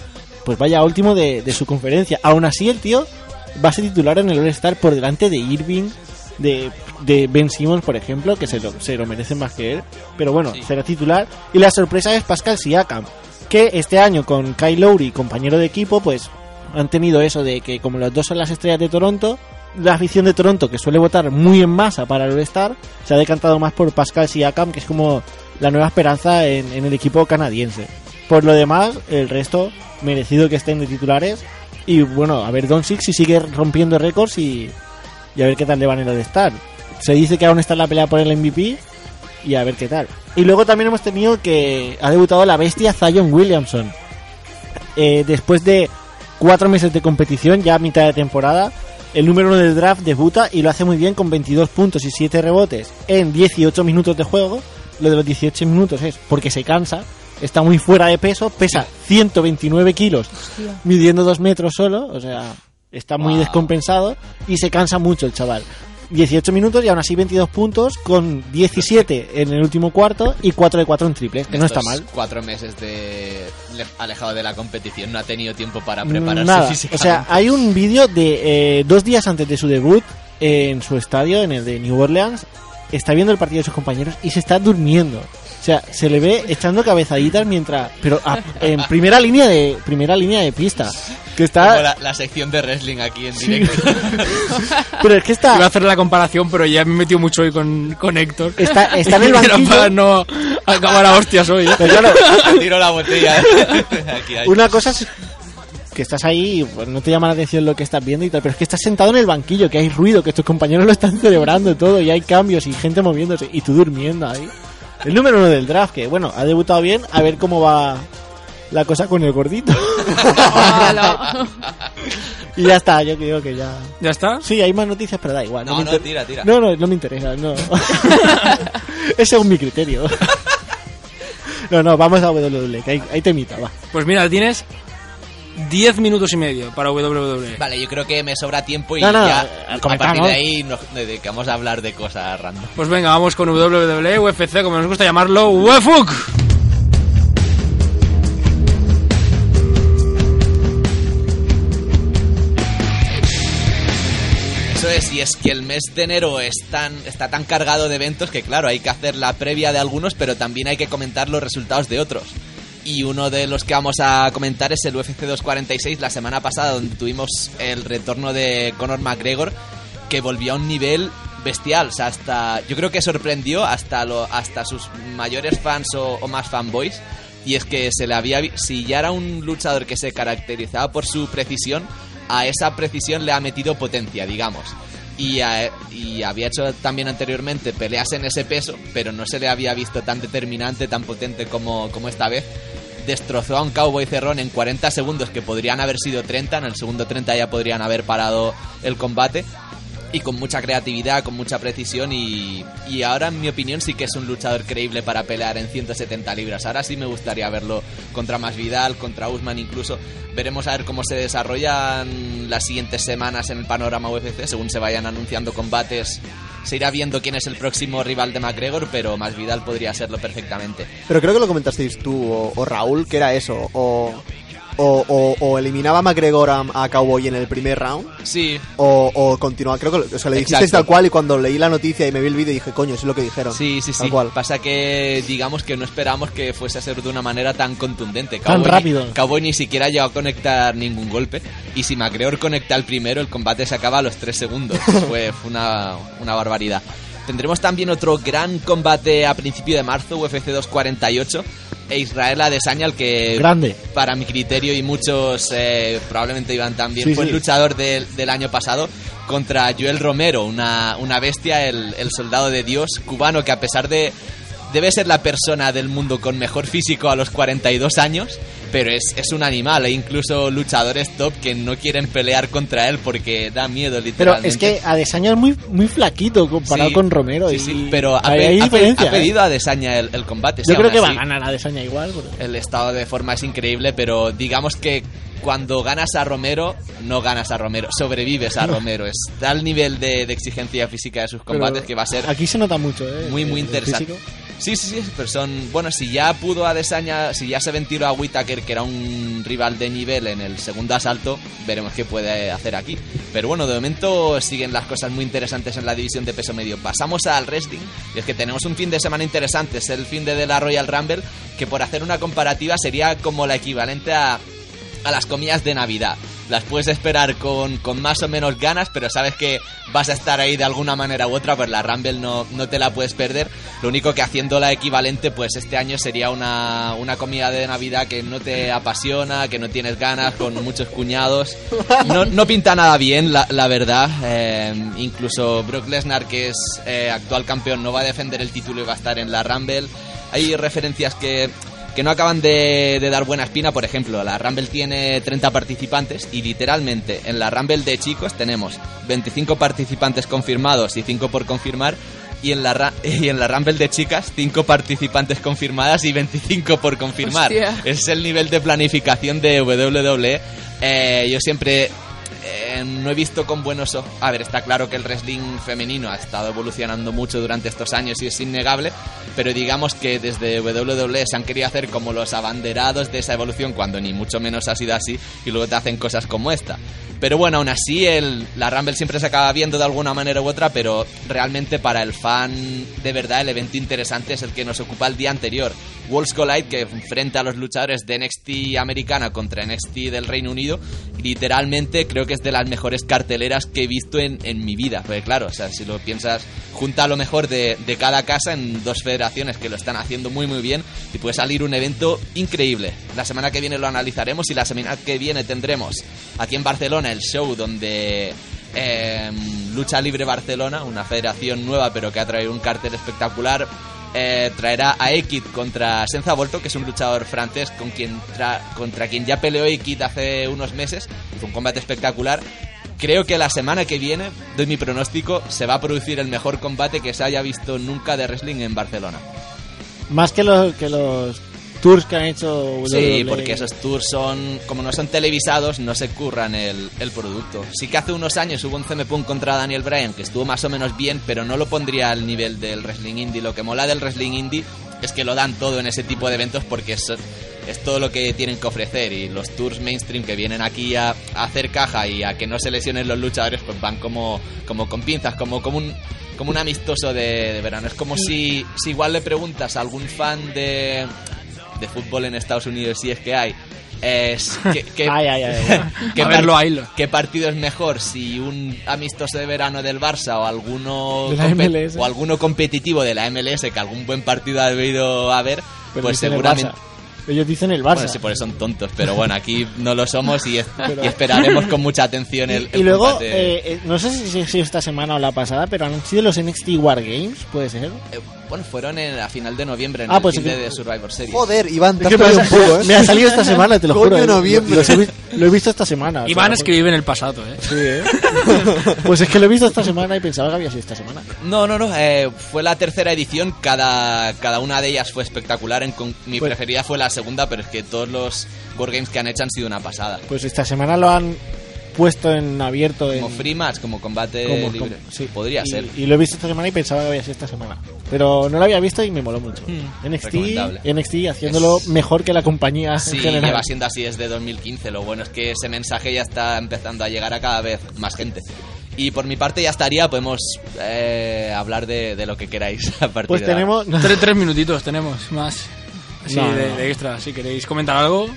S7: pues vaya último de, de su conferencia. Aún así el tío va a ser titular en el All-Star por delante de Irving, de, de Ben Simmons, por ejemplo, que se lo, se lo merecen más que él. Pero bueno, será titular. Y la sorpresa es Pascal Siakam, que este año con Kyle Lowry, compañero de equipo, pues han tenido eso de que como los dos son las estrellas de Toronto, la afición de Toronto, que suele votar muy en masa para el All-Star, se ha decantado más por Pascal Siakam, que es como la nueva esperanza en, en el equipo canadiense. Por lo demás, el resto merecido que estén de titulares. Y bueno, a ver Doncic si sigue rompiendo récords y, y a ver qué tal le van en el All-Star. Se dice que aún está en la pelea por el MVP y a ver qué tal. Y luego también hemos tenido que ha debutado la bestia Zion Williamson. Eh, después de cuatro meses de competición, ya a mitad de temporada, el número uno del draft debuta y lo hace muy bien con 22 puntos y 7 rebotes en 18 minutos de juego. Lo de los 18 minutos es porque se cansa, está muy fuera de peso, pesa 129 kilos, midiendo 2 metros solo, o sea, está muy descompensado y se cansa mucho el chaval. 18 minutos y aún así 22 puntos con 17 en el último cuarto y 4 de 4 en triples, que no está
S4: Estos
S7: mal.
S4: Cuatro meses de le- alejado de la competición, no ha tenido tiempo para prepararse
S7: Nada.
S4: físicamente.
S7: O sea, hay un vídeo de eh, dos días antes de su debut eh, en su estadio, en el de New Orleans. Está viendo el partido de sus compañeros y se está durmiendo. O sea, se le ve echando cabezaditas mientras. Pero a- en primera línea de primera línea de pista.
S4: Como
S7: Que está.
S4: la, la sección de wrestling aquí en directo.
S7: Pero es que
S8: Iba a
S7: está.
S8: hacer la comparación, pero ya me he metido mucho hoy con, con Héctor.
S7: Está, está en el
S8: Era
S7: banquillo.
S8: para no acabar a hostias hoy. ¿eh?
S7: Pero claro,
S4: Tiro la botella. Aquí hay.
S7: Una cosa es que estás ahí y pues, no te llama la atención lo que estás viendo y tal, pero es que estás sentado en el banquillo, que hay ruido, que tus compañeros lo están celebrando y todo, y hay cambios y gente moviéndose y tú durmiendo ahí. El número uno del draft, que bueno, ha debutado bien, a ver cómo va la cosa con el gordito.
S6: Hola.
S7: y ya está, yo creo que ya.
S8: ¿Ya está?
S7: Sí, hay más noticias, pero da igual.
S4: No,
S7: me
S4: no,
S7: inter-
S4: tira, tira.
S7: No, no, no me interesa, no. Ese es mi criterio. no, no, vamos a WWE, que hay, hay temita, va.
S8: Pues mira, tienes 10 minutos y medio para E. WWE.
S4: Vale, yo creo que me sobra tiempo y
S7: No, no,
S4: ya
S7: eh,
S4: a
S7: comentamos.
S4: partir de ahí nos dedicamos a hablar de cosas random.
S8: Pues venga, vamos con E, WWE, UFC, como nos gusta llamarlo, UEFUC.
S4: Eso es, y es que el mes de enero es tan- está tan cargado de eventos que, claro, hay que hacer la previa de algunos, pero también hay que comentar los resultados de otros. Y uno de los que vamos a comentar es el UFC 246 la semana pasada, donde tuvimos el retorno de Conor McGregor, que volvió a un nivel bestial. O sea, hasta, yo creo que sorprendió hasta, lo, hasta sus mayores fans o, o más fanboys. Y es que se le había. vi- Si ya era un luchador que se caracterizaba por su precisión, a esa precisión le ha metido potencia, digamos. Y, a- y había hecho también anteriormente peleas en ese peso, pero no se le había visto tan determinante, tan potente como, como esta vez. Destrozó a un cowboy cerrón en 40 segundos, que podrían haber sido 30, en el segundo 30 ya podrían haber parado el combate. Y con mucha creatividad, con mucha precisión y, y ahora en mi opinión sí que es un luchador creíble para pelear en 170 libras. Ahora sí me gustaría verlo contra Masvidal, contra Usman incluso. Veremos a ver cómo se desarrollan las siguientes semanas en el panorama UFC. Según se vayan anunciando combates, se irá viendo quién es el próximo rival de McGregor, pero Masvidal podría serlo perfectamente.
S5: Pero creo que lo comentasteis tú o, o Raúl, que era eso. O o, o- o eliminaba a McGregor a, a Cowboy en el primer round
S4: Sí,
S5: o, o continuaba. Creo que lo- o sea, lo dijisteis
S4: Exacto.
S5: tal cual y cuando leí la noticia y me vi el vídeo dije, coño, eso es lo que dijeron.
S4: sí, sí, sí.
S5: Tal cual.
S4: Pasa que digamos que no esperamos que fuese a ser de una manera tan contundente. Cowboy ni-
S7: rápido.
S4: Cowboy ni siquiera llegó a conectar ningún golpe. Y si McGregor conecta el primero, el combate se acaba a los 3 segundos. fue fue una, una barbaridad. Tendremos también otro gran combate a principio de marzo, UFC 248, e Israel Adesanya, el que
S7: Grande.
S4: para mi criterio y muchos eh, probablemente iban también,
S7: Sí,
S4: fue el
S7: sí.
S4: luchador del, del año pasado contra Joel Romero, una, una bestia, el, el soldado de Dios cubano que a pesar de... Debe ser la persona del mundo con mejor físico a los 42 años, pero es, es un animal. Hay incluso luchadores top que no quieren pelear contra él porque da miedo,
S7: Pero
S4: literalmente.
S7: es que Adesanya es muy, muy flaquito comparado
S4: Sí,
S7: con Romero.
S4: sí,
S7: y
S4: sí, pero ha,
S7: hay,
S4: pe-
S7: hay
S4: ha pe-
S7: diferencia. ¿eh?
S4: ha pedido a Desaña el, el combate.
S7: Yo
S4: sí,
S7: creo
S4: aún
S7: que va a
S4: así.
S7: ganar Adesanya igual. pero-
S4: El estado de forma es increíble, pero digamos que cuando ganas a Romero, no ganas a Romero, sobrevives a Romero. Está al nivel de, de exigencia física de sus combates
S7: pero
S4: que va a ser
S7: Aquí se nota mucho, ¿eh?
S4: muy, muy
S7: El- el
S4: interesante.
S7: físico.
S4: Sí, sí, sí, pero son... Bueno, si ya pudo a Desaña, si ya se ventiló a Whittaker, que era un rival de nivel en el segundo asalto, veremos qué puede hacer aquí. Pero bueno, de momento siguen las cosas muy interesantes en la división de peso medio. Pasamos al wrestling, y es que tenemos un fin de semana interesante, es el fin de, de la Royal Rumble, que por hacer una comparativa sería como la equivalente a a las comidas de Navidad. Las puedes esperar con, con más o menos ganas, pero sabes que vas a estar ahí de alguna manera u otra, pues la Rumble no, no te la puedes perder. Lo único que haciendo la equivalente, pues este año sería una, una comida de Navidad que no te apasiona, que no tienes ganas, con muchos cuñados. No, no pinta nada bien, la, la verdad. Eh, incluso Brock Lesnar, que es eh, actual campeón, no va a defender el título y va a estar en la Rumble. Hay referencias que que no acaban de, de dar buena espina. Por ejemplo, la Rumble tiene 30 participantes y literalmente en la Rumble de chicos tenemos 25 participantes confirmados y 5 por confirmar. Y en, la, ra- y en la Rumble de chicas, 5 participantes confirmadas y 25 por confirmar.
S6: Hostia.
S4: Es el nivel de planificación de WWE. Eh, yo siempre eh, no he visto con buenos ojos. A ver, está claro que el wrestling femenino ha estado evolucionando mucho durante estos años y es innegable, pero digamos que desde WWE se han querido hacer como los abanderados de esa evolución cuando ni mucho menos ha sido así y luego te hacen cosas como esta. Pero bueno, aún así el, la Rumble siempre se acaba viendo de alguna manera u otra, pero realmente para el fan de verdad el evento interesante es el que nos ocupa el día anterior. Wolves Collide que enfrenta a los luchadores de NXT americana contra NXT del Reino Unido. Literalmente creo que es de las mejores carteleras que he visto en, en mi vida. Porque claro, o sea, si lo piensas, junta lo mejor de, de cada casa en dos federaciones que lo están haciendo muy muy bien y puede salir un evento increíble. La semana que viene lo analizaremos y la semana que viene tendremos aquí en Barcelona el show donde eh, Lucha Libre Barcelona, una federación nueva pero que ha traído un cartel espectacular. eh, traerá a Ekid contra Senza Volto, que es un luchador francés con quien tra- contra quien ya peleó Ekid hace unos meses. Fue un combate espectacular. Creo que la semana que viene, doy mi pronóstico, se va a producir el mejor combate que se haya visto nunca de wrestling en Barcelona.
S7: Más que los, que los tours que han hecho. E.
S4: Sí,
S7: WWE.
S4: porque esos tours son, como no son televisados, no se curran el, el producto. Sí que hace unos años hubo un CM Punk contra Daniel Bryan que estuvo más o menos bien, pero no lo pondría al nivel del wrestling indie. Lo que mola del wrestling indie es que lo dan todo en ese tipo de eventos porque es, es todo lo que tienen que ofrecer y los tours mainstream que vienen aquí a, a hacer caja y a que no se lesionen los luchadores pues van como, como con pinzas, como, como un... Como un amistoso de, de verano. Es como si, si igual le preguntas a algún fan de, de fútbol en Estados Unidos, si es que hay. Es que, que-
S7: Ay, ay, ay, ay.
S4: ¿qué,
S8: A
S4: par-
S8: verlo, ahí lo.
S4: qué partido es mejor? Si un amistoso de verano del Barça o alguno,
S7: De la
S4: compe-
S7: MLS.
S4: o alguno competitivo de la MLS, que algún buen partido ha debido haber,
S7: Pero
S4: pues
S7: dicen el
S4: seguramente...
S7: Barça. Ellos dicen el Barça.
S4: Bueno, sí, pues son tontos, pero bueno, aquí no lo somos y, es- y esperaremos con mucha atención el,
S7: y,
S4: el
S7: y luego,
S4: combate.
S7: eh, eh, no sé si ha sido esta semana o la pasada, pero han sido los NXT War Games, puede ser.
S4: Eh, bueno, fueron en, a final de noviembre en
S7: Ah,
S4: el
S7: pues
S4: fin
S7: es
S4: de,
S7: que-
S4: de Survivor Series.
S5: Joder, Iván, te has
S7: ¿Qué
S5: perdido un
S7: pasa?
S5: poco, ¿eh?
S7: Me ha salido esta semana, te lo
S5: Coño,
S7: juro. eh.
S5: noviembre.
S7: Los he vi- lo he visto esta semana. o sea,
S8: Iván
S7: no-
S8: escribe en el pasado, ¿eh?
S7: Sí, ¿eh? Pues es que lo he visto esta semana y pensaba que había sido esta semana.
S4: No, no, no. eh, fue la tercera edición. Cada, cada una de ellas fue espectacular. En con- mi
S7: Pues-
S4: preferida fue la segunda, pero es que todos los Wargames que han hecho han sido una pasada.
S7: Pues esta semana lo han puesto en abierto en,
S4: Como free match, como combate
S7: como-
S4: libre.
S7: como- sí.
S4: Podría
S7: Y-
S4: ser.
S7: Y lo he visto esta semana y pensaba que había sido esta semana. Pero no lo había visto y me moló mucho.
S4: recomendable.
S7: NXT, NXT haciéndolo mejor que la compañía
S4: Sí,
S7: en general.
S4: lleva siendo así desde 2015. Lo bueno es que ese mensaje ya está empezando a llegar a cada vez más gente. Y por mi parte ya estaría, podemos eh, hablar de, de lo que queráis a partir
S7: Pues
S4: de ahora.
S7: tenemos.
S3: Tres, tres minutitos tenemos más. Así
S7: No,
S3: de,
S7: no.
S3: de extra, si queréis comentar algo.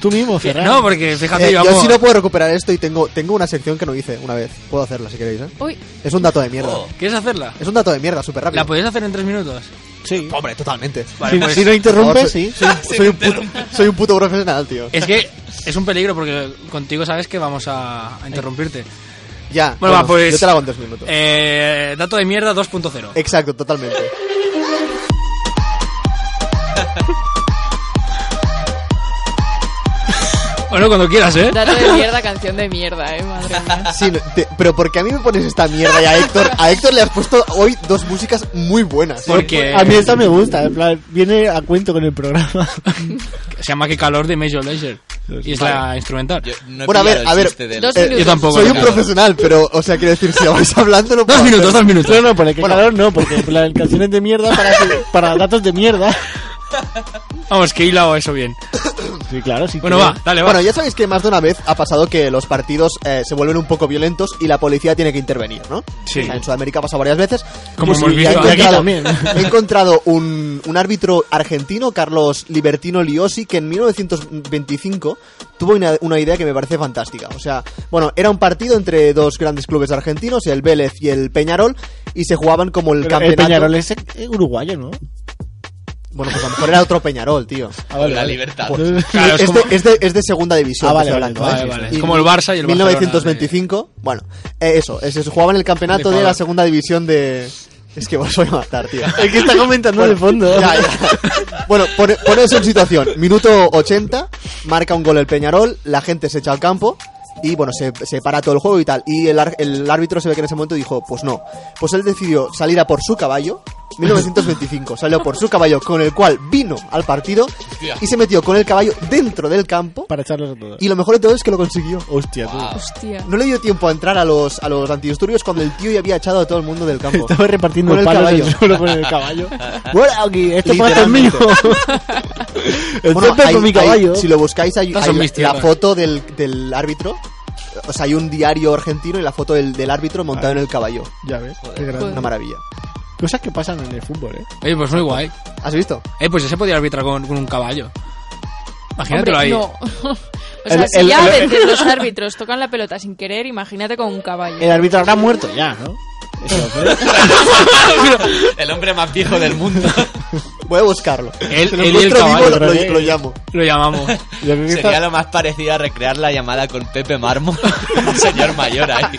S7: Tú mismo, Ferran.
S3: No, porque fíjate,
S5: Eh, yo
S3: vamos-
S5: sí no puedo recuperar esto y tengo, tengo una sección que no hice una vez. Puedo hacerla si queréis, ¿eh?
S6: Uy,
S5: Es un dato de mierda.
S4: Oh.
S3: ¿Quieres hacerla?
S5: Es un dato de mierda, súper rápido.
S3: ¿La podéis hacer en tres minutos?
S7: Sí.
S5: Hombre, totalmente.
S7: si,
S3: pues-
S7: si no
S5: Por favor,
S7: interrumpes,
S5: soy-
S7: sí.
S5: Soy, soy un puto, soy un puto profesional, tío.
S3: Es que es un peligro porque contigo sabes que vamos a, a interrumpirte.
S5: Ya.
S3: Bueno, va, pues-
S5: Yo te la hago en dos minutos.
S3: Eh, dato de mierda 2.0.
S5: Exacto, totalmente.
S3: Bueno, cuando quieras, ¿eh?
S6: dato de mierda, canción de mierda, eh, madre mía.
S5: Sí, no, te- pero porque a mí me pones esta mierda y a Héctor, a Héctor le has puesto hoy dos músicas muy buenas. ¿eh?
S3: Porque
S7: A mí esta me gusta. En plan, viene a cuento con el programa.
S3: se llama Que calor de Major Lazer. Y es la instrumental.
S4: Yo no he
S5: Bueno, a ver,
S4: pillado
S5: a
S4: el
S5: ver.
S4: chiste del-
S6: Dos
S5: Eh,
S6: minutos.
S3: Yo tampoco.
S5: Soy un
S3: claro.
S5: profesional, pero, o sea, quiero decir, si vais hablando, no puedo.
S3: Dos minutos, dos minutos.
S7: no, no, por el que calor no, porque en plan, canciones de mierda para, que- para datos de mierda.
S3: Vamos, que he hilado eso bien.
S7: Sí, claro, sí.
S3: Bueno,
S7: tío.
S3: va, dale, va.
S5: Bueno, ya sabéis que más de una vez ha pasado que los partidos eh, se vuelven un poco violentos y la policía tiene que intervenir, ¿no?
S3: Sí.
S5: O sea, en Sudamérica ha pasado varias veces.
S3: Como
S5: Y
S3: hemos
S5: he
S3: visto
S7: aquí
S5: encontrado-
S7: también.
S5: He encontrado un, un árbitro argentino, Carlos Libertino Liosi, que en 1925 tuvo una, una idea que me parece fantástica. O sea, bueno, era un partido entre dos grandes clubes argentinos, el Vélez y el Peñarol, y se jugaban como el
S7: Pero el
S5: campeonato.
S7: Peñarol es eh, uruguayo, ¿no?
S5: Bueno, pues a lo mejor era otro Peñarol, tío.
S4: la libertad.
S3: Claro, es
S5: Pues, es,
S3: como-
S5: de, es de- es de segunda división.
S7: Ah,
S5: que
S7: vale,
S5: estoy
S7: vale,
S5: hablando, ¿eh?
S3: vale, vale.
S5: Y
S3: Es como el Barça y el
S5: 1925, bueno, eh, eso, eh, se jugaba en el campeonato de la
S3: Ecuador.
S5: segunda división de... Es que os voy a matar, tío.
S7: El que está comentando de fondo.
S5: Ya, ya. Bueno, pone- poneos en situación. Minuto 80, marca un gol el Peñarol, la gente se echa al campo y bueno, se, se para todo el juego y tal. Y el, ar- el árbitro se ve que en ese momento dijo, pues no. Pues él decidió salir a por su caballo. 1925 salió por su caballo con el cual vino al partido y se metió con el caballo dentro del campo
S7: Para echarlos a todos.
S5: y lo mejor de todo es que lo consiguió.
S7: Hostia, tú.
S4: Wow.
S6: Hostia.
S5: No le dio tiempo a entrar a los, a los antidisturbios cuando el tío ya había echado a todo el mundo del campo.
S7: Estaba repartiendo
S5: Con el
S7: palos
S5: caballo.
S7: del suelo con el caballo.
S5: Bueno, aquí,
S7: Este pato es mío. El
S5: Bueno,
S7: césped
S5: hay-
S7: con mi
S5: hay-
S7: caballo.
S5: si lo buscáis, hay,
S3: Estas
S5: hay
S3: son
S5: la-
S3: mis
S5: la,
S3: tierras.
S5: foto del, del árbitro. O sea, hay un diario argentino y la foto del, del árbitro montado en el caballo.
S7: Ya ves, qué grande.
S5: Una maravilla.
S7: Cosas que pasan en el fútbol, ¿eh?
S3: Oye, pues muy guay.
S5: ¿Has visto?
S3: Eh, pues ya se podía arbitrar con, con un caballo. Imagínatelo ahí.
S6: Hombre, no. O sea,
S7: El-
S6: si
S7: el-
S6: ya a
S7: el-
S6: veces los árbitros tocan la pelota sin querer, imagínate con un caballo.
S7: El árbitro habrá muerto ya, ¿no?
S4: El hombre más viejo del mundo.
S5: Voy a buscarlo.
S3: Él-
S5: Si lo
S3: él y el
S5: encuentro vivo,
S3: caballo,
S5: lo- lo,
S7: ¿eh?
S5: lo llamo.
S3: Lo llamamos.
S7: Yo creo que
S4: Sería
S7: está-
S4: lo más parecido a recrear la llamada con Pepe Mármol. Un señor mayor ahí.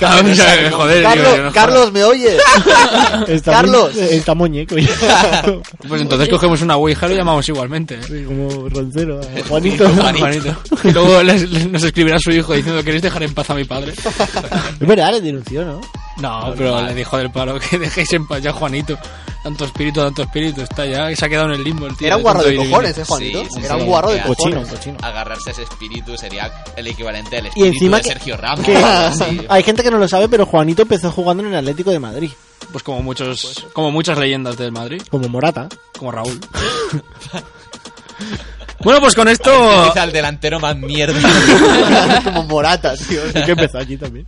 S3: Vamos a ver, joder, digo,
S5: Carlos,
S3: yo no-
S5: Carlos, ¿me oyes?
S7: está
S5: Carlos.
S7: mu- Está muñeco. ya.
S3: Pues entonces cogemos una Ouija y lo llamamos igualmente. ¿eh?
S7: Sí, Como roncero. ¿eh? Juanito.
S3: Juanito. Y luego les- les- nos escribirá su hijo diciendo, ¿queréis dejar en paz a mi padre?
S7: Es verdad, le denunció, ¿no?
S3: No, pero le dijo del paro que dejéis en paz ya Juanito. Tanto espíritu, tanto espíritu, está ya, se ha quedado en el limbo el tío.
S5: Era un
S3: tanto
S5: guarro
S3: ir
S5: de
S3: y venir.
S5: cojones, ¿eh, Juanito?
S4: Sí, sí,
S5: Era
S4: sí.
S5: un guarro de
S4: Era
S7: Cochino,
S5: cojones.
S7: cochino.
S4: Agarrarse a ese espíritu sería el equivalente al
S7: Y
S4: espíritu
S7: encima
S4: de
S7: que-
S4: Sergio Ramos.
S7: que-
S4: Sí.
S7: Hay gente que no lo sabe, pero Juanito empezó jugando en el Atlético de Madrid.
S3: Pues como muchos, como muchas leyendas del Madrid,
S7: Como Morata.
S3: como Raúl. bueno, pues con esto.
S4: Quizá el delantero más mierda.
S5: Como moratas, tío.
S7: El que empezó allí también.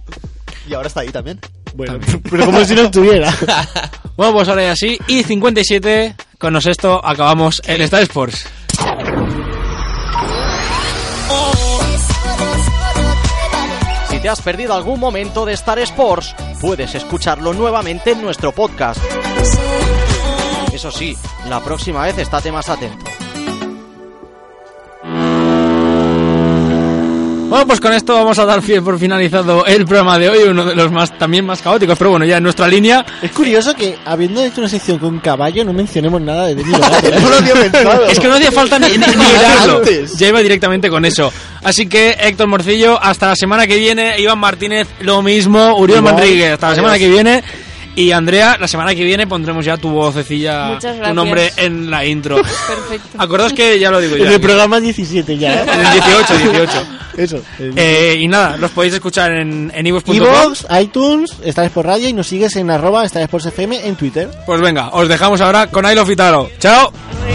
S5: Y ahora está ahí también.
S7: Bueno, pero como si no estuviera.
S3: Bueno, pues ahora ya sí. Y 57, con nos esto acabamos el Star Sports.
S2: Si te has perdido algún momento de Star Sports, puedes escucharlo nuevamente en nuestro podcast. Eso sí, la próxima vez estate más atento.
S3: Bueno, pues con esto vamos a dar fi- por finalizado el programa de hoy, uno de los más también más caóticos, pero bueno, ya en nuestra línea.
S7: Es curioso que, habiendo hecho una sección con caballo, no mencionemos nada de Demi Lovato, ¿eh?
S5: No lo había pensado.
S3: Es que no hacía falta ni, ni- ni mirarlo.
S5: Antes.
S3: Ya iba directamente con eso. Así que Héctor Morcillo, hasta la semana que viene. Iván Martínez, lo mismo. Uriel
S7: Igual.
S3: Manríguez, hasta la semana que viene. Y Andrea, la semana que viene pondremos ya tu vocecilla,
S6: Muchas
S3: tu
S6: gracias.
S3: nombre en la intro.
S6: Perfecto.
S3: Acordaos que ya lo digo
S7: En
S3: ya.
S7: el programa 17 ya, ¿eh?
S3: En el 18, 18.
S7: Eso. el-
S3: Eh, y nada, los podéis escuchar en, en iVoox.com.
S7: Evox, iTunes, Estades por Radio y nos sigues en arroba Estades por FM en Twitter.
S3: Pues venga, os dejamos ahora con I Love Italo. ¡Chao!
S6: Adiós.